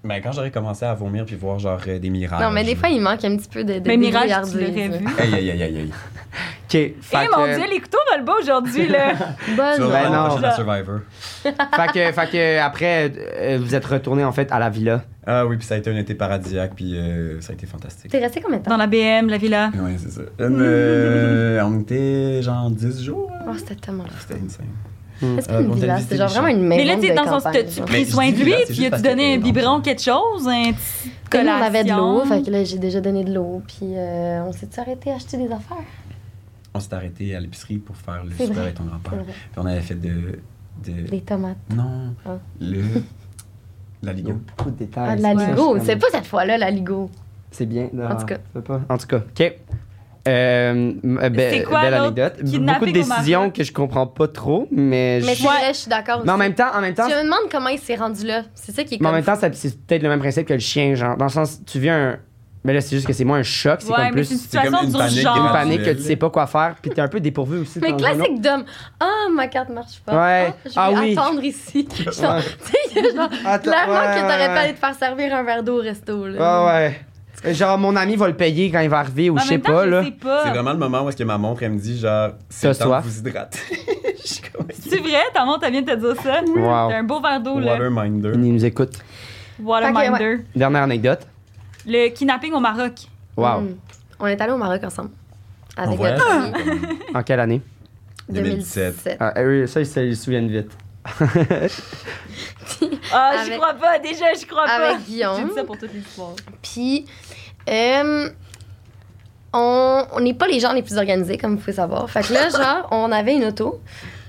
[SPEAKER 4] Ben, quand j'aurais commencé à vomir puis voir genre euh, des miracles.
[SPEAKER 3] Non, mais des fois, il manque un petit peu de. de
[SPEAKER 2] Mais Ben, Mirage, tu
[SPEAKER 3] débrouillardise,
[SPEAKER 2] l'aurais
[SPEAKER 3] là.
[SPEAKER 2] vu.
[SPEAKER 4] Aïe, aïe, aïe, aïe, aïe.
[SPEAKER 1] Ok, fait
[SPEAKER 2] Eh
[SPEAKER 1] que-
[SPEAKER 2] mon dieu, les couteaux volent bas aujourd'hui, là.
[SPEAKER 4] Tu vas
[SPEAKER 3] Bonne.
[SPEAKER 1] Ben
[SPEAKER 4] voir la
[SPEAKER 1] non.
[SPEAKER 4] prochaine à Survivor.
[SPEAKER 1] fait que, fait que après, euh, vous êtes retourné en fait à la villa.
[SPEAKER 4] Ah oui, puis ça a été un été paradisiaque, puis euh, ça a été fantastique.
[SPEAKER 3] T'es resté combien de temps?
[SPEAKER 2] Dans la BM, la villa.
[SPEAKER 4] Ouais, c'est ça. Euh, on était genre 10 jours. hein?
[SPEAKER 3] Oh, c'était tellement.
[SPEAKER 4] C'était insane.
[SPEAKER 3] C'est
[SPEAKER 4] Euh,
[SPEAKER 3] pas une
[SPEAKER 4] on t'a
[SPEAKER 3] villa,
[SPEAKER 4] visité
[SPEAKER 3] c'est genre
[SPEAKER 4] les
[SPEAKER 3] vraiment une maison.
[SPEAKER 2] Mais là, tu
[SPEAKER 3] tu
[SPEAKER 2] sais, dans son. T'as-tu
[SPEAKER 4] Mais
[SPEAKER 2] pris
[SPEAKER 4] je
[SPEAKER 2] soin
[SPEAKER 4] dis
[SPEAKER 2] de lui?
[SPEAKER 4] là, c'est
[SPEAKER 2] Puis
[SPEAKER 4] juste
[SPEAKER 2] as-tu
[SPEAKER 4] parce
[SPEAKER 2] donné
[SPEAKER 4] que-
[SPEAKER 2] un biberon, quelque chose? Un petit.
[SPEAKER 3] Comme on avait de l'eau,
[SPEAKER 2] collation?
[SPEAKER 3] fait que là, j'ai déjà donné de l'eau, puis euh, on s'est arrêté à acheter des affaires.
[SPEAKER 4] On s'est arrêté à l'épicerie pour faire le
[SPEAKER 3] C'est
[SPEAKER 4] super
[SPEAKER 3] vrai.
[SPEAKER 4] avec ton
[SPEAKER 3] C'est
[SPEAKER 4] grand-père.
[SPEAKER 3] vrai.
[SPEAKER 4] Puis on avait fait de. de-
[SPEAKER 3] Des tomates.
[SPEAKER 4] Non.
[SPEAKER 3] Ah.
[SPEAKER 4] Le. La
[SPEAKER 1] Il y a
[SPEAKER 4] Ligue.
[SPEAKER 1] beaucoup de détails.
[SPEAKER 3] Ah, de la
[SPEAKER 1] ça,
[SPEAKER 3] Ligo.
[SPEAKER 1] je suis
[SPEAKER 3] C'est
[SPEAKER 1] comme-
[SPEAKER 3] pas cette fois-là, la Ligo.
[SPEAKER 1] C'est bien. non,
[SPEAKER 3] En tout cas.
[SPEAKER 1] c'est pas- En tout cas, ok. Euh, be-
[SPEAKER 2] C'est quoi
[SPEAKER 1] belle
[SPEAKER 2] l'autre?
[SPEAKER 1] anecdote. Beaucoup de
[SPEAKER 2] Kidnapping au
[SPEAKER 1] décisions
[SPEAKER 2] Maroc.
[SPEAKER 1] que je comprends pas trop, mais.
[SPEAKER 3] Mais
[SPEAKER 1] je-
[SPEAKER 3] c'est vrai, je suis d'accord aussi.
[SPEAKER 1] mais en même temps, en même temps,
[SPEAKER 3] Tu me demandes comment il s'est rendu là. C'est ça qui est
[SPEAKER 1] Mais en
[SPEAKER 3] comme
[SPEAKER 1] même temps, ça- c'est peut-être le même principe que le chien, genre. Dans le sens, tu vis un. Mais là, c'est juste que c'est moins un choc, c'est
[SPEAKER 2] Ouais,
[SPEAKER 1] comme
[SPEAKER 2] mais
[SPEAKER 1] plus
[SPEAKER 2] c'est une
[SPEAKER 1] une
[SPEAKER 4] c'est
[SPEAKER 2] situation
[SPEAKER 4] comme une
[SPEAKER 2] du
[SPEAKER 4] panique
[SPEAKER 2] genre.
[SPEAKER 4] irrationnelle.
[SPEAKER 1] panique que tu sais pas quoi faire, puis t'es un peu dépourvu aussi.
[SPEAKER 3] Mais
[SPEAKER 1] dans un autre-
[SPEAKER 3] classique d'homme. Ah, ma carte marche pas.
[SPEAKER 1] Ouais.
[SPEAKER 3] Ah, je vais
[SPEAKER 1] Ah oui.
[SPEAKER 3] attendre ici. Genre, Tu
[SPEAKER 1] Ouais.
[SPEAKER 3] sais, il y a genre,
[SPEAKER 1] Attends,
[SPEAKER 3] clairement
[SPEAKER 1] ouais,
[SPEAKER 3] que t'aurais
[SPEAKER 1] ouais,
[SPEAKER 3] pas
[SPEAKER 1] ouais.
[SPEAKER 3] allé te faire servir un verre d'eau au resto. Là.
[SPEAKER 1] Ah ouais. Euh, Genre, mon ami va le payer quand il va arriver, ou
[SPEAKER 2] En
[SPEAKER 1] je sais
[SPEAKER 2] même temps,
[SPEAKER 1] pas,
[SPEAKER 2] je
[SPEAKER 1] là.
[SPEAKER 2] sais
[SPEAKER 3] Ah.
[SPEAKER 2] pas.
[SPEAKER 4] C'est vraiment le moment où est-ce que ma montre, elle me dit genre, c'est
[SPEAKER 1] T'as
[SPEAKER 4] le temps
[SPEAKER 1] soif.
[SPEAKER 4] de vous hydrater. Je suis comme,
[SPEAKER 2] C'est vrai, ta montre, elle vient de te dire ça.
[SPEAKER 1] Wow.
[SPEAKER 2] T'as un beau verre
[SPEAKER 3] hein.
[SPEAKER 2] d'eau, là.
[SPEAKER 4] Waterminder.
[SPEAKER 1] Il nous écoute.
[SPEAKER 2] Waterminder.
[SPEAKER 3] Fait que,
[SPEAKER 1] Dernière anecdote.
[SPEAKER 2] Le kidnapping au Maroc.
[SPEAKER 1] Wow.
[SPEAKER 3] Mm. On est allé au Maroc ensemble.
[SPEAKER 4] On
[SPEAKER 3] Avec
[SPEAKER 4] voyage,
[SPEAKER 3] notre ami.
[SPEAKER 4] comme
[SPEAKER 1] En quelle année
[SPEAKER 4] 2017.
[SPEAKER 1] Ah, euh, Ça, ils se ils se souviennent vite.
[SPEAKER 2] Ah, j'y
[SPEAKER 3] Avec-
[SPEAKER 2] crois pas, déjà, j'y crois pas.
[SPEAKER 3] Avec Guillaume.
[SPEAKER 2] J'ai dit ça pour toutes les histoires.
[SPEAKER 3] Puis, euh, on on n'est pas les gens les plus organisés, comme vous pouvez savoir. Fait que là, genre, on avait une auto.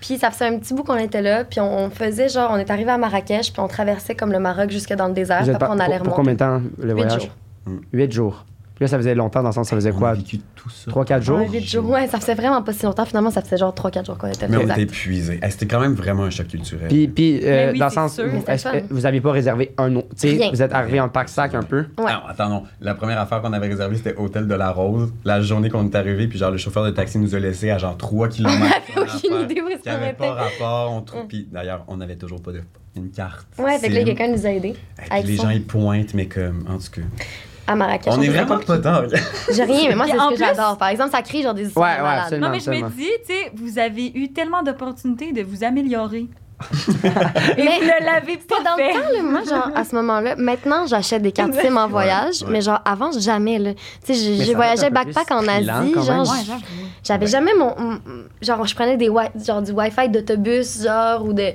[SPEAKER 3] Puis ça faisait un petit bout qu'on était là. Puis on, on faisait genre, on est arrivé à Marrakech, puis on traversait comme le Maroc jusque dans le désert.
[SPEAKER 1] Vous
[SPEAKER 3] Puis
[SPEAKER 1] êtes pas-
[SPEAKER 3] après, on allait
[SPEAKER 1] pour, pour
[SPEAKER 3] remonter.
[SPEAKER 1] combien de temps le
[SPEAKER 3] Huit
[SPEAKER 1] voyage Ah,
[SPEAKER 3] jours.
[SPEAKER 4] Mm.
[SPEAKER 1] 8 jours. Puis là, ça faisait longtemps, dans le sens, ça faisait
[SPEAKER 4] On a
[SPEAKER 1] quoi
[SPEAKER 4] vécu tout ça.
[SPEAKER 1] 3-4 jours
[SPEAKER 3] Ouais, huit jours. Ouais, ça faisait vraiment pas si longtemps. Finalement, ça faisait genre 3-4 jours qu'on était
[SPEAKER 4] Mais
[SPEAKER 3] là.
[SPEAKER 4] on
[SPEAKER 3] Exact.
[SPEAKER 4] était épuisés. Eh, C'était quand même vraiment un choc culturel.
[SPEAKER 1] Puis, puis euh,
[SPEAKER 3] Ben
[SPEAKER 2] Mais oui,
[SPEAKER 1] dans le
[SPEAKER 2] c'est
[SPEAKER 1] sens,
[SPEAKER 2] sûr.
[SPEAKER 1] vous-
[SPEAKER 3] Mais c'était
[SPEAKER 1] est-ce que
[SPEAKER 3] fun.
[SPEAKER 1] vous aviez pas réservé un autre. Tu sais,
[SPEAKER 3] Rien.
[SPEAKER 1] vous êtes arrivé en pack-sac un peu.
[SPEAKER 3] Ouais.
[SPEAKER 4] Ah non, attends, non. La première affaire qu'on avait réservée, c'était Hôtel de la Rose. La journée qu'on est arrivé, puis genre le chauffeur de taxi nous a laissé à genre 3 km.
[SPEAKER 3] On avait aucune idée où
[SPEAKER 4] Qui
[SPEAKER 3] est-ce qu'on
[SPEAKER 4] avait pas
[SPEAKER 3] était. Mm.
[SPEAKER 4] rapport. On trouve... Puis d'ailleurs, on n'avait toujours pas de... une carte.
[SPEAKER 3] Ouais, fait que là,
[SPEAKER 4] SIM.
[SPEAKER 3] quelqu'un nous a aidés
[SPEAKER 4] Eh, puis
[SPEAKER 3] avec
[SPEAKER 4] les
[SPEAKER 3] son-
[SPEAKER 4] gens, ils pointent, mais comme, en tout cas.
[SPEAKER 3] à Marrakech.
[SPEAKER 4] on est
[SPEAKER 3] était
[SPEAKER 4] vraiment
[SPEAKER 3] compris.
[SPEAKER 4] pas tard.
[SPEAKER 3] J'ai rien, mais moi, c'est
[SPEAKER 2] Puis
[SPEAKER 3] ce
[SPEAKER 2] en
[SPEAKER 3] que
[SPEAKER 2] plus-
[SPEAKER 3] j'adore. Par exemple, ça crée genre des histoires
[SPEAKER 1] Ouais,
[SPEAKER 3] de
[SPEAKER 1] ouais,
[SPEAKER 3] malades.
[SPEAKER 1] absolument.
[SPEAKER 2] Non, mais je me
[SPEAKER 1] tellement.
[SPEAKER 2] dis, tu sais, vous avez eu tellement d'opportunités de vous améliorer. Et
[SPEAKER 3] Mais-
[SPEAKER 2] vous ne l'avez
[SPEAKER 3] C'était
[SPEAKER 2] pas
[SPEAKER 3] dans
[SPEAKER 2] fait.
[SPEAKER 3] le temps, là, moi, genre, à ce moment-là. Maintenant, j'achète des cartes SIM en voyage,
[SPEAKER 4] ouais.
[SPEAKER 3] mais genre, avant, jamais, là. Tu sais,
[SPEAKER 1] Mais
[SPEAKER 3] je-
[SPEAKER 1] ça
[SPEAKER 3] je
[SPEAKER 1] doit
[SPEAKER 3] voyageais
[SPEAKER 1] être un peu
[SPEAKER 3] backpack
[SPEAKER 1] plus
[SPEAKER 3] en Asie,
[SPEAKER 1] filant, quand même.
[SPEAKER 3] genre,
[SPEAKER 2] Ouais,
[SPEAKER 3] je-
[SPEAKER 2] j'avoue.
[SPEAKER 3] j'avais
[SPEAKER 4] Ouais.
[SPEAKER 3] jamais mon... m- m- Genre, je prenais des wi- genre, du Wi-Fi d'autobus, genre, ou de...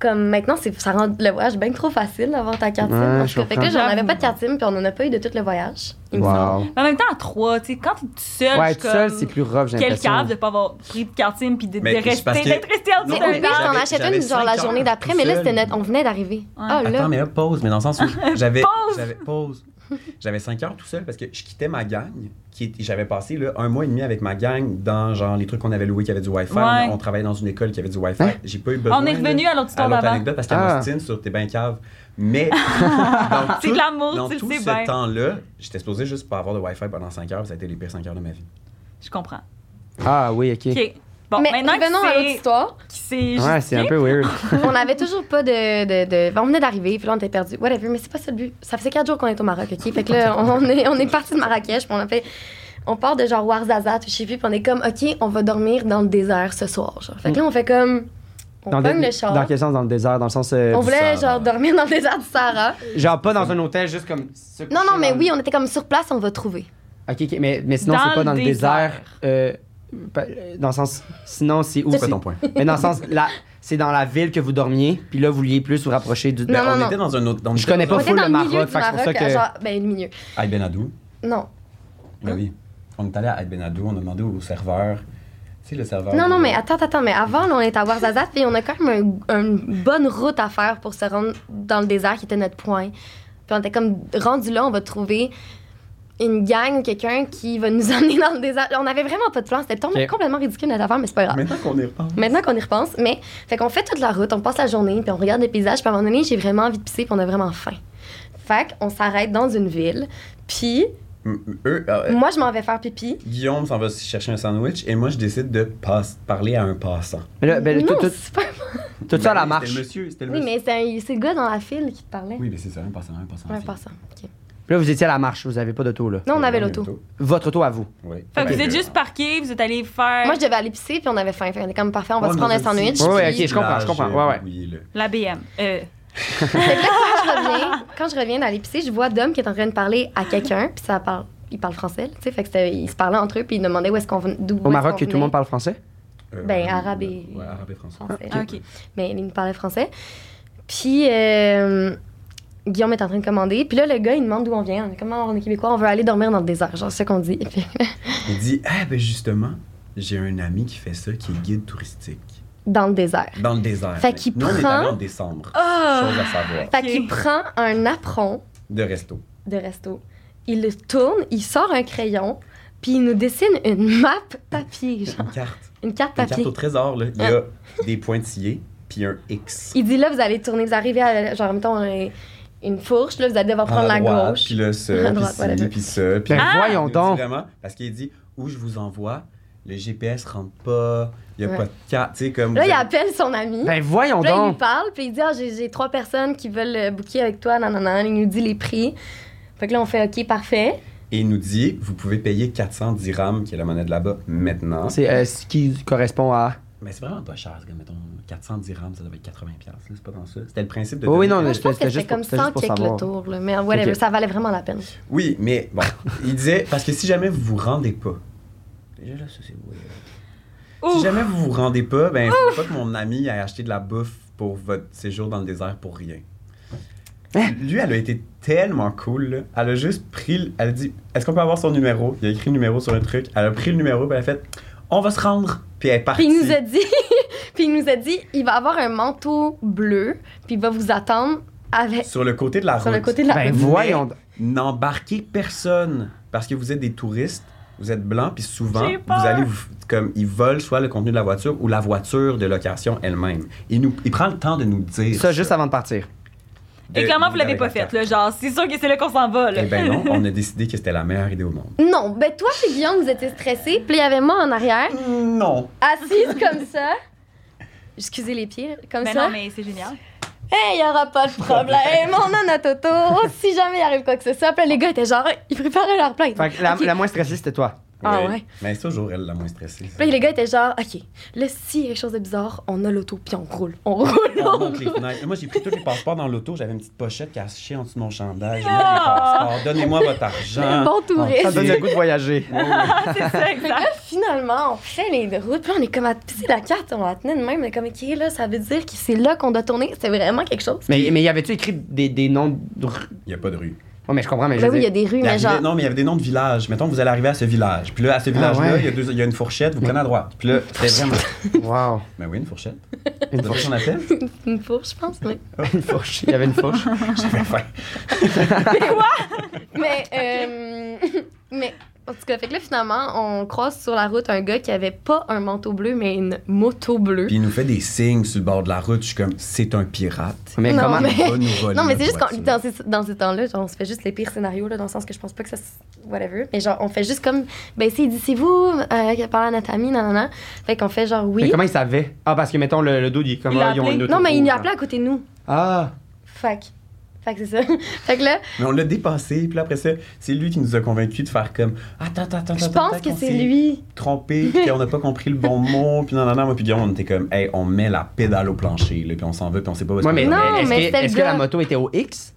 [SPEAKER 3] comme maintenant, c'est, ça rend le voyage bien trop facile d'avoir ta carte SIM.
[SPEAKER 1] Ouais,
[SPEAKER 3] en tout
[SPEAKER 1] je
[SPEAKER 3] cas. fait que là,
[SPEAKER 1] comprends.
[SPEAKER 3] j'en avais pas de carte SIM, puis on en a pas eu de tout le voyage. il me semble.
[SPEAKER 1] Wow.
[SPEAKER 2] Mais en même temps, à trois, tu sais, quand t'es tout seul,
[SPEAKER 1] Ouais,
[SPEAKER 2] je
[SPEAKER 1] tout
[SPEAKER 2] suis
[SPEAKER 1] seul,
[SPEAKER 2] comme,
[SPEAKER 1] c'est plus rough, j'ai
[SPEAKER 2] Quel
[SPEAKER 1] l'impression.
[SPEAKER 2] cave de pas avoir pris de carte SIM puis de, de
[SPEAKER 4] Mais c'est parce
[SPEAKER 2] rester,
[SPEAKER 4] que-
[SPEAKER 2] d'être resté en
[SPEAKER 4] Non,
[SPEAKER 2] dessous
[SPEAKER 3] Mais
[SPEAKER 4] mais
[SPEAKER 2] d'un
[SPEAKER 3] au pire,
[SPEAKER 4] j'avais-
[SPEAKER 3] j'en
[SPEAKER 2] arbre.
[SPEAKER 3] achetais
[SPEAKER 4] j'avais
[SPEAKER 3] une genre
[SPEAKER 4] cinq
[SPEAKER 3] la
[SPEAKER 4] heures
[SPEAKER 3] journée d'après,
[SPEAKER 4] tout
[SPEAKER 3] mais là,
[SPEAKER 4] seul.
[SPEAKER 3] c'était net. On venait d'arriver. Ah, là.
[SPEAKER 4] Attends, mais là, pause, mais dans le sens où j'avais.
[SPEAKER 2] Pause!
[SPEAKER 4] J'avais pause. J'avais 5 heures tout seul parce que je quittais ma gang. qui était- J'avais passé là, un mois et demi avec ma gang dans genre les trucs qu'on avait loués qui avaient du Wi-Fi.
[SPEAKER 2] Ouais.
[SPEAKER 4] On, on travaillait dans une école qui avait du Wi-Fi.
[SPEAKER 1] Hein?
[SPEAKER 4] J'ai pas eu besoin.
[SPEAKER 2] On est revenu
[SPEAKER 4] là,
[SPEAKER 2] à l'autre
[SPEAKER 4] à
[SPEAKER 2] histoire
[SPEAKER 4] l'autre
[SPEAKER 2] d'avant.
[SPEAKER 4] anecdote parce
[SPEAKER 1] Ah.
[SPEAKER 4] qu'à Austin, sur tes bains caves. Mais dans
[SPEAKER 2] C'est
[SPEAKER 4] tout-
[SPEAKER 2] de l'amour,
[SPEAKER 4] dans
[SPEAKER 2] tu le
[SPEAKER 4] tout
[SPEAKER 2] sais
[SPEAKER 4] ce
[SPEAKER 2] bien.
[SPEAKER 4] temps-là, j'étais supposé juste pas avoir de Wi-Fi pendant 5 heures. Ça a été les pires 5 heures de ma vie.
[SPEAKER 2] Je comprends.
[SPEAKER 1] Ah oui, ok.
[SPEAKER 2] OK. Bon,
[SPEAKER 3] mais
[SPEAKER 2] maintenant
[SPEAKER 3] revenons à l'autre
[SPEAKER 2] que
[SPEAKER 3] histoire.
[SPEAKER 2] c'est
[SPEAKER 1] Ouais, c'est un peu weird.
[SPEAKER 3] on avait toujours pas de, de, de- ben, On venait d'arriver, puis là, on était perdu. Whatever, mais c'est pas ça le but. Ça faisait quatre jours qu'on est au Maroc, OK? Fait que là, on est, on est parti de Marrakech, puis on a fait. On part de genre Ouarzazate, je sais plus, puis on est comme, OK, on va dormir dans le désert ce soir. Genre. Fait que là, on fait comme. On
[SPEAKER 1] Dans,
[SPEAKER 3] pogne
[SPEAKER 1] le-
[SPEAKER 3] le char.
[SPEAKER 1] dans quel sens Dans le désert Dans le sens. euh,
[SPEAKER 3] On
[SPEAKER 4] du
[SPEAKER 3] voulait
[SPEAKER 4] Sahara.
[SPEAKER 3] genre dormir dans le désert du Sahara.
[SPEAKER 1] Genre pas dans un hôtel, juste comme. se
[SPEAKER 3] Non,
[SPEAKER 1] coucher
[SPEAKER 3] non, mais
[SPEAKER 1] dans le-
[SPEAKER 3] oui, on était comme sur place, on va trouver.
[SPEAKER 1] Ok, ok, mais, mais sinon, c'est pas dans le désert. euh, pa- euh, dans le sens. Sinon, c'est où
[SPEAKER 4] C'est quoi
[SPEAKER 1] c'est-
[SPEAKER 4] ton point?
[SPEAKER 1] Mais dans le sens, là, c'est dans la ville que vous dormiez, puis là, vous vouliez plus vous rapprocher du.
[SPEAKER 3] Non,
[SPEAKER 4] Ben,
[SPEAKER 3] non,
[SPEAKER 4] on
[SPEAKER 3] non.
[SPEAKER 4] était dans un autre. on
[SPEAKER 1] Je
[SPEAKER 4] était
[SPEAKER 1] connais
[SPEAKER 4] dans
[SPEAKER 1] pas fou
[SPEAKER 3] on était
[SPEAKER 1] le
[SPEAKER 3] dans le
[SPEAKER 1] Maroc,
[SPEAKER 3] milieu
[SPEAKER 1] fait
[SPEAKER 3] du
[SPEAKER 1] que c'est pour
[SPEAKER 3] Maroc,
[SPEAKER 1] ça que-
[SPEAKER 3] genre, ben le milieu.
[SPEAKER 4] un- Aït Ben Haddou.
[SPEAKER 3] Non, Hein?
[SPEAKER 4] Ben oui. On est allé à Aït Ben Haddou, on a demandé au serveur. Tu sais, le serveur.
[SPEAKER 3] non, non,
[SPEAKER 4] de-
[SPEAKER 3] mais attends, attends, mais avant, là, on était à Ouarzazate, puis on a quand même un- une bonne route à faire pour se rendre dans le désert qui était notre point. Puis on était comme rendu là, on va trouver une gang ou quelqu'un qui va nous emmener dans le désert. On avait vraiment pas de plan, c'était
[SPEAKER 1] Ok.
[SPEAKER 3] complètement ridicule notre affaire, mais c'est pas grave.
[SPEAKER 4] Maintenant qu'on est repense.
[SPEAKER 3] Maintenant qu'on y repense, mais fait qu'on fait toute la route, on passe la journée, puis on regarde des paysages, puis à un moment donné, j'ai vraiment envie de pisser, puis on a vraiment faim. Fait qu'on s'arrête dans une ville, puis
[SPEAKER 4] M- m- Eux, euh,
[SPEAKER 3] moi, je m'en vais faire pipi.
[SPEAKER 4] Guillaume s'en va chercher un sandwich et moi je décide de passe- parler à un passant.
[SPEAKER 1] Mais là, ben,
[SPEAKER 3] non,
[SPEAKER 1] tout, tout-
[SPEAKER 3] c'est pas...
[SPEAKER 1] tout ça à la
[SPEAKER 4] Ben,
[SPEAKER 1] marche.
[SPEAKER 4] C'était le monsieur, c'était le
[SPEAKER 3] Oui,
[SPEAKER 4] monsieur.
[SPEAKER 3] mais c'est, un- c'est le gars dans la file qui te parlait.
[SPEAKER 4] Oui, mais c'est ça, un passant, un passant.
[SPEAKER 3] Ouais,
[SPEAKER 4] c'est-
[SPEAKER 3] pas ça. Ok.
[SPEAKER 1] Puis Là, vous étiez à la marche, vous avez pas d'auto, là.
[SPEAKER 3] Non, on avait
[SPEAKER 4] Ouais,
[SPEAKER 3] l'auto.
[SPEAKER 1] Votre auto à vous.
[SPEAKER 4] Oui.
[SPEAKER 2] Fait que
[SPEAKER 4] Ben,
[SPEAKER 2] vous êtes
[SPEAKER 4] euh,
[SPEAKER 2] juste parqués, vous êtes allés faire
[SPEAKER 3] Moi, je devais aller pisser, puis on avait faim. Fait qu'on est comme parfait, on va
[SPEAKER 4] ouais,
[SPEAKER 3] se
[SPEAKER 4] mais
[SPEAKER 3] prendre un
[SPEAKER 4] dans petit
[SPEAKER 3] sandwich.
[SPEAKER 1] Ouais, ouais,
[SPEAKER 3] puis-
[SPEAKER 1] ok, je comprends, je comprends, ouais, ouais.
[SPEAKER 4] Oui, là.
[SPEAKER 2] la BM. Euh,
[SPEAKER 3] Fait que là, quand je reviens, quand je reviens d'aller pisser, je vois Dom qui est en train de parler à quelqu'un, puis ça parle. Il parle français, là, tu sais, fait que c'était- ils se parlaient entre eux, puis ils demandaient où est-ce qu'on venait.
[SPEAKER 1] Au Maroc, tout le monde parle français
[SPEAKER 4] Euh,
[SPEAKER 3] Ben,
[SPEAKER 4] euh,
[SPEAKER 3] arabe et-
[SPEAKER 4] Ouais, arabe et français.
[SPEAKER 3] français.
[SPEAKER 2] OK.
[SPEAKER 3] Ah, mais il nous parlait français. Puis euh, Guillaume est en train de commander. Puis là, le gars, il demande d'où on vient. On est comme, Ah, on est québécois, on veut aller dormir dans le désert. Genre, c'est ce qu'on dit. Puis,
[SPEAKER 4] Il dit Ah, ben justement, j'ai un ami qui fait ça, qui est guide touristique.
[SPEAKER 3] dans le désert.
[SPEAKER 4] Dans le désert.
[SPEAKER 3] Fait qu'il
[SPEAKER 4] Nous, on est
[SPEAKER 3] prend- Oh!
[SPEAKER 4] allé en décembre.
[SPEAKER 2] Ah!
[SPEAKER 4] Chose à savoir.
[SPEAKER 3] Fait
[SPEAKER 2] Ok.
[SPEAKER 3] qu'il prend un apron
[SPEAKER 4] De resto.
[SPEAKER 3] de resto. Il le tourne, il sort un crayon, puis il nous dessine une map papier, genre.
[SPEAKER 4] Une carte.
[SPEAKER 3] Une carte
[SPEAKER 4] Une carte
[SPEAKER 3] papier. Euh.
[SPEAKER 4] au trésor, là. Il y a des pointillés, puis un X.
[SPEAKER 3] Il dit là, vous allez tourner, vous arrivez à, genre, mettons, un- une fourche, là, vous allez devoir
[SPEAKER 4] Prends
[SPEAKER 3] prendre
[SPEAKER 4] la
[SPEAKER 3] la
[SPEAKER 4] droite,
[SPEAKER 3] gauche.
[SPEAKER 4] Puis là, ça,
[SPEAKER 3] La
[SPEAKER 4] puis
[SPEAKER 3] droite,
[SPEAKER 4] ci,
[SPEAKER 3] voilà.
[SPEAKER 4] puis ça. Puis
[SPEAKER 1] Ben
[SPEAKER 3] Ah!
[SPEAKER 4] après,
[SPEAKER 1] voyons
[SPEAKER 4] il nous dit
[SPEAKER 1] donc.
[SPEAKER 4] Vraiment, parce qu'il dit où je vous envoie, le GPS rentre pas, il n'y a
[SPEAKER 3] Ouais.
[SPEAKER 4] pas de carte. Tu sais, comme.
[SPEAKER 3] Là,
[SPEAKER 4] vous
[SPEAKER 3] il
[SPEAKER 4] avez-
[SPEAKER 3] appelle son ami.
[SPEAKER 1] Ben voyons
[SPEAKER 3] Puis là, il lui
[SPEAKER 1] donc
[SPEAKER 3] parle, puis il dit Ah, j'ai j'ai trois personnes qui veulent euh, booker avec toi, non, non, non. Il nous dit les prix. Fait que là, on fait OK, parfait.
[SPEAKER 4] Et il nous dit vous pouvez payer 400 dirhams, qui est la monnaie de là-bas, maintenant.
[SPEAKER 1] C'est euh, ce qui correspond à.
[SPEAKER 4] Mais c'est vraiment pas cher, c'est comme, mettons, 400 dirhams, ça devait être 80$. là, C'est pas dans ça. C'était le principe de.
[SPEAKER 1] Oui, oui,
[SPEAKER 4] donner-
[SPEAKER 1] non,
[SPEAKER 3] Moi,
[SPEAKER 1] mais
[SPEAKER 3] je pense
[SPEAKER 1] c'était
[SPEAKER 3] que
[SPEAKER 1] c'était juste
[SPEAKER 3] c'était
[SPEAKER 1] pour,
[SPEAKER 3] comme
[SPEAKER 1] c'était
[SPEAKER 3] 100
[SPEAKER 1] juste pour
[SPEAKER 3] kicks le
[SPEAKER 1] savoir.
[SPEAKER 3] tour, là. Mais whatever,
[SPEAKER 1] Ok.
[SPEAKER 3] ça valait vraiment la peine.
[SPEAKER 4] Oui, mais bon, il disait parce que si jamais vous vous rendez pas. Déjà là, ça c'est weird.
[SPEAKER 2] Ouf.
[SPEAKER 4] Si jamais vous vous rendez pas, ben, faut pas que mon ami ait acheté de la bouffe pour votre séjour dans le désert pour rien.
[SPEAKER 3] Hein?
[SPEAKER 4] Lui, elle a été tellement cool. là. Elle a juste pris. le- Elle a dit Est-ce qu'on peut avoir son numéro Il a écrit le numéro sur un truc. Elle a pris le numéro, puis elle a fait On va se rendre. Puis elle est
[SPEAKER 3] Puis
[SPEAKER 4] partie.
[SPEAKER 3] il nous a dit Puis il nous a dit Il va avoir un manteau bleu, puis il va vous attendre avec.
[SPEAKER 4] Sur le côté de la
[SPEAKER 3] Sur le
[SPEAKER 4] route.
[SPEAKER 3] côté de la
[SPEAKER 1] Ben
[SPEAKER 3] route.
[SPEAKER 1] voyons donc.
[SPEAKER 4] N'embarquez personne parce que vous êtes des touristes, vous êtes blancs, puis souvent,
[SPEAKER 2] J'ai
[SPEAKER 4] vous
[SPEAKER 2] peur.
[SPEAKER 4] allez vous. Comme ils volent soit le contenu de la voiture ou la voiture de location elle-même. Il, nous, il prend le temps de nous dire.
[SPEAKER 1] Ça, juste avant de partir.
[SPEAKER 2] Et
[SPEAKER 4] De-
[SPEAKER 2] clairement, vous l'avez
[SPEAKER 4] avec
[SPEAKER 2] pas
[SPEAKER 4] la
[SPEAKER 2] faite,
[SPEAKER 4] carte.
[SPEAKER 2] là. Genre, c'est sûr que c'est là qu'on s'en va, là.
[SPEAKER 4] Eh ben non, on a décidé que c'était la meilleure idée au monde.
[SPEAKER 3] Non, ben toi, puis Guillaume, vous étiez stressés, puis il y avait moi en arrière,
[SPEAKER 4] Mm, Non.
[SPEAKER 3] assise comme ça. Excusez les pieds, comme
[SPEAKER 2] Ben
[SPEAKER 3] ça.
[SPEAKER 2] non, mais c'est génial.
[SPEAKER 3] Hey, il n'y aura pas de problème, on a notre auto. Si jamais il arrive quoi que ce soit. Puis là, les gars étaient genre, ils préparaient leur plan. Ils disaient,
[SPEAKER 1] Fait que la,
[SPEAKER 3] OK.
[SPEAKER 1] la moins stressée, c'était toi.
[SPEAKER 3] Ah ouais.
[SPEAKER 4] Mais c'est toujours elle la moins stressée.
[SPEAKER 3] Puis là, les gars étaient genre, OK, là, s'il y a quelque chose de bizarre, on a l'auto, puis on roule. On roule.
[SPEAKER 1] Ah,
[SPEAKER 4] On
[SPEAKER 3] on
[SPEAKER 4] monte les
[SPEAKER 3] roule.
[SPEAKER 4] fenêtres. Moi, j'ai pris tous les passeports dans l'auto. J'avais une petite pochette cachée en dessous de mon chandail. J'ai mis les passeports. Donnez-moi votre argent.
[SPEAKER 3] Ah! Bon
[SPEAKER 1] Ah, Ça
[SPEAKER 3] touriste.
[SPEAKER 1] donne le goût de voyager.
[SPEAKER 2] c'est ça, exact.
[SPEAKER 3] Finalement, on fait les routes, puis là, on est comme à pisser la carte, on la tenait de même, mais comme, OK, là, ça veut dire que c'est là qu'on doit tourner. C'était vraiment quelque chose.
[SPEAKER 1] mais mais y avait-tu écrit des, des noms de... r-
[SPEAKER 4] Il n'y a pas de rue.
[SPEAKER 1] Ouais, mais je comprends, mais Ben, je
[SPEAKER 3] Là,
[SPEAKER 1] veux
[SPEAKER 3] Ben oui, il y a
[SPEAKER 1] dire-
[SPEAKER 3] des
[SPEAKER 4] Il
[SPEAKER 3] rues,
[SPEAKER 4] y
[SPEAKER 3] mais
[SPEAKER 4] avait-
[SPEAKER 3] genre.
[SPEAKER 4] Non, mais il y avait des noms de villages. Mettons, vous allez arriver à ce village. Puis là, à ce village-là,
[SPEAKER 1] ouais.
[SPEAKER 4] il y a deux- il y, a une fourchette. Vous prenez à droite. Puis là, c'était vraiment.
[SPEAKER 1] Wow.
[SPEAKER 4] Ben oui, une fourchette.
[SPEAKER 1] Une
[SPEAKER 4] C'est ça
[SPEAKER 1] fourche.
[SPEAKER 4] qu'on appelle?
[SPEAKER 3] Une fourche, je pense, oui.
[SPEAKER 1] Une fourche. Il y avait une fourche.
[SPEAKER 4] J'avais faim.
[SPEAKER 3] Mais, euh, mais en tout cas, fait que là, finalement, on croise sur la route un gars qui avait pas un manteau bleu, mais une moto bleue.
[SPEAKER 4] Puis il nous fait des signes sur le bord de la route. Je suis comme, c'est un pirate.
[SPEAKER 1] Mais
[SPEAKER 3] Non,
[SPEAKER 1] comment...
[SPEAKER 3] mais-
[SPEAKER 4] Il va nous voler
[SPEAKER 3] Non, mais c'est
[SPEAKER 4] notre
[SPEAKER 3] juste
[SPEAKER 4] voiture.
[SPEAKER 3] qu'on, dans ces, dans ces temps-là, genre, on se fait juste les pires scénarios, là, dans le sens que je pense pas que ça. se- Whatever. Mais genre, on fait juste comme. Ben, si, il dit, c'est vous, euh, parle à notre ami, non, non, non. Fait qu'on fait genre,
[SPEAKER 1] Mais
[SPEAKER 3] oui.
[SPEAKER 1] comment il savait? Ah, parce que, mettons, le, le dude, il est comme...
[SPEAKER 2] Il l'a
[SPEAKER 1] ah, ils ont
[SPEAKER 2] appelé.
[SPEAKER 1] une auto
[SPEAKER 3] Non, mais il
[SPEAKER 1] rouge,
[SPEAKER 3] nous
[SPEAKER 1] hein.
[SPEAKER 3] appelait à côté de nous.
[SPEAKER 1] Ah!
[SPEAKER 3] Fait que. Fait que c'est ça. fait que là,
[SPEAKER 4] Mais on l'a dépassé. Puis là, après ça, c'est lui qui nous a convaincus de faire comme, attends, attends, attends.
[SPEAKER 3] je
[SPEAKER 4] attends,
[SPEAKER 3] pense
[SPEAKER 4] attends,
[SPEAKER 3] que
[SPEAKER 4] qu'on
[SPEAKER 3] c'est
[SPEAKER 4] s'est
[SPEAKER 3] lui.
[SPEAKER 4] trompé, puis on n'a pas compris le bon mot, puis non, non, non, moi, puis Guillaume, on était comme, hey, on met la pédale au plancher, là, puis on s'en va, puis on sait pas où est-ce
[SPEAKER 1] Ouais, mais,
[SPEAKER 4] qu'on va.
[SPEAKER 3] Non,
[SPEAKER 1] est-ce
[SPEAKER 3] mais
[SPEAKER 1] que,
[SPEAKER 3] c'était le
[SPEAKER 1] est-ce que la
[SPEAKER 3] gars.
[SPEAKER 1] moto était au X?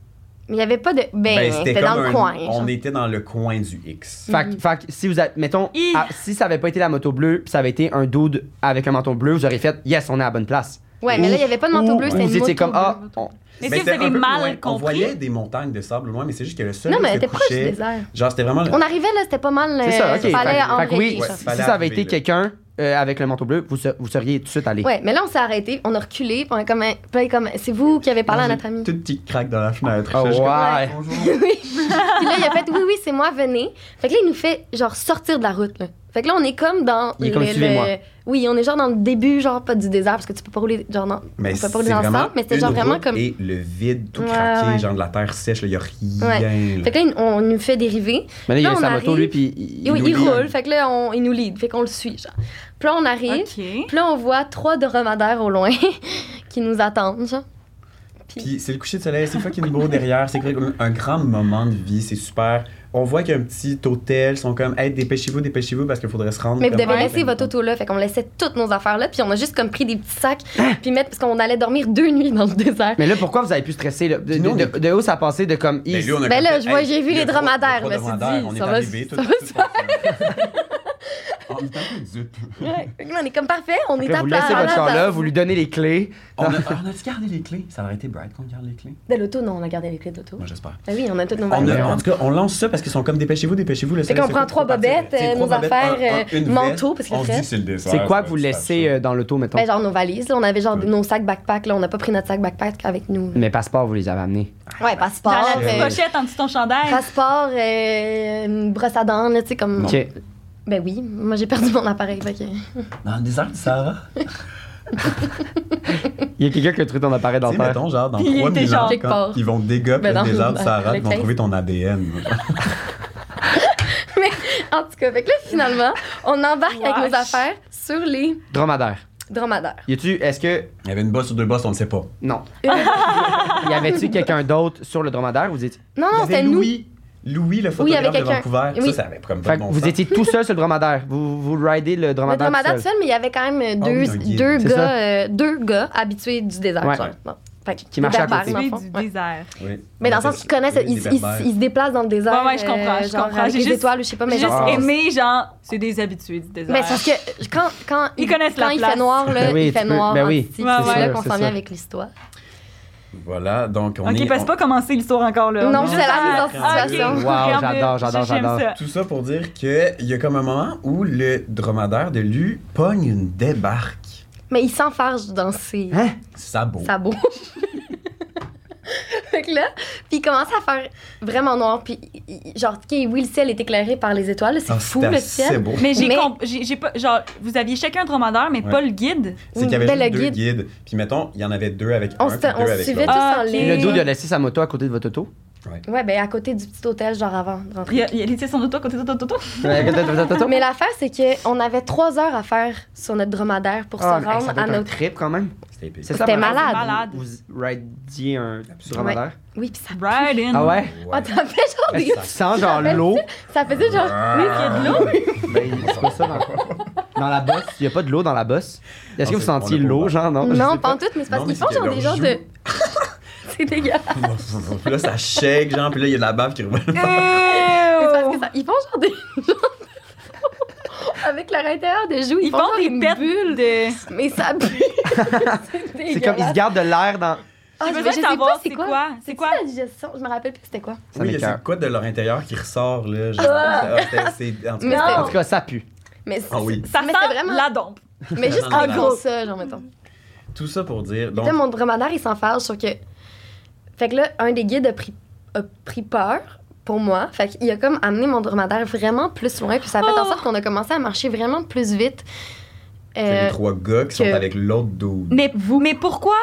[SPEAKER 3] Mais il y avait pas de. Ben,
[SPEAKER 4] Ben,
[SPEAKER 3] c'était, dans
[SPEAKER 4] comme
[SPEAKER 3] le
[SPEAKER 4] un-
[SPEAKER 3] coin. genre.
[SPEAKER 4] On était dans le coin du X.
[SPEAKER 3] Mm-hmm.
[SPEAKER 1] Fait, que- fait que si vous êtes, mettons,
[SPEAKER 2] Hi.
[SPEAKER 1] ah, si ça avait pas été la moto bleue, puis ça avait été un dude avec un manteau bleu, vous auriez fait yes, on est à la bonne place.
[SPEAKER 3] Ouais, mais là, il y avait pas de manteau
[SPEAKER 1] Ou
[SPEAKER 3] bleu,
[SPEAKER 1] vous
[SPEAKER 3] c'était une
[SPEAKER 1] étiez
[SPEAKER 3] moto
[SPEAKER 1] comme
[SPEAKER 3] bleue.
[SPEAKER 1] ah, on-
[SPEAKER 2] Est-ce
[SPEAKER 4] Mais
[SPEAKER 2] que vous
[SPEAKER 4] Ben, c'était un
[SPEAKER 2] avez
[SPEAKER 4] peu plus
[SPEAKER 2] mal
[SPEAKER 4] loin. On voyait
[SPEAKER 2] compris?
[SPEAKER 4] des montagnes de sable loin, mais c'est juste que le sol
[SPEAKER 3] Non, mais
[SPEAKER 4] se
[SPEAKER 3] elle était proche du
[SPEAKER 4] couchait.
[SPEAKER 3] désert.
[SPEAKER 4] Genre, c'était vraiment... le-
[SPEAKER 3] On arrivait là, c'était pas mal.
[SPEAKER 1] c'est
[SPEAKER 3] euh,
[SPEAKER 1] ça, ok. Fait,
[SPEAKER 3] Fallait
[SPEAKER 1] que- fait que oui,
[SPEAKER 3] embrayer,
[SPEAKER 1] si
[SPEAKER 3] genre.
[SPEAKER 1] si
[SPEAKER 4] Fallait
[SPEAKER 1] ça avait
[SPEAKER 4] arriver,
[SPEAKER 1] été
[SPEAKER 4] là.
[SPEAKER 1] quelqu'un euh, avec le manteau bleu, vous, se- vous seriez tout de suite allé.
[SPEAKER 3] Ouais, mais là, on s'est arrêté, on a reculé, puis on est comme, hein, puis là, il est comme, c'est vous qui avez parlé à
[SPEAKER 4] J'ai
[SPEAKER 3] notre ami.
[SPEAKER 4] Tout petit craque dans la fenêtre.
[SPEAKER 1] Oh,
[SPEAKER 4] Je suis comme,
[SPEAKER 1] ouais.
[SPEAKER 4] Bonjour.
[SPEAKER 3] Puis là, il a fait, oui, oui, c'est moi, venez. Fait que là, il nous fait, genre, sortir de la route, là. Fait que là, on est comme dans.
[SPEAKER 1] Il est comme, suivez-moi.
[SPEAKER 3] Oui, on est genre dans le début, genre, pas du désert, parce que tu peux pas rouler, genre, non,
[SPEAKER 4] Mais
[SPEAKER 3] on peut
[SPEAKER 4] c'est
[SPEAKER 3] pas rouler
[SPEAKER 4] vraiment
[SPEAKER 3] ensemble, mais c'était
[SPEAKER 4] une
[SPEAKER 3] genre vraiment
[SPEAKER 4] route
[SPEAKER 3] comme.
[SPEAKER 4] Et le vide tout
[SPEAKER 3] Ouais,
[SPEAKER 4] craqué,
[SPEAKER 3] ouais.
[SPEAKER 4] genre de la terre sèche, il y a rien. là.
[SPEAKER 3] Fait que là, il- on nous fait dériver.
[SPEAKER 1] Mais là, il y
[SPEAKER 3] Là,
[SPEAKER 1] a
[SPEAKER 3] on
[SPEAKER 1] sa moto, lui,
[SPEAKER 3] arrive.
[SPEAKER 1] puis il,
[SPEAKER 3] Et oui,
[SPEAKER 1] nous
[SPEAKER 3] il
[SPEAKER 1] lit.
[SPEAKER 3] roule, fait que là, on- il nous lead, fait qu'on le suit, genre. Puis là, on arrive,
[SPEAKER 2] OK.
[SPEAKER 3] puis là, on voit trois dromadaires au loin qui nous attendent, genre.
[SPEAKER 4] Puis c'est le coucher de soleil, c'est fucking beau derrière, c'est comme un grand moment de vie, c'est super. On voit qu'il y a un petit hôtel, ils sont comme, hey, dépêchez-vous, dépêchez-vous parce qu'il faudrait se rendre.
[SPEAKER 3] Mais vous
[SPEAKER 4] comme-
[SPEAKER 3] devez
[SPEAKER 4] Ouais.
[SPEAKER 3] laisser votre auto là. Fait qu'on laissait toutes nos affaires là. Puis on a juste comme pris des petits sacs.
[SPEAKER 1] Ah!
[SPEAKER 3] puis mettre. Parce qu'on allait dormir deux nuits dans le désert.
[SPEAKER 1] Mais là, pourquoi vous avez pu stresser? là? De,
[SPEAKER 4] Puis nous, on
[SPEAKER 1] de-
[SPEAKER 4] est-
[SPEAKER 1] de où ça a passé de comme
[SPEAKER 4] Ben,
[SPEAKER 1] il-
[SPEAKER 4] lui, on a
[SPEAKER 3] Ben
[SPEAKER 4] comme
[SPEAKER 3] là,
[SPEAKER 4] fait,
[SPEAKER 3] je vois,
[SPEAKER 4] hey,
[SPEAKER 3] j'ai vu
[SPEAKER 4] il y a
[SPEAKER 3] les
[SPEAKER 4] trois-
[SPEAKER 3] dromadaires,
[SPEAKER 4] il y a trois
[SPEAKER 3] je me suis
[SPEAKER 4] dromadaires,
[SPEAKER 3] dit,
[SPEAKER 4] on
[SPEAKER 3] ça
[SPEAKER 4] est
[SPEAKER 3] va-
[SPEAKER 4] arrivés, tout
[SPEAKER 3] ça
[SPEAKER 4] tout-
[SPEAKER 3] va
[SPEAKER 4] tout-
[SPEAKER 3] se
[SPEAKER 4] On est un peu dupe.
[SPEAKER 3] Fait que là, on est comme parfait. On est
[SPEAKER 1] Après,
[SPEAKER 3] à
[SPEAKER 1] vous laissez
[SPEAKER 3] plat-
[SPEAKER 1] votre char
[SPEAKER 3] à
[SPEAKER 1] là,
[SPEAKER 3] la-
[SPEAKER 1] vous lui donnez les clés.
[SPEAKER 4] On a on a-tu gardé les clés? Ça aurait été bright qu'on garde les clés.
[SPEAKER 3] De l'auto, non, on a gardé les clés de l'auto.
[SPEAKER 4] Moi, j'espère.
[SPEAKER 3] Ben oui, on a toutes nos
[SPEAKER 4] On a-
[SPEAKER 3] affaires.
[SPEAKER 4] en tout cas, on lance ça parce qu'ils sont comme dépêchez-vous, dépêchez-vous. le
[SPEAKER 3] Fait
[SPEAKER 4] soleil
[SPEAKER 3] qu'on
[SPEAKER 4] se
[SPEAKER 3] prend
[SPEAKER 4] couche,
[SPEAKER 3] trois
[SPEAKER 4] faut partir.
[SPEAKER 3] bobettes,
[SPEAKER 4] C'est
[SPEAKER 3] euh,
[SPEAKER 4] trois
[SPEAKER 3] nos
[SPEAKER 4] bobettes,
[SPEAKER 3] affaires,
[SPEAKER 4] un- un- une
[SPEAKER 3] euh, manteaux,
[SPEAKER 4] veste.
[SPEAKER 3] parce que
[SPEAKER 4] On
[SPEAKER 3] le
[SPEAKER 4] se dit
[SPEAKER 3] reste-
[SPEAKER 4] c'est le désert.
[SPEAKER 1] C'est quoi
[SPEAKER 4] ça
[SPEAKER 1] que
[SPEAKER 4] va
[SPEAKER 1] vous
[SPEAKER 4] se faire
[SPEAKER 1] laissez
[SPEAKER 4] chaud.
[SPEAKER 1] euh, dans l'auto, mettons?
[SPEAKER 3] Ben genre nos valises. Là, on avait genre
[SPEAKER 4] Ouais.
[SPEAKER 3] nos sacs backpack. Là, on n'a pas pris notre sac backpack avec nous.
[SPEAKER 1] Mes passeports, vous les avez amenés.
[SPEAKER 3] Ouais,
[SPEAKER 2] Dans
[SPEAKER 3] passeport.
[SPEAKER 2] la petite
[SPEAKER 3] euh,
[SPEAKER 2] pochette en dessous de ton chandail.
[SPEAKER 3] Passeport, euh, une brosse à dents, là, tu sais, comme.
[SPEAKER 1] Ok.
[SPEAKER 3] Ben oui, moi j'ai perdu mon appareil. Fait que-
[SPEAKER 1] euh?
[SPEAKER 4] Dans le désert du Sahara?
[SPEAKER 1] Il y a quelqu'un qui a trouvé ton appareil
[SPEAKER 4] Tu sais,
[SPEAKER 1] dentaire.
[SPEAKER 4] mettons, genre, dans
[SPEAKER 2] Puis il
[SPEAKER 4] 3000
[SPEAKER 2] était genre
[SPEAKER 4] ans,
[SPEAKER 3] quelque
[SPEAKER 4] quand
[SPEAKER 3] part.
[SPEAKER 4] ils vont dégommer
[SPEAKER 3] Ben non,
[SPEAKER 4] le désert du
[SPEAKER 3] ben,
[SPEAKER 4] Sahara, ils
[SPEAKER 3] avec
[SPEAKER 4] vont
[SPEAKER 3] Kate.
[SPEAKER 4] trouver ton ADN.
[SPEAKER 3] En tout cas, fait que là, finalement, on embarque avec nos
[SPEAKER 2] Wesh.
[SPEAKER 3] affaires sur les
[SPEAKER 1] Dromadaire.
[SPEAKER 3] dromadaires.
[SPEAKER 1] Y a-tu. Est-ce que.
[SPEAKER 4] Il y avait une bosse ou deux bosses, on ne sait pas.
[SPEAKER 1] Non. y avait-tu quelqu'un d'autre sur le dromadaire? Vous étiez...
[SPEAKER 3] Non,
[SPEAKER 4] Il y
[SPEAKER 3] non,
[SPEAKER 4] avait
[SPEAKER 3] c'était nous.
[SPEAKER 4] Louis. Louis, le
[SPEAKER 3] Oui, il y avait
[SPEAKER 4] photographe de
[SPEAKER 3] quelqu'un.
[SPEAKER 4] Vancouver.
[SPEAKER 3] Oui.
[SPEAKER 4] Ça, ça avait comme pas
[SPEAKER 1] Fait
[SPEAKER 4] de
[SPEAKER 1] que
[SPEAKER 4] bon
[SPEAKER 1] vous
[SPEAKER 4] sens.
[SPEAKER 1] étiez tout seul sur le dromadaire. Vous, vous ridez le
[SPEAKER 3] Le
[SPEAKER 1] dromadaire.
[SPEAKER 3] dromadaire
[SPEAKER 1] tout
[SPEAKER 3] tout
[SPEAKER 1] seul.
[SPEAKER 3] seul, mais il y avait quand même
[SPEAKER 4] Ah oui,
[SPEAKER 3] deux,
[SPEAKER 4] un guide.
[SPEAKER 3] deux,
[SPEAKER 1] C'est
[SPEAKER 3] gars,
[SPEAKER 1] ça.
[SPEAKER 3] euh, deux gars habitués du désert.
[SPEAKER 1] Ouais.
[SPEAKER 3] genre. Bon. Fait que
[SPEAKER 1] Qui marchaient à
[SPEAKER 3] des barbares,
[SPEAKER 1] côté.
[SPEAKER 3] dans le
[SPEAKER 2] Celui
[SPEAKER 3] fond.
[SPEAKER 2] du
[SPEAKER 3] Ouais.
[SPEAKER 2] désert.
[SPEAKER 4] Oui.
[SPEAKER 3] Mais dans le
[SPEAKER 4] Ouais,
[SPEAKER 3] sens qu'ils connaissent,
[SPEAKER 4] oui,
[SPEAKER 3] ils,
[SPEAKER 4] des
[SPEAKER 3] ils-
[SPEAKER 4] berbères.
[SPEAKER 3] ils se déplacent dans le désert. euh,
[SPEAKER 2] Ouais, ouais, je comprends, je
[SPEAKER 3] genre
[SPEAKER 2] comprends.
[SPEAKER 3] avec
[SPEAKER 2] J'ai
[SPEAKER 3] les
[SPEAKER 2] juste-
[SPEAKER 3] étoiles ou je sais pas, mais
[SPEAKER 2] J'ai juste
[SPEAKER 3] genre.
[SPEAKER 1] Ah.
[SPEAKER 2] aimé, genre, c'est des habitués du désert.
[SPEAKER 3] Mais c'est parce que quand, quand
[SPEAKER 2] Ils connaissent
[SPEAKER 3] quand
[SPEAKER 2] la
[SPEAKER 3] il
[SPEAKER 2] place.
[SPEAKER 3] fait noir, là,
[SPEAKER 1] Ben oui,
[SPEAKER 3] il fait
[SPEAKER 1] tu peux-
[SPEAKER 3] noir.
[SPEAKER 1] ben
[SPEAKER 3] en
[SPEAKER 1] oui,
[SPEAKER 3] petit.
[SPEAKER 1] c'est
[SPEAKER 3] c'est là
[SPEAKER 1] sûr,
[SPEAKER 3] qu'on
[SPEAKER 1] c'est
[SPEAKER 3] s'en
[SPEAKER 1] sûr.
[SPEAKER 3] vient avec l'histoire.
[SPEAKER 4] Voilà, donc on est.
[SPEAKER 2] Ok, parce
[SPEAKER 4] on-
[SPEAKER 2] pas commencer l'histoire encore là.
[SPEAKER 3] Non,
[SPEAKER 2] On est
[SPEAKER 3] c'est
[SPEAKER 2] juste
[SPEAKER 3] la
[SPEAKER 2] à-
[SPEAKER 3] mise en
[SPEAKER 2] Ah, ok.
[SPEAKER 3] situation.
[SPEAKER 1] Wow, j'adore,
[SPEAKER 2] J'aime
[SPEAKER 1] j'adore, j'adore.
[SPEAKER 2] ça.
[SPEAKER 4] Tout ça pour dire qu'il y a comme un moment où le dromadaire de Lu pogne une débarque.
[SPEAKER 3] Mais il s'enfarge dans ses.
[SPEAKER 1] Hein?
[SPEAKER 4] Sabot.
[SPEAKER 3] sabot. fait que là, puis il commence à faire vraiment noir. Puis, il- il- genre, ok, oui, le ciel est éclairé par les étoiles. là, C'est
[SPEAKER 4] Ah,
[SPEAKER 3] fou,
[SPEAKER 4] c'était
[SPEAKER 3] le
[SPEAKER 4] assez
[SPEAKER 3] ciel.
[SPEAKER 4] beau.
[SPEAKER 2] Mais j'ai
[SPEAKER 3] Mais-
[SPEAKER 2] comp- j'ai j'ai pas. Genre, vous aviez chacun un dromadaire, mais
[SPEAKER 4] Ouais.
[SPEAKER 2] pas le guide.
[SPEAKER 4] C'est qu'il y avait
[SPEAKER 3] Ben,
[SPEAKER 4] juste
[SPEAKER 3] le
[SPEAKER 4] deux
[SPEAKER 3] guide.
[SPEAKER 4] guides. Puis mettons, il y en avait deux avec
[SPEAKER 3] On
[SPEAKER 4] un,
[SPEAKER 3] se
[SPEAKER 4] puis deux
[SPEAKER 3] on se
[SPEAKER 4] avec
[SPEAKER 3] suivait
[SPEAKER 4] l'autre.
[SPEAKER 3] tous
[SPEAKER 2] l'autre.
[SPEAKER 3] en
[SPEAKER 2] Ah, ok.
[SPEAKER 1] Le
[SPEAKER 3] ligne.
[SPEAKER 1] dude il a laissé sa moto à côté de votre auto.
[SPEAKER 4] Ouais.
[SPEAKER 3] Ouais, ben à côté du petit hôtel, genre avant de
[SPEAKER 2] Il,
[SPEAKER 3] rentrer.
[SPEAKER 2] y a- il était son auto, côté auto, auto.
[SPEAKER 3] Mais l'affaire, c'est qu'on avait trois heures à faire sur notre dromadaire pour
[SPEAKER 1] Ah, mais,
[SPEAKER 3] se
[SPEAKER 1] hey,
[SPEAKER 3] rendre
[SPEAKER 1] ça doit
[SPEAKER 3] à
[SPEAKER 1] être un
[SPEAKER 3] notre.
[SPEAKER 1] trip quand même.
[SPEAKER 4] C'était épique.
[SPEAKER 1] C'est ça,
[SPEAKER 3] C'était
[SPEAKER 1] ma-
[SPEAKER 3] malade.
[SPEAKER 2] Malade.
[SPEAKER 1] Vous ridiez un sur
[SPEAKER 3] Ouais.
[SPEAKER 1] Ramadair.
[SPEAKER 3] Oui, puis ça.
[SPEAKER 2] Ride in.
[SPEAKER 1] Ah ouais?
[SPEAKER 4] Ouais.
[SPEAKER 3] Ah, t'as fait genre des.
[SPEAKER 1] Tu sens genre l'eau.
[SPEAKER 3] Ça faisait genre. Oui, il y a de l'eau.
[SPEAKER 1] Ben, c'est pas ça dans, dans la bosse. Il n'y a pas de l'eau dans la bosse. Est-ce que
[SPEAKER 4] Non,
[SPEAKER 1] vous
[SPEAKER 4] c'est- on
[SPEAKER 1] sentiez
[SPEAKER 4] l'a pas
[SPEAKER 1] l'eau,
[SPEAKER 4] ouvert.
[SPEAKER 1] genre? Non, Je
[SPEAKER 3] Non,
[SPEAKER 1] sais
[SPEAKER 3] pas en tout, mais c'est parce
[SPEAKER 4] Non,
[SPEAKER 3] qu'ils
[SPEAKER 4] mais
[SPEAKER 3] font genre des
[SPEAKER 4] c'est que leur
[SPEAKER 3] genres de. C'est dégueulasse.
[SPEAKER 4] Puis là, ça shake, genre, puis là, il y a de la bave qui revole.
[SPEAKER 3] C'est parce
[SPEAKER 2] Ew.
[SPEAKER 3] que ça- Ils font genre des. Avec leur intérieur de joues, ils,
[SPEAKER 2] Ils font
[SPEAKER 3] genre
[SPEAKER 2] des
[SPEAKER 3] une
[SPEAKER 2] pets
[SPEAKER 3] bulle.
[SPEAKER 2] de.
[SPEAKER 3] Mais ça pue. c'est
[SPEAKER 1] C'est comme ils se gardent de l'air dans.
[SPEAKER 2] Je
[SPEAKER 3] Ah, mais
[SPEAKER 2] veux
[SPEAKER 3] je
[SPEAKER 2] juste
[SPEAKER 3] sais
[SPEAKER 2] savoir
[SPEAKER 3] pas c'est quoi.
[SPEAKER 2] C'est
[SPEAKER 3] quoi
[SPEAKER 2] quoi?
[SPEAKER 3] la digestion? Je me rappelle plus c'était quoi.
[SPEAKER 1] Ça
[SPEAKER 4] Oui, il y a
[SPEAKER 1] m'écoeure.
[SPEAKER 4] c'est quoi de leur intérieur qui ressort, là. Genre,
[SPEAKER 3] Ah!
[SPEAKER 4] c'est- c'est- en tout
[SPEAKER 3] Mais
[SPEAKER 4] cas,
[SPEAKER 1] En
[SPEAKER 3] non!
[SPEAKER 1] tout cas, ça pue.
[SPEAKER 3] Mais c'est-
[SPEAKER 4] Ah oui.
[SPEAKER 2] Ça
[SPEAKER 3] Mais
[SPEAKER 2] sent
[SPEAKER 3] c'est vraiment-
[SPEAKER 2] la dompe.
[SPEAKER 3] Mais juste
[SPEAKER 4] Ah,
[SPEAKER 3] en
[SPEAKER 4] non.
[SPEAKER 3] gros ça, genre mettons.
[SPEAKER 4] Tout ça pour dire.
[SPEAKER 3] Tu
[SPEAKER 4] Donc,
[SPEAKER 3] sais, mon dromadaire, il s'en fâche sur que. Fait que là, un des guides a pris, a pris peur pour moi. Fait qu'il a comme amené mon dromadaire vraiment plus loin. Puis ça a fait en
[SPEAKER 2] Oh.
[SPEAKER 3] sorte qu'on a commencé à marcher vraiment plus vite.
[SPEAKER 4] c'est
[SPEAKER 3] Euh,
[SPEAKER 4] les trois gars qui sont
[SPEAKER 3] que-
[SPEAKER 4] avec l'autre dude.
[SPEAKER 2] Mais vous, mais pourquoi?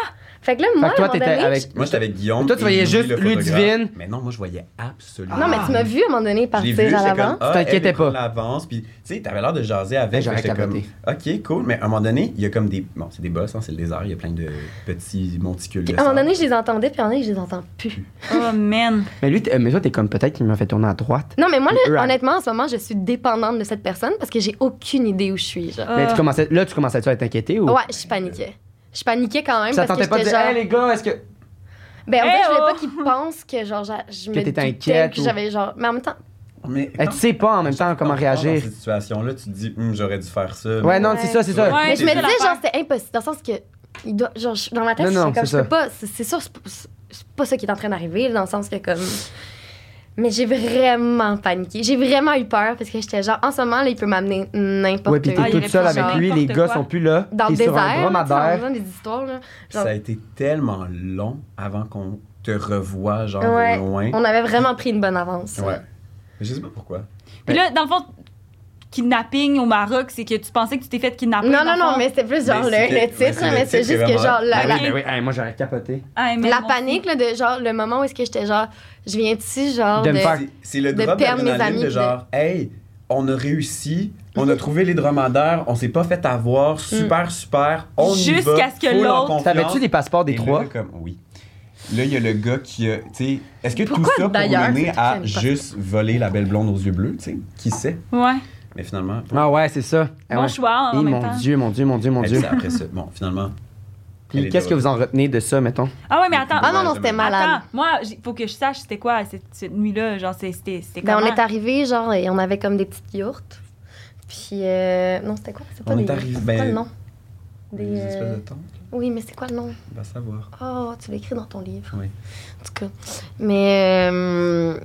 [SPEAKER 3] fait que là, moi,
[SPEAKER 1] Fait que toi,
[SPEAKER 3] à un moment
[SPEAKER 1] t'étais
[SPEAKER 3] donné,
[SPEAKER 1] avec.
[SPEAKER 4] Moi, j'étais avec Guillaume.
[SPEAKER 1] Toi, tu
[SPEAKER 4] et
[SPEAKER 1] voyais
[SPEAKER 4] Louis,
[SPEAKER 1] juste
[SPEAKER 4] le photographe.
[SPEAKER 1] Ludivine.
[SPEAKER 4] Mais non, moi, je voyais absolument.
[SPEAKER 3] je- Non, mais tu m'as vu à un moment donné
[SPEAKER 4] J'ai
[SPEAKER 3] partir
[SPEAKER 4] Ah! vu,
[SPEAKER 3] à
[SPEAKER 4] j'étais
[SPEAKER 3] l'avant.
[SPEAKER 4] comme, ah,
[SPEAKER 1] Tu t'inquiétais
[SPEAKER 4] elle prend
[SPEAKER 1] pas.
[SPEAKER 4] l'avance, puis tu sais, t'avais l'air de jaser avec.
[SPEAKER 1] J'aurais
[SPEAKER 4] j'étais comme,
[SPEAKER 1] capoté.
[SPEAKER 4] ok, cool, mais à un moment donné, il y a comme des, bon, c'est des bosses, hein, c'est le désert, il y a plein de petits monticules.
[SPEAKER 3] Puis
[SPEAKER 4] de
[SPEAKER 3] à un moment
[SPEAKER 4] sable.
[SPEAKER 3] donné, je les entendais, puis à un moment donné, je les entends plus.
[SPEAKER 2] Oh man.
[SPEAKER 1] Mais lui, t'es- mais toi, t'es comme peut-être qu'il m'a fait tourner à droite.
[SPEAKER 3] Non, mais moi, là,
[SPEAKER 1] Eux, à-
[SPEAKER 3] honnêtement, en ce moment, je suis dépendante de cette personne parce que j'ai aucune idée où je suis. Genre.
[SPEAKER 1] Mais
[SPEAKER 2] Ah.
[SPEAKER 1] tu commençais, là, tu commençais à être inquiété ou?
[SPEAKER 3] Ouais, je paniquais. Je paniquais quand même
[SPEAKER 1] Ça
[SPEAKER 3] parce
[SPEAKER 1] tentait
[SPEAKER 3] que
[SPEAKER 1] pas de
[SPEAKER 3] j'étais
[SPEAKER 1] dire,
[SPEAKER 3] genre...
[SPEAKER 1] hey les gars, est-ce que.
[SPEAKER 3] Ben, en
[SPEAKER 2] Eh
[SPEAKER 3] fait, je voulais
[SPEAKER 2] oh!
[SPEAKER 3] pas qu'ils pensent que genre, j'a- je me
[SPEAKER 1] t'étais
[SPEAKER 3] doutais,
[SPEAKER 1] inquiète
[SPEAKER 3] puis
[SPEAKER 1] ou-
[SPEAKER 3] j'avais genre... Mais en même temps,
[SPEAKER 4] Mais
[SPEAKER 1] Eh, tu sais pas en même temps comment
[SPEAKER 4] quand tu rentres
[SPEAKER 1] réagir.
[SPEAKER 4] Dans cette situation-là, tu te dis, Hum, j'aurais dû faire ça.
[SPEAKER 1] Ouais, non,
[SPEAKER 3] Ouais.
[SPEAKER 1] c'est ça, c'est ça.
[SPEAKER 2] Ouais,
[SPEAKER 3] mais je me
[SPEAKER 2] c'est
[SPEAKER 3] disais
[SPEAKER 2] l'affaire.
[SPEAKER 3] genre, c'était impossible. Dans le sens que... il doit- Genre, je- dans ma tête,
[SPEAKER 1] Non, non,
[SPEAKER 3] j'étais
[SPEAKER 1] c'est
[SPEAKER 3] comme, je
[SPEAKER 1] ça.
[SPEAKER 3] peux pas... C'est c'est sûr, c'est pas- c'est pas ça qui est en train d'arriver, dans le sens que comme... Mais j'ai vraiment paniqué. J'ai vraiment eu peur parce que j'étais genre, en ce moment, là, il peut m'amener n'importe
[SPEAKER 1] Ouais, pis
[SPEAKER 3] où.
[SPEAKER 2] Ah,
[SPEAKER 1] t'es
[SPEAKER 2] il
[SPEAKER 1] toute
[SPEAKER 2] aurait
[SPEAKER 1] seule
[SPEAKER 2] pu
[SPEAKER 1] avec
[SPEAKER 2] faire
[SPEAKER 1] lui, les
[SPEAKER 2] n'importe
[SPEAKER 1] gars
[SPEAKER 2] quoi.
[SPEAKER 1] sont plus là.
[SPEAKER 3] Dans le
[SPEAKER 1] t'es
[SPEAKER 3] désert,
[SPEAKER 1] sur un
[SPEAKER 3] là, tu sais, on
[SPEAKER 1] dromadaire.
[SPEAKER 3] raconte des histoires, là.
[SPEAKER 4] Ça a été tellement long avant qu'on te revoie, genre,
[SPEAKER 3] Ouais.
[SPEAKER 4] au loin.
[SPEAKER 3] On avait vraiment pris une bonne avance.
[SPEAKER 4] Ouais. Mais Je sais pas pourquoi.
[SPEAKER 1] Ben
[SPEAKER 2] Puis là, dans le fond, kidnapping au Maroc, c'est que tu pensais que tu t'es fait kidnapper.
[SPEAKER 3] Non,
[SPEAKER 2] dans
[SPEAKER 3] non,
[SPEAKER 2] le
[SPEAKER 3] non,
[SPEAKER 2] fond.
[SPEAKER 3] mais c'était plus genre le,
[SPEAKER 4] Mais
[SPEAKER 3] le
[SPEAKER 4] c'était- mais
[SPEAKER 3] titre,
[SPEAKER 4] c'est
[SPEAKER 3] mais
[SPEAKER 4] le
[SPEAKER 3] c'est
[SPEAKER 4] titre
[SPEAKER 3] juste
[SPEAKER 4] qui est
[SPEAKER 3] que genre
[SPEAKER 4] vraiment-
[SPEAKER 3] la,
[SPEAKER 1] Ben
[SPEAKER 3] la,
[SPEAKER 1] oui, ben oui, hey, moi j'aurais capoté.
[SPEAKER 2] Ah, mais
[SPEAKER 3] la
[SPEAKER 2] moi
[SPEAKER 3] panique là, de genre le moment où est-ce que j'étais genre je viens ici genre
[SPEAKER 1] De me faire-
[SPEAKER 4] C'est- C'est le
[SPEAKER 3] De
[SPEAKER 4] drop
[SPEAKER 3] perdre mes
[SPEAKER 4] d'adrénaline
[SPEAKER 3] amis,
[SPEAKER 4] de genre, hey, on a réussi, on a trouvé les dromadaires, on s'est pas fait avoir,
[SPEAKER 3] Mm.
[SPEAKER 4] super, super, on y
[SPEAKER 2] Jusqu'à
[SPEAKER 4] va,
[SPEAKER 2] ce que
[SPEAKER 4] full en
[SPEAKER 2] l'autre-
[SPEAKER 4] confiance.
[SPEAKER 1] T'avais-tu les passeports des
[SPEAKER 4] Et là,
[SPEAKER 1] trois?
[SPEAKER 4] comme, oui. Là, il y a le gars qui a. Tu sais, est-ce que
[SPEAKER 3] Pourquoi,
[SPEAKER 4] tout ça pour
[SPEAKER 3] d'ailleurs,
[SPEAKER 4] mener
[SPEAKER 3] c'est
[SPEAKER 4] à
[SPEAKER 3] très
[SPEAKER 4] juste voler la belle blonde aux yeux bleus, tu sais, qui sait?
[SPEAKER 2] aussi. Ouais.
[SPEAKER 4] Mais finalement,
[SPEAKER 1] Ah ouais, c'est ça. Eh
[SPEAKER 2] Bon
[SPEAKER 1] ouais.
[SPEAKER 2] choix en
[SPEAKER 1] Eh,
[SPEAKER 2] même
[SPEAKER 1] mon
[SPEAKER 2] temps.
[SPEAKER 1] Dieu, mon Dieu, mon Dieu, mon
[SPEAKER 4] elle
[SPEAKER 1] Dieu.
[SPEAKER 4] dit après ça. Bon, finalement.
[SPEAKER 1] Puis
[SPEAKER 4] elle est
[SPEAKER 1] qu'est-ce que
[SPEAKER 4] là.
[SPEAKER 1] vous en retenez de ça, mettons?
[SPEAKER 2] Ah ouais, mais attends.
[SPEAKER 3] Ah non non
[SPEAKER 4] Ouais,
[SPEAKER 3] c'était
[SPEAKER 4] jamais.
[SPEAKER 3] malade.
[SPEAKER 2] Attends, moi, il faut que je sache c'était quoi cette, cette nuit-là. Genre, c'est- c'était c'était
[SPEAKER 3] Ben,
[SPEAKER 2] comment?
[SPEAKER 3] on est arrivé genre et on avait comme des petites yourtes. Puis euh, non c'était quoi C'est pas
[SPEAKER 4] On
[SPEAKER 3] des.
[SPEAKER 4] est arrivé-
[SPEAKER 3] c'est
[SPEAKER 4] ben,
[SPEAKER 3] quoi le nom
[SPEAKER 4] Des,
[SPEAKER 3] Des, euh,
[SPEAKER 4] espèces de temps,
[SPEAKER 3] Oui mais c'est quoi le nom
[SPEAKER 4] on va savoir.
[SPEAKER 3] Oh tu l'écris dans ton livre.
[SPEAKER 4] Oui.
[SPEAKER 3] En tout cas mais euh,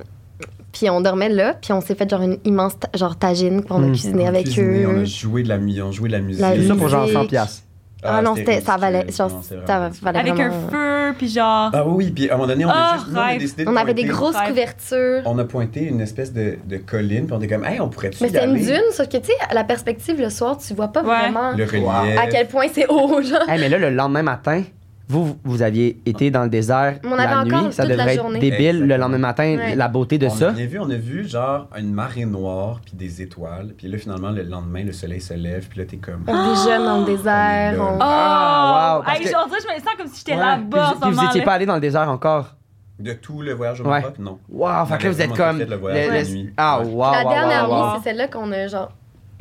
[SPEAKER 3] puis on dormait là puis on s'est fait genre une immense ta- genre tagine qu'on
[SPEAKER 1] Mm.
[SPEAKER 3] a cuisiné
[SPEAKER 4] On a
[SPEAKER 3] avec
[SPEAKER 4] cuisiné, Hmm. On
[SPEAKER 3] eux.
[SPEAKER 4] a joué de la, mu- on a joué de la musique.
[SPEAKER 3] La
[SPEAKER 1] C'est ça pour genre
[SPEAKER 3] musique.
[SPEAKER 1] 100 piastres.
[SPEAKER 3] Ah, non c'était ça
[SPEAKER 4] ridicule.
[SPEAKER 3] valait genre
[SPEAKER 4] Non, c'est vraiment
[SPEAKER 3] ça
[SPEAKER 4] ridicule.
[SPEAKER 3] valait
[SPEAKER 2] Avec
[SPEAKER 3] vraiment-
[SPEAKER 2] un feu, puis genre.
[SPEAKER 4] Ah oui, oui, puis à un moment donné, on, a
[SPEAKER 2] Ah,
[SPEAKER 4] juste, nous, on a
[SPEAKER 2] rêve.
[SPEAKER 4] décidé de
[SPEAKER 3] Oh, On avait des
[SPEAKER 4] pointer-
[SPEAKER 3] grosses
[SPEAKER 2] Ouais.
[SPEAKER 3] couvertures.
[SPEAKER 4] On a pointé une espèce de, de colline, puis on était comme, hey, on pourrait-tu
[SPEAKER 3] Mais
[SPEAKER 4] y
[SPEAKER 3] c'est une
[SPEAKER 4] aller?
[SPEAKER 3] dune, sauf que tu sais, à la perspective le soir, tu vois pas
[SPEAKER 2] Ouais.
[SPEAKER 3] vraiment
[SPEAKER 4] Le relief.
[SPEAKER 3] à quel point c'est haut, genre.
[SPEAKER 1] Eh, mais là, le lendemain matin, vous, vous aviez été dans le désert
[SPEAKER 3] On
[SPEAKER 1] la
[SPEAKER 3] avait
[SPEAKER 1] nuit.
[SPEAKER 3] encore
[SPEAKER 1] ça
[SPEAKER 3] toute la
[SPEAKER 1] devrait être
[SPEAKER 3] journée.
[SPEAKER 1] débile le
[SPEAKER 4] Exactement.
[SPEAKER 1] lendemain matin,
[SPEAKER 3] Ouais.
[SPEAKER 1] la beauté de
[SPEAKER 4] on
[SPEAKER 1] ça.
[SPEAKER 4] a bien vu, on a vu genre une marée noire, puis des étoiles, puis là, finalement, le lendemain, le soleil se lève, puis là, t'es comme...
[SPEAKER 3] On déjeune dans le
[SPEAKER 4] On
[SPEAKER 3] désert.
[SPEAKER 4] est là.
[SPEAKER 3] on-
[SPEAKER 1] Ah,
[SPEAKER 2] Ah,
[SPEAKER 1] wow, parce
[SPEAKER 2] Hey,
[SPEAKER 1] que-
[SPEAKER 2] genre, ça, je me sens comme si j'étais
[SPEAKER 1] Ouais.
[SPEAKER 2] là-bas.
[SPEAKER 1] Puis vous- Puis vous n'étiez pas allé dans le désert encore.
[SPEAKER 4] De tout le voyage au
[SPEAKER 1] Ouais.
[SPEAKER 4] Maroc, non.
[SPEAKER 1] Waouh,
[SPEAKER 4] On
[SPEAKER 1] fait que là, vous
[SPEAKER 4] avait
[SPEAKER 1] êtes
[SPEAKER 4] vraiment
[SPEAKER 1] comme.
[SPEAKER 4] fait le voyage
[SPEAKER 1] le-
[SPEAKER 4] la
[SPEAKER 1] le-
[SPEAKER 4] nuit.
[SPEAKER 1] Ah, waouh,
[SPEAKER 3] la
[SPEAKER 1] waouh,
[SPEAKER 3] dernière
[SPEAKER 1] waouh,
[SPEAKER 3] nuit,
[SPEAKER 1] waouh.
[SPEAKER 3] c'est celle-là qu'on a genre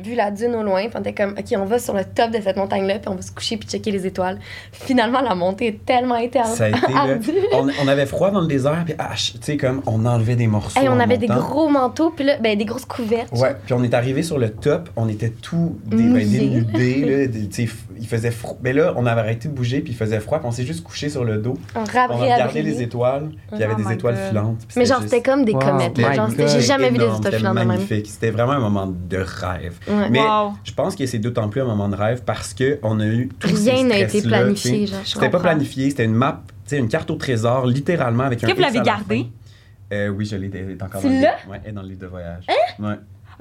[SPEAKER 3] vu la dune au loin, puis on était comme, OK, on va sur le top de cette montagne-là, puis on va se coucher puis checker les étoiles. Finalement, la montée est tellement éternelle.
[SPEAKER 4] Ça a été... là,
[SPEAKER 3] Ah,
[SPEAKER 4] on, on avait froid dans le désert, puis ah, tu sais, comme, on enlevait des morceaux
[SPEAKER 3] on
[SPEAKER 4] en
[SPEAKER 3] avait des
[SPEAKER 4] montant.
[SPEAKER 3] gros manteaux, puis là, ben, des grosses couvertes.
[SPEAKER 4] Ouais, puis on est arrivé sur le top, on était tout dé- ben,
[SPEAKER 3] Mouillés.
[SPEAKER 4] dénudés, là, des- tu sais, f- il faisait froid. Mais là, on avait arrêté de bouger, puis il faisait froid, puis on s'est juste couché sur le dos.
[SPEAKER 3] On
[SPEAKER 4] On
[SPEAKER 3] rabrait
[SPEAKER 4] regardait les étoiles, puis il y avait
[SPEAKER 2] Oh
[SPEAKER 4] des
[SPEAKER 2] my
[SPEAKER 4] étoiles
[SPEAKER 2] God.
[SPEAKER 4] filantes. puis
[SPEAKER 3] Mais genre,
[SPEAKER 4] juste-
[SPEAKER 3] c'était comme des
[SPEAKER 1] Wow,
[SPEAKER 3] comètes. là.
[SPEAKER 1] my
[SPEAKER 3] Genre, c'était-
[SPEAKER 1] God.
[SPEAKER 3] j'ai jamais vu des
[SPEAKER 4] Énorme,
[SPEAKER 3] étoiles
[SPEAKER 4] c'était
[SPEAKER 3] filantes de même.
[SPEAKER 4] magnifique. C'était vraiment un moment de rêve.
[SPEAKER 3] Ouais.
[SPEAKER 4] Mais
[SPEAKER 2] Wow.
[SPEAKER 4] je pense que c'est d'autant plus un moment de rêve parce que on a eu tout
[SPEAKER 3] Rien n'a été planifié, genre. je
[SPEAKER 4] C'était pas
[SPEAKER 3] comprends.
[SPEAKER 4] planifié, c'était une map, tu sais, une carte au trésor, littéralement avec un.
[SPEAKER 2] Que vous
[SPEAKER 4] X à
[SPEAKER 2] l'avez
[SPEAKER 4] la
[SPEAKER 2] gardé?
[SPEAKER 4] fin. Euh, oui, je l'ai elle est encore
[SPEAKER 3] Tu
[SPEAKER 4] dans le
[SPEAKER 3] l'as?
[SPEAKER 4] livre. Ouais, elle est dans le livre de voyage. Ouais.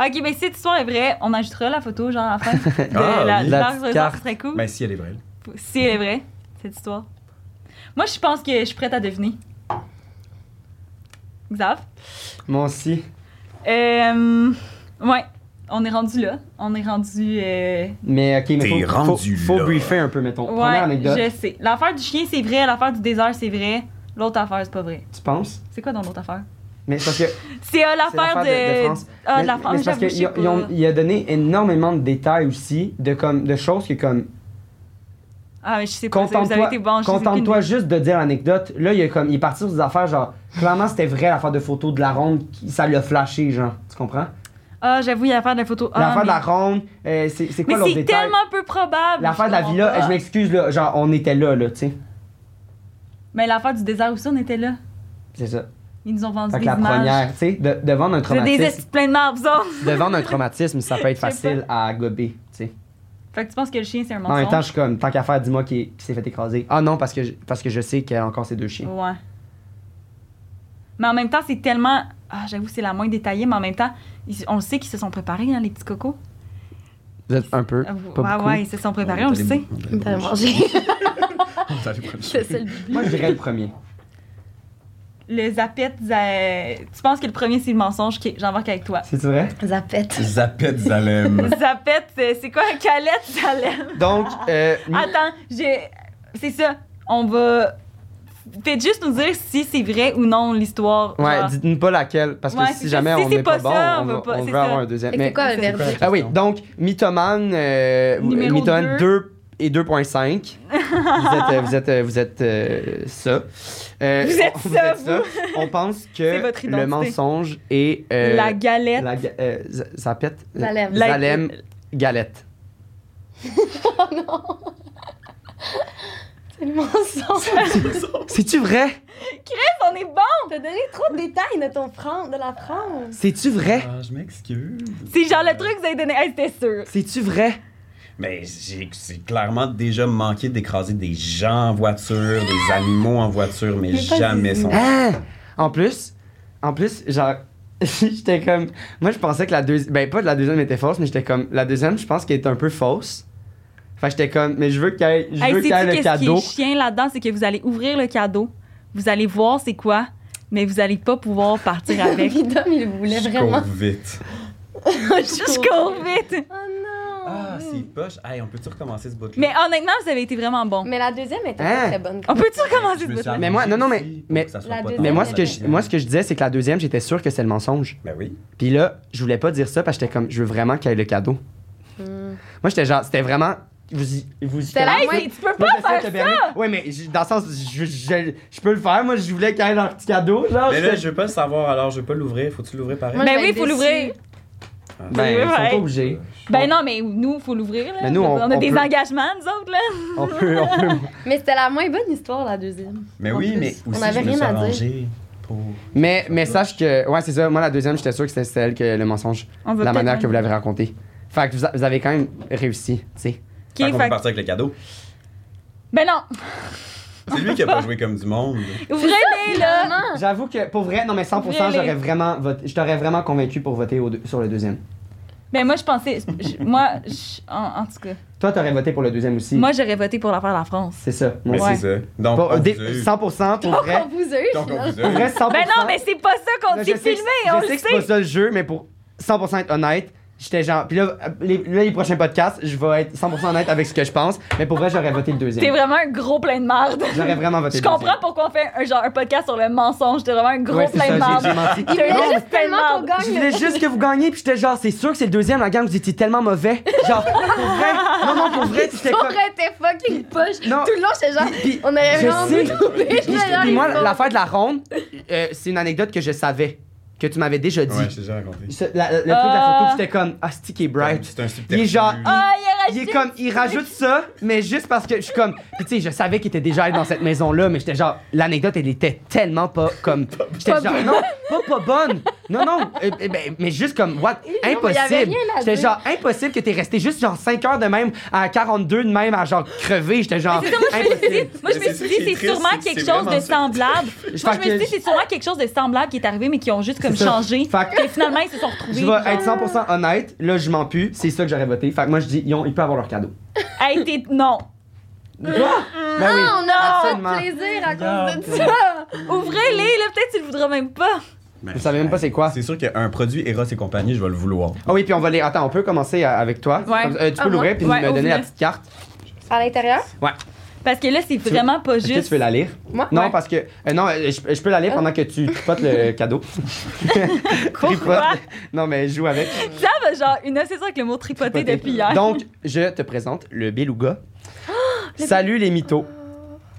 [SPEAKER 2] Ok, mais si cette histoire est vraie, on ajoutera la photo, genre, à la fin. de
[SPEAKER 4] Ah,
[SPEAKER 2] la,
[SPEAKER 4] oui.
[SPEAKER 2] de
[SPEAKER 1] La
[SPEAKER 2] la-
[SPEAKER 1] petite
[SPEAKER 2] ça
[SPEAKER 1] carte.
[SPEAKER 2] serait cool.
[SPEAKER 4] Ben si, elle est vraie.
[SPEAKER 2] Si elle est vraie, cette histoire. Moi, je pense que je suis prête à deviner. Xav.
[SPEAKER 1] Moi aussi.
[SPEAKER 2] Euh, ouais, on est rendu là. On est rendu. euh,
[SPEAKER 1] Mais ok, mais
[SPEAKER 4] T'es
[SPEAKER 1] faut, faut,
[SPEAKER 4] rendu
[SPEAKER 1] faut
[SPEAKER 4] là.
[SPEAKER 1] briefer un peu, mettons. Première
[SPEAKER 2] Ouais,
[SPEAKER 1] anecdote,
[SPEAKER 2] je sais. L'affaire du chien, c'est vrai. L'affaire du désert, c'est vrai. L'autre affaire, c'est pas vrai.
[SPEAKER 1] tu penses?
[SPEAKER 2] C'est quoi dans l'autre affaire?
[SPEAKER 1] Mais c'est parce que.
[SPEAKER 2] C'est euh, l'affaire
[SPEAKER 1] l'affaire de- de France.
[SPEAKER 2] de. Ah,
[SPEAKER 1] mais-
[SPEAKER 2] de la
[SPEAKER 1] mais
[SPEAKER 2] France,
[SPEAKER 1] c'est parce
[SPEAKER 2] j'avoue, je sais
[SPEAKER 1] qu'il
[SPEAKER 2] pas.
[SPEAKER 1] a donné énormément de détails aussi, de, comme, de choses que comme.
[SPEAKER 2] Ah, mais je sais pas. Vous avez
[SPEAKER 1] Contente-toi
[SPEAKER 2] été bon.
[SPEAKER 1] contente-toi juste de dire l'anecdote. Là, il est, comme, il est parti sur des affaires, genre. Clairement, c'était vrai l'affaire de photo de la ronde, qui- ça l'a flashé, genre. Tu comprends?
[SPEAKER 2] Ah, j'avoue, il y a l'affaire de la photo. Ah,
[SPEAKER 1] l'affaire
[SPEAKER 2] mais...
[SPEAKER 1] de la ronde, euh, c'est c'est quoi
[SPEAKER 2] Mais
[SPEAKER 1] l'autre
[SPEAKER 2] c'est
[SPEAKER 1] détail?
[SPEAKER 2] tellement peu probable.
[SPEAKER 1] L'affaire de la
[SPEAKER 2] comprends
[SPEAKER 1] villa,
[SPEAKER 2] pas.
[SPEAKER 1] je m'excuse, là, genre, on était là, là, tu sais.
[SPEAKER 2] Mais l'affaire du désert aussi, on était là.
[SPEAKER 1] C'est ça.
[SPEAKER 2] Ils nous ont vendu
[SPEAKER 1] Fait que
[SPEAKER 2] des
[SPEAKER 1] la
[SPEAKER 2] images.
[SPEAKER 1] première, tu sais, de, de vendre un
[SPEAKER 2] C'est des
[SPEAKER 1] traumatisme.
[SPEAKER 2] estis pleins de marbre, ça.
[SPEAKER 1] de vendre un traumatisme, ça peut être
[SPEAKER 2] Je sais
[SPEAKER 1] facile à gober, tu sais.
[SPEAKER 2] Fait que tu penses que le chien, c'est un
[SPEAKER 1] En
[SPEAKER 2] mensonge?
[SPEAKER 1] même temps, je suis comme, tant qu'à faire, dis-moi qui, qui s'est fait écraser. Ah non, parce que je, parce que je sais qu'il y a encore ces deux chiens.
[SPEAKER 2] Ouais. Mais en même temps, c'est tellement. Ah, j'avoue, c'est la moins détaillée, mais en même temps, ils- on le sait qu'ils se sont préparés, hein, les petits cocos.
[SPEAKER 1] Vous êtes un peu,
[SPEAKER 2] Ah, vous-
[SPEAKER 1] pas
[SPEAKER 2] ouais,
[SPEAKER 1] beaucoup.
[SPEAKER 2] ouais, ils se sont préparés, on, le
[SPEAKER 4] est allé-
[SPEAKER 2] sait.
[SPEAKER 4] on est
[SPEAKER 3] T'as
[SPEAKER 4] allé
[SPEAKER 3] mangé.
[SPEAKER 4] On est allé prendre-
[SPEAKER 3] C'est ça le but.
[SPEAKER 1] Moi, je dirais le premier.
[SPEAKER 2] Le zapette, za- tu penses que le premier, c'est le mensonge? Ok, j'embarque avec toi.
[SPEAKER 1] C'est vrai?
[SPEAKER 3] Zapette.
[SPEAKER 4] Zapette Zalem.
[SPEAKER 2] zapette, c'est c'est quoi? Calette, Salem?
[SPEAKER 1] Donc, euh, nous-
[SPEAKER 2] Attends, j'ai. C'est ça. On va. Faites juste nous dire si c'est vrai ou non l'histoire.
[SPEAKER 1] ouais,
[SPEAKER 2] genre.
[SPEAKER 1] dites-nous pas laquelle, parce que
[SPEAKER 2] Ah. Ouais, c'est
[SPEAKER 1] si
[SPEAKER 2] ça.
[SPEAKER 1] jamais
[SPEAKER 2] Si
[SPEAKER 1] on
[SPEAKER 2] c'est
[SPEAKER 1] n'est
[SPEAKER 2] pas
[SPEAKER 1] pas,
[SPEAKER 2] ça,
[SPEAKER 1] bon, on,
[SPEAKER 2] on
[SPEAKER 1] va,
[SPEAKER 2] veut pas-
[SPEAKER 1] on
[SPEAKER 2] c'est
[SPEAKER 1] veut avoir
[SPEAKER 2] ça.
[SPEAKER 1] un deuxième.
[SPEAKER 3] Fait que
[SPEAKER 1] Mais-
[SPEAKER 3] C'est quoi le
[SPEAKER 2] Mais-
[SPEAKER 3] verdict?
[SPEAKER 1] Ah oui, donc mythomane, euh,
[SPEAKER 2] Numéro
[SPEAKER 1] mythomane
[SPEAKER 2] deux.
[SPEAKER 1] 2 et 2.5. vous êtes, euh, vous êtes, euh, vous êtes euh, ça. Euh,
[SPEAKER 2] Vous êtes
[SPEAKER 1] on-
[SPEAKER 2] ça, vous.
[SPEAKER 1] On pense
[SPEAKER 2] C'est
[SPEAKER 1] que
[SPEAKER 2] votre identité.
[SPEAKER 1] le mensonge est euh,
[SPEAKER 2] la galette.
[SPEAKER 1] la ga- euh, za- zapette,
[SPEAKER 3] Zalem.
[SPEAKER 2] La-
[SPEAKER 1] Zalem, galette.
[SPEAKER 3] Oh non! C'est le mensonge!
[SPEAKER 1] C'est-tu vrai?
[SPEAKER 2] On est bon!
[SPEAKER 3] T'as donné trop de détails de ton franc, de la France!
[SPEAKER 1] C'est-tu vrai?
[SPEAKER 4] Ah, je m'excuse.
[SPEAKER 2] C'est genre le truc que vous avez donné. Hey, c'était sûr.
[SPEAKER 1] C'est-tu vrai?
[SPEAKER 4] Mais j'ai j'ai clairement déjà manqué d'écraser des gens en voiture, des animaux en voiture, mais
[SPEAKER 3] Mais pas
[SPEAKER 4] jamais
[SPEAKER 3] des-
[SPEAKER 4] sans.
[SPEAKER 1] Ah! En plus, en plus, genre, j'étais comme. Moi, je pensais que la deuxième. Ben, pas de la deuxième était fausse, mais j'étais comme. La deuxième, je pense qu'elle est un peu fausse. Fait que j'étais comme. Mais je veux qu'il y ait, je
[SPEAKER 2] Hey,
[SPEAKER 1] veux qu'il y
[SPEAKER 2] sais-tu
[SPEAKER 1] ait le
[SPEAKER 2] qu'est-ce qui
[SPEAKER 1] cadeau.
[SPEAKER 2] est chien là-dedans, c'est que vous allez ouvrir le cadeau, vous allez voir c'est quoi, mais vous allez pas pouvoir partir avec.
[SPEAKER 3] Puis Dom, il voulait
[SPEAKER 4] Je
[SPEAKER 3] vraiment.
[SPEAKER 4] cours vite.
[SPEAKER 2] Je cours vite.
[SPEAKER 3] Oh non!
[SPEAKER 4] Ah, c'est poche. Hey, on peut-tu recommencer ce bout-là?
[SPEAKER 2] Mais honnêtement, vous avez été vraiment bon.
[SPEAKER 3] Mais la deuxième était
[SPEAKER 1] Hein?
[SPEAKER 3] pas très bonne.
[SPEAKER 2] On peut-tu
[SPEAKER 4] Je
[SPEAKER 2] recommencer ce
[SPEAKER 4] me suis
[SPEAKER 2] bout-là?
[SPEAKER 4] arrangé
[SPEAKER 1] Mais moi- non, non, mais-
[SPEAKER 4] aussi pour
[SPEAKER 1] mais-
[SPEAKER 4] que ça soit
[SPEAKER 3] La
[SPEAKER 4] pas
[SPEAKER 3] deuxième-
[SPEAKER 4] tant
[SPEAKER 1] Mais moi,
[SPEAKER 4] la
[SPEAKER 1] ce que je,
[SPEAKER 4] deuxième.
[SPEAKER 1] moi, ce que je disais, c'est que la deuxième, j'étais sûr que c'est le mensonge.
[SPEAKER 4] Ben oui.
[SPEAKER 1] Puis là, je voulais pas dire ça parce que j'étais comme. Je veux vraiment qu'il y ait le cadeau.
[SPEAKER 3] Hmm.
[SPEAKER 1] Moi, j'étais genre. C'était vraiment. Vous y. Vous y
[SPEAKER 3] C'était la
[SPEAKER 2] Hey,
[SPEAKER 3] moins.
[SPEAKER 2] c'est- tu peux
[SPEAKER 1] Moi,
[SPEAKER 2] pas
[SPEAKER 1] j'essaie de
[SPEAKER 2] faire
[SPEAKER 1] te
[SPEAKER 2] ça.
[SPEAKER 1] berner. Ouais, mais je- dans le sens, je, je- je peux le faire. Moi, je voulais qu'il y ait leur petit cadeau. Genre,
[SPEAKER 4] Mais là,
[SPEAKER 1] j'étais-
[SPEAKER 4] je veux pas le savoir, alors je veux pas l'ouvrir. Faut-tu l'ouvrir pareil?
[SPEAKER 3] Oh, Moi, je
[SPEAKER 2] Ben
[SPEAKER 3] vais
[SPEAKER 2] oui,
[SPEAKER 3] être
[SPEAKER 2] faut
[SPEAKER 3] déçue.
[SPEAKER 2] l'ouvrir.
[SPEAKER 1] Ben, ils sont
[SPEAKER 2] Ouais.
[SPEAKER 1] pas obligés.
[SPEAKER 2] Ben non, mais nous, faut l'ouvrir. là.
[SPEAKER 1] Mais nous, on-
[SPEAKER 2] a
[SPEAKER 1] on
[SPEAKER 2] des
[SPEAKER 1] peut.
[SPEAKER 2] engagements, nous autres là.
[SPEAKER 1] On peut, on peut.
[SPEAKER 3] Mais c'était la moins bonne histoire, la deuxième.
[SPEAKER 4] Mais
[SPEAKER 3] En
[SPEAKER 4] oui,
[SPEAKER 3] plus,
[SPEAKER 4] mais aussi,
[SPEAKER 3] on avait
[SPEAKER 4] je me
[SPEAKER 3] rien
[SPEAKER 4] suis
[SPEAKER 3] à dire.
[SPEAKER 4] arrangé pour.
[SPEAKER 1] Mais, mais sache que, ouais, c'est ça. Moi, la deuxième, j'étais sûr que c'était celle que le mensonge,
[SPEAKER 2] On va
[SPEAKER 1] la
[SPEAKER 2] peut-être-
[SPEAKER 1] manière que vous l'avez raconté. Fait que vous, a- vous avez quand même réussi, tu sais.
[SPEAKER 2] Ok,
[SPEAKER 4] Fait qu'on
[SPEAKER 2] fait-
[SPEAKER 4] peut partir avec le cadeau.
[SPEAKER 2] Ben non,
[SPEAKER 4] C'est lui qui a pas joué comme du monde.
[SPEAKER 2] ouvrez-les là.
[SPEAKER 3] Vraiment?
[SPEAKER 1] J'avoue que, pour vrai, non, mais 100%,
[SPEAKER 2] Really?
[SPEAKER 1] j'aurais vraiment voté, je t'aurais vraiment convaincu pour voter au deux- sur le deuxième.
[SPEAKER 2] Ben moi, je pensais, je- moi, je- en, en tout cas,
[SPEAKER 1] Toi, t'aurais voté pour le deuxième aussi.
[SPEAKER 2] moi, j'aurais voté pour l'affaire de la France.
[SPEAKER 1] c'est ça. Moi
[SPEAKER 4] Mais
[SPEAKER 1] aussi.
[SPEAKER 2] Ouais.
[SPEAKER 4] c'est ça. Donc,
[SPEAKER 1] Pour-
[SPEAKER 4] on
[SPEAKER 1] des-
[SPEAKER 4] vous use.
[SPEAKER 1] 100% pour vrai.
[SPEAKER 3] On vous a eu,
[SPEAKER 4] Donc, on
[SPEAKER 3] finalement.
[SPEAKER 4] vous
[SPEAKER 1] Ah, Pour vrai,
[SPEAKER 4] use.
[SPEAKER 1] 100%.
[SPEAKER 2] Ben non, mais c'est pas ça qu'on
[SPEAKER 1] Là,
[SPEAKER 2] dit
[SPEAKER 1] je sais que-
[SPEAKER 2] filmé, on
[SPEAKER 1] je
[SPEAKER 2] le
[SPEAKER 1] sais que c'est pas
[SPEAKER 2] sait.
[SPEAKER 1] ça le jeu, mais pour 100% être honnête, j'étais genre. Puis là, les, là, les prochains podcasts, je vais être 100% honnête avec ce que je pense, mais pour vrai, j'aurais voté le
[SPEAKER 2] T'es
[SPEAKER 1] deuxième.
[SPEAKER 2] vraiment un gros plein de marde.
[SPEAKER 1] J'aurais vraiment voté
[SPEAKER 2] Je
[SPEAKER 1] le deuxième.
[SPEAKER 2] comprends pourquoi on fait un, genre, un podcast sur le mensonge. T'es vraiment un gros
[SPEAKER 1] Ouais, c'est
[SPEAKER 2] plein de
[SPEAKER 1] ça, j'ai- j'ai
[SPEAKER 2] marde.
[SPEAKER 1] menti.
[SPEAKER 2] T'es un
[SPEAKER 3] Mais
[SPEAKER 2] gros
[SPEAKER 3] juste
[SPEAKER 2] plein de
[SPEAKER 3] tellement qu'on
[SPEAKER 2] marde.
[SPEAKER 3] gagne
[SPEAKER 1] Je
[SPEAKER 3] le-
[SPEAKER 1] voulais juste que vous gagniez, puis j'étais genre, c'est sûr que c'est le deuxième, la gang, vous étiez tellement mauvais. Genre, pour vrai, non, non, pour vrai, c'était
[SPEAKER 3] On
[SPEAKER 1] comme...
[SPEAKER 3] aurait été fucking poche.
[SPEAKER 1] Non.
[SPEAKER 3] Tout le long, j'étais genre,
[SPEAKER 1] Puis- puis-
[SPEAKER 3] on aurait
[SPEAKER 1] je
[SPEAKER 3] vraiment
[SPEAKER 1] sais.
[SPEAKER 3] dû trouver
[SPEAKER 1] Puis,
[SPEAKER 3] le meilleur
[SPEAKER 1] puis moi,
[SPEAKER 3] exemple.
[SPEAKER 1] l'affaire de la ronde, euh, c'est une anecdote que je savais, que tu m'avais déjà dit.
[SPEAKER 4] Ouais, je t'ai déjà raconté.
[SPEAKER 1] Ce- la- le truc de la photo, j'étais comme, ah, sticky bright.
[SPEAKER 4] C'est un
[SPEAKER 1] Il est
[SPEAKER 4] subterfuge.
[SPEAKER 1] genre-
[SPEAKER 2] Ah, il a
[SPEAKER 1] Il
[SPEAKER 2] rajouté.
[SPEAKER 1] est comme, il rajoute ça, mais juste parce que je suis comme, puis tu sais, je savais qu'il était déjà allé dans cette maison-là, mais j'étais genre, l'anecdote, elle était tellement pas comme, j'étais genre, non, pas pas bonne, non, non, euh, euh, ben, mais juste comme, what,
[SPEAKER 3] mais il y avait
[SPEAKER 1] impossible,
[SPEAKER 3] rien à
[SPEAKER 1] j'étais
[SPEAKER 3] dire.
[SPEAKER 1] genre, impossible que t'es resté juste genre 5 heures de même, à 42 de même, à genre crever, j'étais genre,
[SPEAKER 2] C'est ça, moi, je me suis
[SPEAKER 1] impossible.
[SPEAKER 2] dit, moi, je
[SPEAKER 4] Mais
[SPEAKER 2] me suis
[SPEAKER 4] c'est ça qui
[SPEAKER 2] dit,
[SPEAKER 4] est
[SPEAKER 2] c'est
[SPEAKER 4] triste,
[SPEAKER 2] sûrement
[SPEAKER 4] c'est que
[SPEAKER 2] quelque
[SPEAKER 4] c'est
[SPEAKER 2] chose de
[SPEAKER 4] vraiment ça.
[SPEAKER 2] semblable. Moi, je me
[SPEAKER 1] que
[SPEAKER 2] suis dit,
[SPEAKER 1] je-
[SPEAKER 2] c'est sûrement quelque chose de semblable qui est arrivé, mais qui ont juste comme
[SPEAKER 1] C'est ça.
[SPEAKER 2] changé.
[SPEAKER 1] Fait que-
[SPEAKER 2] Et finalement, ils se sont retrouvés.
[SPEAKER 1] Je
[SPEAKER 2] genre.
[SPEAKER 1] vais être 100% honnête, là je m'en pue, c'est ça que j'aurais voté. Fait que moi je dis, ils, ont- ils peuvent avoir leur cadeau.
[SPEAKER 2] Hey, t'es. Non.
[SPEAKER 1] Ben oui,
[SPEAKER 3] Ah, on a pas
[SPEAKER 1] absolument.
[SPEAKER 3] de plaisir à
[SPEAKER 4] Regarde.
[SPEAKER 3] cause de ça.
[SPEAKER 2] Ouvrez-les, là. Peut-être tu le voudras même pas.
[SPEAKER 4] Ben,
[SPEAKER 1] Je savais même pas c'est quoi.
[SPEAKER 4] C'est sûr qu'un produit Eros et compagnie, je vais le vouloir.
[SPEAKER 1] Ah oui, puis on va les. Attends, on peut commencer à- avec toi.
[SPEAKER 2] Ouais.
[SPEAKER 1] Comme- euh, tu peux
[SPEAKER 3] Ah,
[SPEAKER 1] l'ouvrir
[SPEAKER 3] moi?
[SPEAKER 1] puis
[SPEAKER 2] Ouais,
[SPEAKER 1] me donner la
[SPEAKER 2] ouvre-le.
[SPEAKER 1] petite carte.
[SPEAKER 3] À l'intérieur?
[SPEAKER 1] Ah.
[SPEAKER 2] Parce que là, c'est
[SPEAKER 1] veux-
[SPEAKER 2] vraiment pas
[SPEAKER 1] Est-ce que tu
[SPEAKER 2] juste.
[SPEAKER 1] veux la lire?
[SPEAKER 3] Moi?
[SPEAKER 1] Non,
[SPEAKER 2] Ouais.
[SPEAKER 1] parce que. euh, non, euh, je, je peux la lire pendant que tu potes le cadeau. Tripote.
[SPEAKER 2] Pourquoi?
[SPEAKER 1] Non, mais joue avec.
[SPEAKER 2] Ça va, genre, une obsession avec le mot tripoter
[SPEAKER 1] Tripoter.
[SPEAKER 2] depuis hier.
[SPEAKER 1] Donc, je te présente le Beluga. Salut les mythos.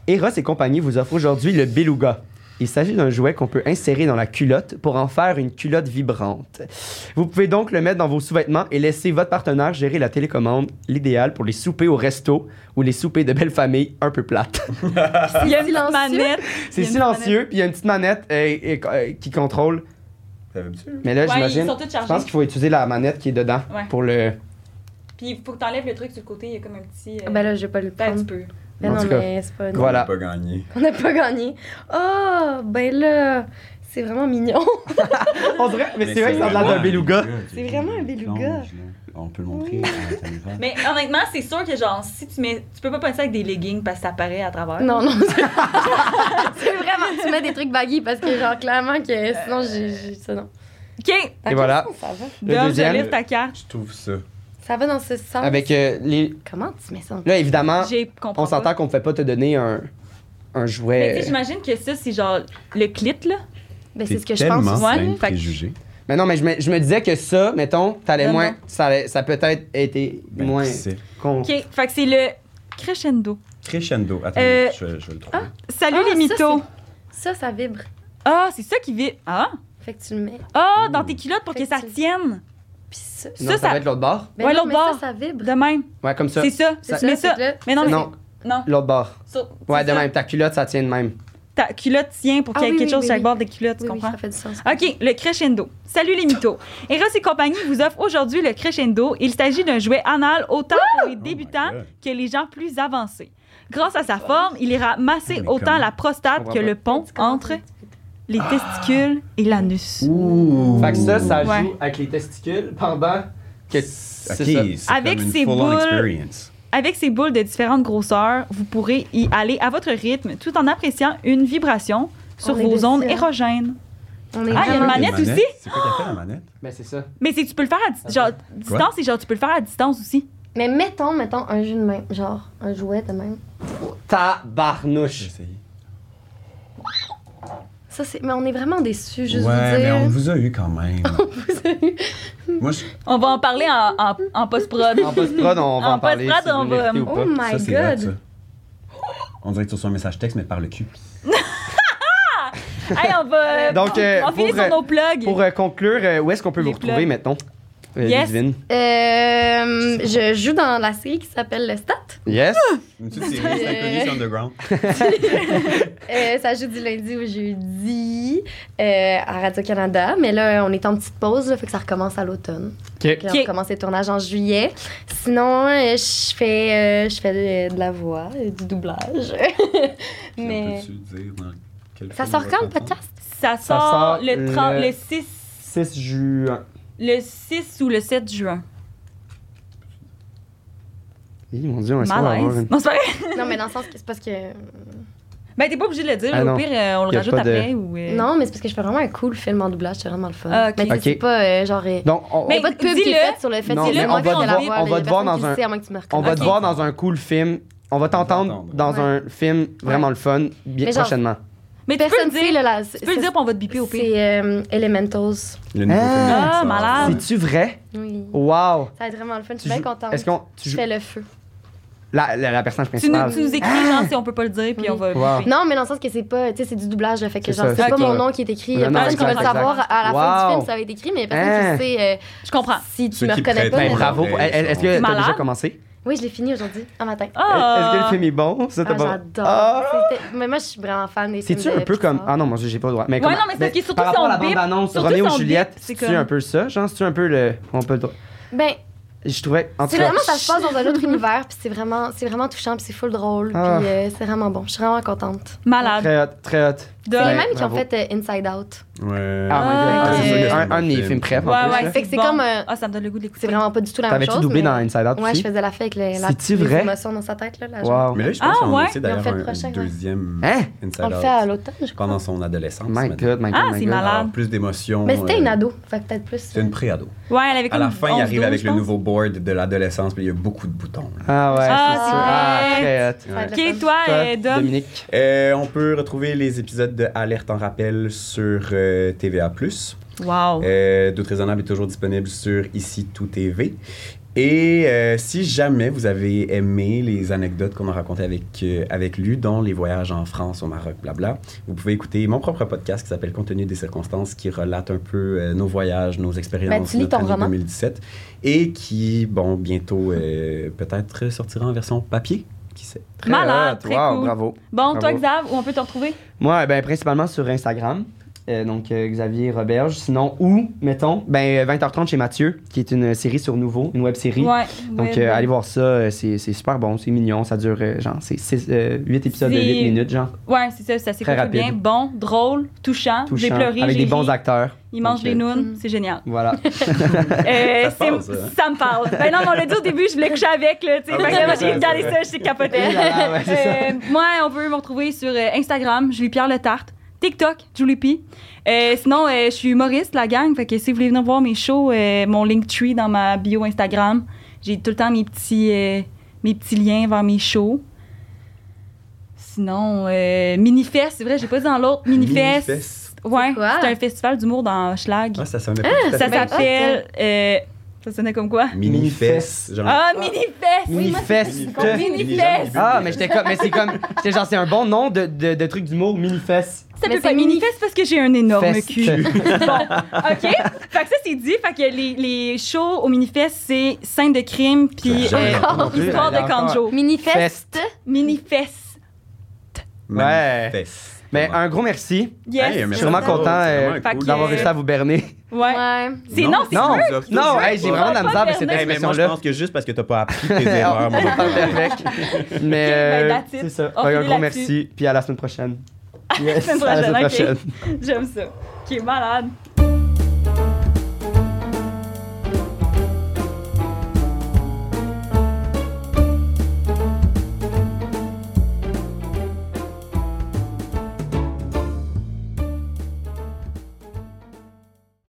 [SPEAKER 1] Eros et compagnie vous offre aujourd'hui le Beluga. Il s'agit d'un jouet qu'on peut insérer dans la culotte pour en faire une culotte vibrante. Vous pouvez donc le mettre dans vos sous-vêtements et laisser votre partenaire gérer la télécommande, l'idéal pour les soupers au resto ou les soupers de belle famille un peu plates.
[SPEAKER 2] Il y a une petite
[SPEAKER 3] silencieux.
[SPEAKER 2] manette.
[SPEAKER 1] C'est
[SPEAKER 2] Il y a une
[SPEAKER 1] silencieux, puis il y a une petite manette euh, et- euh, qui contrôle.
[SPEAKER 4] T'avais-tu?
[SPEAKER 1] Mais là,
[SPEAKER 2] Ouais, ils
[SPEAKER 1] j'imagine,
[SPEAKER 2] sont tous
[SPEAKER 1] je pense
[SPEAKER 2] chargés.
[SPEAKER 1] qu'il faut utiliser la manette qui est dedans
[SPEAKER 2] Ouais.
[SPEAKER 1] pour le...
[SPEAKER 2] Puis pour que t'enlèves le truc sur le côté, il y a comme un petit.
[SPEAKER 1] Ah
[SPEAKER 2] euh,
[SPEAKER 3] Ben là, je vais pas le
[SPEAKER 2] ben,
[SPEAKER 3] prendre.
[SPEAKER 2] tu peux.
[SPEAKER 3] Mais
[SPEAKER 1] En
[SPEAKER 3] non,
[SPEAKER 1] tout cas,
[SPEAKER 3] mais c'est pas... une-
[SPEAKER 1] Voilà.
[SPEAKER 4] On n'a pas gagné.
[SPEAKER 3] On n'a pas gagné. Oh, ben là, c'est vraiment mignon.
[SPEAKER 1] On dirait, mais, c'est vrai que ça a l'air
[SPEAKER 4] vraiment
[SPEAKER 1] d'un Beluga.
[SPEAKER 3] C'est vraiment un beluga.
[SPEAKER 4] plonge, là. On peut le montrer euh, à la caméra.
[SPEAKER 2] Mais honnêtement, c'est sûr que genre, si tu mets. Tu peux pas penser avec des leggings parce que ça paraît à travers.
[SPEAKER 3] Non, non. c'est vraiment, tu mets des trucs baggy parce que, genre, clairement, que sinon, j'ai. j'ai- Ça, non.
[SPEAKER 2] Ok,
[SPEAKER 1] Et voilà.
[SPEAKER 3] Ça va.
[SPEAKER 1] Le
[SPEAKER 2] Dom, je
[SPEAKER 1] deuxième.
[SPEAKER 2] lève ta carte.
[SPEAKER 4] Je trouve ça.
[SPEAKER 3] Ça va dans ce sens.
[SPEAKER 1] Avec euh, les...
[SPEAKER 3] Comment tu mets ça?
[SPEAKER 1] Là, évidemment,
[SPEAKER 2] J'ai compris.
[SPEAKER 1] Ah, on s'entend qu'on ne fait pas te donner un, un
[SPEAKER 2] Mais tu
[SPEAKER 1] jouet. euh,
[SPEAKER 2] sais, j'imagine que ça, c'est genre le clit, là.
[SPEAKER 3] Ben, c'est ce que je pense.
[SPEAKER 4] tellement
[SPEAKER 3] aussi.
[SPEAKER 2] Ouais,
[SPEAKER 4] plein de
[SPEAKER 2] fait que-
[SPEAKER 4] préjugés.
[SPEAKER 1] Mais non, mais je me, je me disais que ça, mettons, t'allais
[SPEAKER 2] Non,
[SPEAKER 1] moins.
[SPEAKER 2] non.
[SPEAKER 1] Ça, allait- ça peut-être été
[SPEAKER 4] Ben,
[SPEAKER 1] moins.
[SPEAKER 4] qui sait?
[SPEAKER 1] con-
[SPEAKER 2] Ok, fait que c'est le crescendo.
[SPEAKER 4] Crescendo. Attends,
[SPEAKER 2] Euh,
[SPEAKER 4] je, vais- je vais le trouver.
[SPEAKER 2] Salut
[SPEAKER 3] Ah,
[SPEAKER 2] les
[SPEAKER 3] ça,
[SPEAKER 2] mythos.
[SPEAKER 3] Ça, ça vibre.
[SPEAKER 2] Ah, c'est ça qui vit. Ah,
[SPEAKER 3] Fait que tu le mets.
[SPEAKER 2] ah,
[SPEAKER 4] Ouh.
[SPEAKER 2] dans tes culottes pour que ça
[SPEAKER 3] Fait que tu-
[SPEAKER 2] tienne.
[SPEAKER 3] Puis ça.
[SPEAKER 1] Non,
[SPEAKER 2] ça,
[SPEAKER 1] ça,
[SPEAKER 2] ça-
[SPEAKER 1] va être l'autre bord.
[SPEAKER 3] Ben
[SPEAKER 2] Ouais,
[SPEAKER 3] non,
[SPEAKER 2] l'autre
[SPEAKER 3] mais
[SPEAKER 2] bord.
[SPEAKER 3] Ça, ça vibre.
[SPEAKER 2] De même.
[SPEAKER 1] Ouais, comme ça.
[SPEAKER 2] C'est ça.
[SPEAKER 3] C'est
[SPEAKER 2] Mais ça.
[SPEAKER 3] fait que là-
[SPEAKER 2] Mais non, mais
[SPEAKER 1] Non,
[SPEAKER 2] non.
[SPEAKER 1] l'autre bord.
[SPEAKER 2] So-
[SPEAKER 1] Ouais,
[SPEAKER 2] c'est
[SPEAKER 1] de
[SPEAKER 2] ça.
[SPEAKER 1] même. Ta culotte, ça tient de même.
[SPEAKER 2] Ta culotte tient pour qu'il y
[SPEAKER 3] Ah
[SPEAKER 2] ait
[SPEAKER 3] oui,
[SPEAKER 2] quelque
[SPEAKER 3] oui,
[SPEAKER 2] chose
[SPEAKER 3] oui,
[SPEAKER 2] sur le
[SPEAKER 3] oui.
[SPEAKER 2] bord des culottes, tu
[SPEAKER 3] Oui, oui,
[SPEAKER 2] comprends?
[SPEAKER 3] ça fait du sens.
[SPEAKER 2] OK, le crescendo. Salut les mythos. Eros et compagnie vous offre aujourd'hui le crescendo. Il s'agit d'un jouet anal autant pour les
[SPEAKER 4] Oh my
[SPEAKER 2] débutants
[SPEAKER 4] God.
[SPEAKER 2] que les gens plus avancés. Grâce à sa forme, il ira masser
[SPEAKER 4] Mais
[SPEAKER 2] autant
[SPEAKER 4] comment?
[SPEAKER 2] la prostate
[SPEAKER 1] comprends
[SPEAKER 2] que
[SPEAKER 1] pas.
[SPEAKER 2] le pont entre les testicules et l'anus.
[SPEAKER 4] Ouh.
[SPEAKER 1] Fait que ça, ça joue
[SPEAKER 2] Ouais.
[SPEAKER 1] avec les testicules pendant que.
[SPEAKER 4] Ok,
[SPEAKER 1] c'est
[SPEAKER 4] c'est
[SPEAKER 2] Avec
[SPEAKER 4] comme une
[SPEAKER 2] ses
[SPEAKER 4] full-on
[SPEAKER 2] boules.
[SPEAKER 4] experience.
[SPEAKER 2] Avec ces boules de différentes grosseurs, vous pourrez y aller à votre rythme tout en appréciant une vibration sur
[SPEAKER 3] On est
[SPEAKER 2] vos
[SPEAKER 3] déçus,
[SPEAKER 2] zones
[SPEAKER 3] hein.
[SPEAKER 2] érogènes.
[SPEAKER 3] On
[SPEAKER 2] Ah,
[SPEAKER 3] est
[SPEAKER 2] il y a une
[SPEAKER 3] vraiment-
[SPEAKER 2] manette.
[SPEAKER 4] Des manettes?
[SPEAKER 2] aussi?
[SPEAKER 4] C'est quoi qu'elle fait la manette?
[SPEAKER 1] Ben, c'est ça.
[SPEAKER 2] Mais c'est tu peux le faire à dis- genre, distance et genre tu peux le faire à distance aussi.
[SPEAKER 3] Mais mettons, mettons un jeu de même. Genre, un jouet de même.
[SPEAKER 4] J'ai
[SPEAKER 1] Tabarnouche.
[SPEAKER 4] essayé.
[SPEAKER 3] Ça, c'est. Mais on est vraiment déçus, juste
[SPEAKER 4] Ouais,
[SPEAKER 3] vous
[SPEAKER 4] mais
[SPEAKER 3] dire. Oh
[SPEAKER 4] on vous a eu quand même.
[SPEAKER 3] Vous avez-
[SPEAKER 4] Moi, je-
[SPEAKER 2] On va en parler en, en, en post-prod.
[SPEAKER 1] En post-prod, on va en,
[SPEAKER 2] En
[SPEAKER 1] parler.
[SPEAKER 2] post-prod,
[SPEAKER 1] si vous
[SPEAKER 2] on
[SPEAKER 1] voulez
[SPEAKER 2] va-
[SPEAKER 1] rester ou
[SPEAKER 3] Oh
[SPEAKER 1] pas.
[SPEAKER 3] my
[SPEAKER 4] ça, c'est hot, ça.
[SPEAKER 3] god!
[SPEAKER 4] On dirait que tu reçois un message texte, mais par le cul.
[SPEAKER 2] Hey, on va.
[SPEAKER 1] Donc,
[SPEAKER 2] on-
[SPEAKER 1] euh,
[SPEAKER 2] on finit
[SPEAKER 1] pour,
[SPEAKER 2] sur
[SPEAKER 1] euh,
[SPEAKER 2] nos plugs.
[SPEAKER 1] Pour euh, conclure, euh, où est-ce qu'on peut
[SPEAKER 2] Les
[SPEAKER 1] vous retrouver,
[SPEAKER 2] plugs.
[SPEAKER 1] mettons? Euh,
[SPEAKER 2] Yes.
[SPEAKER 1] Ludivine?
[SPEAKER 3] Euh, je joue dans la série qui s'appelle Le Stat.
[SPEAKER 1] Yes.
[SPEAKER 4] Une petite série, c'est inconnu, c'est underground.
[SPEAKER 3] Euh, ça joue du lundi au jeudi euh, à Radio-Canada. Mais là, on est en petite pause, là, fait que ça recommence à l'automne.
[SPEAKER 1] OK.
[SPEAKER 3] Puis
[SPEAKER 2] Ok.
[SPEAKER 3] On recommence les tournages en juillet. Sinon, euh, je fais, euh, je fais de, de la voix, euh, du doublage. mais
[SPEAKER 4] Peux-tu dire dans quel
[SPEAKER 3] ça
[SPEAKER 4] film
[SPEAKER 3] sort
[SPEAKER 4] on va
[SPEAKER 3] quand le
[SPEAKER 4] t'entendre?
[SPEAKER 3] podcast?
[SPEAKER 2] ça, sort
[SPEAKER 1] sort
[SPEAKER 2] le, 30
[SPEAKER 1] le-
[SPEAKER 2] le... 6,
[SPEAKER 1] 6 juin.
[SPEAKER 2] le 6 ou le 7 juin.
[SPEAKER 1] Hi, mon Dieu, on va avoir
[SPEAKER 2] Malaise.
[SPEAKER 1] une...
[SPEAKER 2] Non, c'est pas vrai.
[SPEAKER 3] non, mais dans le sens que c'est parce que.
[SPEAKER 2] Ben, t'es pas obligé de le dire.
[SPEAKER 1] Ah, non.
[SPEAKER 2] au pire, euh, on
[SPEAKER 1] Y
[SPEAKER 2] le
[SPEAKER 1] a
[SPEAKER 2] rajoute
[SPEAKER 1] pas de-
[SPEAKER 2] après. Ou, euh,
[SPEAKER 3] Non, mais c'est parce que je fais vraiment un cool film en doublage, c'est vraiment le fun.
[SPEAKER 2] Ah, ok.
[SPEAKER 3] Mais c'est
[SPEAKER 1] Ok.
[SPEAKER 3] pas euh, genre. euh,
[SPEAKER 1] Donc, on,
[SPEAKER 3] y a
[SPEAKER 2] Mais
[SPEAKER 3] pas de pub qui
[SPEAKER 2] dis-le.
[SPEAKER 3] est faite sur le fait
[SPEAKER 1] Non,
[SPEAKER 3] que
[SPEAKER 1] mais
[SPEAKER 3] moi
[SPEAKER 1] on va
[SPEAKER 3] qui
[SPEAKER 1] te
[SPEAKER 3] fais la
[SPEAKER 1] voir-
[SPEAKER 3] voix,
[SPEAKER 1] on
[SPEAKER 3] mais
[SPEAKER 1] va
[SPEAKER 3] y a
[SPEAKER 1] te voir
[SPEAKER 3] personne qui
[SPEAKER 1] dans
[SPEAKER 3] le
[SPEAKER 1] un-
[SPEAKER 3] sait, à moins que tu
[SPEAKER 1] on
[SPEAKER 3] me
[SPEAKER 1] va
[SPEAKER 3] reconnaisses.
[SPEAKER 1] te
[SPEAKER 2] Ok.
[SPEAKER 1] voir dans un cool film. On va t'entendre
[SPEAKER 4] t'entendre.
[SPEAKER 1] dans
[SPEAKER 3] Ouais.
[SPEAKER 1] un film vraiment le fun bien
[SPEAKER 3] Mais genre-
[SPEAKER 1] prochainement.
[SPEAKER 2] Mais tu peux
[SPEAKER 3] Personne
[SPEAKER 2] le
[SPEAKER 3] ne sait,
[SPEAKER 2] dire.
[SPEAKER 3] là, la-
[SPEAKER 2] Tu peux le dire, puis on va te biper au pire.
[SPEAKER 3] C'est euh, Elementals.
[SPEAKER 4] Le nouveau
[SPEAKER 1] Ah,
[SPEAKER 4] film qui sort.
[SPEAKER 2] malade.
[SPEAKER 1] C'est-tu vrai?
[SPEAKER 3] Oui.
[SPEAKER 1] Wow!
[SPEAKER 3] Ça va être vraiment le fun. Je
[SPEAKER 1] Tu
[SPEAKER 3] suis bien
[SPEAKER 1] joues-
[SPEAKER 3] contente.
[SPEAKER 1] Est-ce qu'on. Tu
[SPEAKER 3] Je
[SPEAKER 1] joues.
[SPEAKER 3] fais le feu.
[SPEAKER 1] La, la, la personnage
[SPEAKER 2] Tu nous,
[SPEAKER 1] principale.
[SPEAKER 2] tu nous écris, genre, si on peut pas le dire, puis
[SPEAKER 3] Oui.
[SPEAKER 2] on va.
[SPEAKER 1] Wow.
[SPEAKER 2] biper.
[SPEAKER 3] Non, mais dans le sens que c'est pas, tu sais, c'est du doublage, là, fait que
[SPEAKER 1] C'est
[SPEAKER 3] genre,
[SPEAKER 1] ça,
[SPEAKER 3] c'est
[SPEAKER 1] c'est
[SPEAKER 3] pas
[SPEAKER 1] pas-
[SPEAKER 3] mon nom qui est écrit. Il y a
[SPEAKER 1] Non,
[SPEAKER 3] personne
[SPEAKER 1] non,
[SPEAKER 3] qui va le
[SPEAKER 1] exact,
[SPEAKER 3] savoir
[SPEAKER 2] exact.
[SPEAKER 3] à la fin
[SPEAKER 1] Wow.
[SPEAKER 3] du film, ça va être écrit, mais il y a personne qui sait euh,
[SPEAKER 2] Je comprends.
[SPEAKER 3] si tu
[SPEAKER 4] Ceux
[SPEAKER 3] me
[SPEAKER 4] qui
[SPEAKER 3] reconnais pas.
[SPEAKER 4] prêtent-
[SPEAKER 1] Ben,
[SPEAKER 3] mais-
[SPEAKER 1] bravo!
[SPEAKER 4] Ouais,
[SPEAKER 1] Elle- elle- Est-ce
[SPEAKER 4] c'est
[SPEAKER 1] que t'as déjà
[SPEAKER 2] malade.
[SPEAKER 1] commencé?
[SPEAKER 3] Oui, je l'ai fini aujourd'hui, un matin.
[SPEAKER 1] Est-ce que
[SPEAKER 2] Ah!
[SPEAKER 1] le film est bon? Ça, t'as
[SPEAKER 3] Ah,
[SPEAKER 1] pas-
[SPEAKER 3] j'adore.
[SPEAKER 1] Ah!
[SPEAKER 3] C'était- Mais moi, je suis vraiment fan des films.
[SPEAKER 1] C'est-tu
[SPEAKER 3] de
[SPEAKER 1] un peu
[SPEAKER 3] Pixar.
[SPEAKER 1] comme. Ah non, mon Dieu, j'ai pas le droit. Mais
[SPEAKER 2] Ouais,
[SPEAKER 1] comme-
[SPEAKER 2] non, mais c'est parce que
[SPEAKER 1] ben,
[SPEAKER 2] surtout
[SPEAKER 1] Par
[SPEAKER 2] si
[SPEAKER 1] rapport
[SPEAKER 2] on
[SPEAKER 1] à la
[SPEAKER 2] bip,
[SPEAKER 1] bande-annonce,
[SPEAKER 2] surtout
[SPEAKER 1] Roméo
[SPEAKER 2] si on
[SPEAKER 1] et Juliette,
[SPEAKER 2] bip, c'est
[SPEAKER 1] c'est-tu
[SPEAKER 2] comme-
[SPEAKER 1] un peu ça? Genre, c'est-tu un peu le. On peut le-
[SPEAKER 3] Ben,
[SPEAKER 1] Je trouvais. En tout
[SPEAKER 3] c'est
[SPEAKER 1] cas.
[SPEAKER 3] vraiment, ça se passe dans un autre univers, puis c'est vraiment, c'est vraiment touchant, puis c'est full drôle,
[SPEAKER 1] Ah.
[SPEAKER 3] puis euh, c'est vraiment bon. Je suis vraiment contente.
[SPEAKER 2] Malade.
[SPEAKER 1] Très hot, très hot.
[SPEAKER 4] Ben,
[SPEAKER 3] C'est
[SPEAKER 2] Dom.
[SPEAKER 3] les mêmes qui ont
[SPEAKER 1] bravo.
[SPEAKER 3] fait euh, Inside Out.
[SPEAKER 1] Ah, my
[SPEAKER 4] Ouais.
[SPEAKER 1] God.
[SPEAKER 2] Ah,
[SPEAKER 1] Ah,
[SPEAKER 2] ok.
[SPEAKER 1] c'est sûr que c'est un, un de mes
[SPEAKER 4] Ouais,
[SPEAKER 1] films préf. en
[SPEAKER 2] Ouais,
[SPEAKER 1] plus,
[SPEAKER 2] ouais,
[SPEAKER 1] là.
[SPEAKER 3] Fait que c'est
[SPEAKER 2] bon.
[SPEAKER 3] comme un-
[SPEAKER 2] Ah, ça me donne le goût de l'écouter.
[SPEAKER 3] C'est vraiment pas du tout la même chose.
[SPEAKER 1] T'avais-tu doublé
[SPEAKER 3] mais-
[SPEAKER 1] dans Inside Out
[SPEAKER 3] Ouais,
[SPEAKER 1] aussi?
[SPEAKER 3] je faisais la fête avec les, la,
[SPEAKER 1] C'est-tu
[SPEAKER 3] les
[SPEAKER 1] vrai?
[SPEAKER 3] émotions dans sa tête. Là, la
[SPEAKER 1] Wow.
[SPEAKER 4] Mais là, je
[SPEAKER 2] Ah,
[SPEAKER 4] pense qu'on
[SPEAKER 2] ouais?
[SPEAKER 4] essaie
[SPEAKER 3] Ils ont
[SPEAKER 4] d'ailleurs
[SPEAKER 3] fait le
[SPEAKER 4] un
[SPEAKER 3] prochain, ouais.
[SPEAKER 4] deuxième
[SPEAKER 1] Hein? Oh
[SPEAKER 4] Inside
[SPEAKER 3] On le
[SPEAKER 4] Out
[SPEAKER 3] fait à l'automne, je crois.
[SPEAKER 4] pendant son adolescence.
[SPEAKER 1] My
[SPEAKER 4] maintenant.
[SPEAKER 1] God, my God,
[SPEAKER 2] Ah,
[SPEAKER 1] my
[SPEAKER 2] c'est
[SPEAKER 1] God.
[SPEAKER 2] malade.
[SPEAKER 4] Alors, plus d'émotions.
[SPEAKER 3] Mais c'était
[SPEAKER 4] euh,
[SPEAKER 3] une ado. Fait que peut-être plus.
[SPEAKER 4] C'est une pré-ado.
[SPEAKER 2] Ouais, elle avait
[SPEAKER 4] À
[SPEAKER 2] comme
[SPEAKER 4] la fin, il
[SPEAKER 2] 11,
[SPEAKER 4] arrive
[SPEAKER 2] 12,
[SPEAKER 4] avec
[SPEAKER 2] je
[SPEAKER 4] le
[SPEAKER 2] pense.
[SPEAKER 4] nouveau board de l'adolescence, puis il y a beaucoup de boutons. là.
[SPEAKER 1] Ah ouais,
[SPEAKER 2] Ah,
[SPEAKER 1] c'est
[SPEAKER 2] c'est
[SPEAKER 1] sûr. Ah, très hot.
[SPEAKER 3] Ça va être
[SPEAKER 2] Ok,
[SPEAKER 3] le fun.
[SPEAKER 2] toi, euh,
[SPEAKER 1] Toi,
[SPEAKER 2] Dom.
[SPEAKER 1] Dominique.
[SPEAKER 4] Euh, on peut retrouver les épisodes de Alerte en rappel sur euh, TVA+.
[SPEAKER 2] Wow.
[SPEAKER 4] Euh, Doute raisonnable est toujours disponible sur Ici Tout TV. Et euh, si jamais vous avez aimé les anecdotes qu'on a racontées avec, euh, avec lui, dont les voyages en France, au Maroc, blabla, vous pouvez écouter mon propre podcast qui s'appelle Contenu des circonstances, qui relate un peu euh, nos voyages, nos
[SPEAKER 3] Ben,
[SPEAKER 4] expériences
[SPEAKER 3] tu lis
[SPEAKER 4] notre
[SPEAKER 3] ton
[SPEAKER 4] année
[SPEAKER 3] roman.
[SPEAKER 4] 2017, et qui, bon, bientôt euh, peut-être sortira en version papier, qui sait.
[SPEAKER 1] Très
[SPEAKER 2] Malade,
[SPEAKER 1] hot.
[SPEAKER 2] très
[SPEAKER 1] Wow,
[SPEAKER 2] cool.
[SPEAKER 1] bravo.
[SPEAKER 2] Bon, toi,
[SPEAKER 1] bravo.
[SPEAKER 2] Xav, où on peut te retrouver?
[SPEAKER 1] Moi, ben, principalement sur Instagram. Euh, donc, euh, Xavier Roberge. Sinon, où, mettons, ben, 20h30 chez Mathieu, qui est une série sur Nouveau, une web série.
[SPEAKER 2] Ouais.
[SPEAKER 1] Donc, euh, allez voir ça. euh, C'est c'est super bon, c'est mignon. Ça dure, euh, genre, c'est 8 épisodes de
[SPEAKER 2] C'est
[SPEAKER 1] 8 minutes, genre.
[SPEAKER 2] Ouais, c'est ça, ça s'écoute
[SPEAKER 1] Très rapide.
[SPEAKER 2] bien. Bon, drôle, touchant. J'ai
[SPEAKER 1] Touchant.
[SPEAKER 2] pleuré,
[SPEAKER 1] avec
[SPEAKER 2] j'ai
[SPEAKER 1] des bons
[SPEAKER 2] ri.
[SPEAKER 1] acteurs.
[SPEAKER 2] Il mange
[SPEAKER 1] Donc,
[SPEAKER 2] des
[SPEAKER 1] euh,
[SPEAKER 2] nounes,
[SPEAKER 3] Mhm.
[SPEAKER 2] c'est génial.
[SPEAKER 1] Voilà.
[SPEAKER 2] Euh,
[SPEAKER 4] Ça parle,
[SPEAKER 2] c'est-
[SPEAKER 4] ça, hein?
[SPEAKER 2] ça me parle. Ben non, mais on l'a dit au début, je voulais coucher avec, là, tu sais.
[SPEAKER 4] Ah
[SPEAKER 2] Fait
[SPEAKER 4] oui,
[SPEAKER 2] que là, moi,
[SPEAKER 4] c'est
[SPEAKER 2] j'ai
[SPEAKER 4] ça,
[SPEAKER 2] regardé
[SPEAKER 4] c'est
[SPEAKER 2] ça, j'étais capotée.
[SPEAKER 1] Voilà, ouais, c'est ça.
[SPEAKER 2] Euh, moi, on peut me retrouver sur euh, Instagram, Julie-Pierre Le Tarte, TikTok, Julie P. Euh, sinon, euh, je suis humoriste, la gang. Fait que si vous voulez venir voir mes shows, euh, mon Linktree dans ma bio Instagram, j'ai tout le temps mes petits, euh, mes petits liens vers mes shows. Sinon, euh, Minifest, c'est vrai, j'ai pas dit dans l'autre. Minifest.
[SPEAKER 4] Minifest.
[SPEAKER 2] Ouais,
[SPEAKER 3] C'est quoi?
[SPEAKER 2] c'est un festival d'humour dans Schlag.
[SPEAKER 4] Ah, ça sonnait pas tout à
[SPEAKER 2] ça
[SPEAKER 4] fait.
[SPEAKER 2] s'appelle. euh, ça sonnait comme quoi?
[SPEAKER 4] Minifest. genre-
[SPEAKER 2] Ah, Minifest!
[SPEAKER 1] Minifest.
[SPEAKER 2] Minifest.
[SPEAKER 1] Ah, mais j'étais comme, mais c'est comme, j'étais genre, c'est un bon nom de, de, de truc d'humour, Minifest.
[SPEAKER 2] Ça
[SPEAKER 3] Mais
[SPEAKER 2] peut pas
[SPEAKER 3] c'est mini-
[SPEAKER 2] Minifest parce que j'ai un énorme
[SPEAKER 1] Fest.
[SPEAKER 2] cul. OK? Fait que ça, c'est dit. Fait que les, les shows au Minifest, c'est scène de crime puis
[SPEAKER 4] J'ai
[SPEAKER 2] euh,
[SPEAKER 4] encore entendu.
[SPEAKER 2] histoire
[SPEAKER 1] Encore.
[SPEAKER 2] de Kanjo.
[SPEAKER 3] Minifest.
[SPEAKER 1] Fest.
[SPEAKER 2] Minifest.
[SPEAKER 1] Ouais.
[SPEAKER 4] Manifeste.
[SPEAKER 1] Mais un gros merci.
[SPEAKER 2] Yes.
[SPEAKER 4] Hey,
[SPEAKER 1] Je
[SPEAKER 4] merci
[SPEAKER 1] suis vraiment
[SPEAKER 4] à vous.
[SPEAKER 1] content
[SPEAKER 4] C'est
[SPEAKER 1] euh,
[SPEAKER 4] vraiment
[SPEAKER 2] cool.
[SPEAKER 1] d'avoir
[SPEAKER 2] Fait que-
[SPEAKER 1] réussi à vous berner.
[SPEAKER 2] Ouais.
[SPEAKER 3] Ouais.
[SPEAKER 2] C'est non, c'est
[SPEAKER 1] Non,
[SPEAKER 4] vrai.
[SPEAKER 1] non, hey, j'ai vraiment de la misère avec cette
[SPEAKER 2] Hey,
[SPEAKER 4] Hey, mais moi, je
[SPEAKER 1] expression-là.
[SPEAKER 4] pense que juste parce que t'as pas appris tes erreurs, mon enfant.
[SPEAKER 1] Perfect.
[SPEAKER 2] Ok,
[SPEAKER 1] Mais
[SPEAKER 2] ben,
[SPEAKER 1] euh,
[SPEAKER 2] that's it.
[SPEAKER 1] c'est ça.
[SPEAKER 2] On
[SPEAKER 1] Fait un
[SPEAKER 2] finit
[SPEAKER 1] gros
[SPEAKER 2] là-dessus.
[SPEAKER 1] merci, puis à la semaine prochaine. Yes,
[SPEAKER 2] semaine
[SPEAKER 1] à la semaine
[SPEAKER 2] prochaine, ok.
[SPEAKER 1] prochaine.
[SPEAKER 2] j'aime ça. Qui est malade.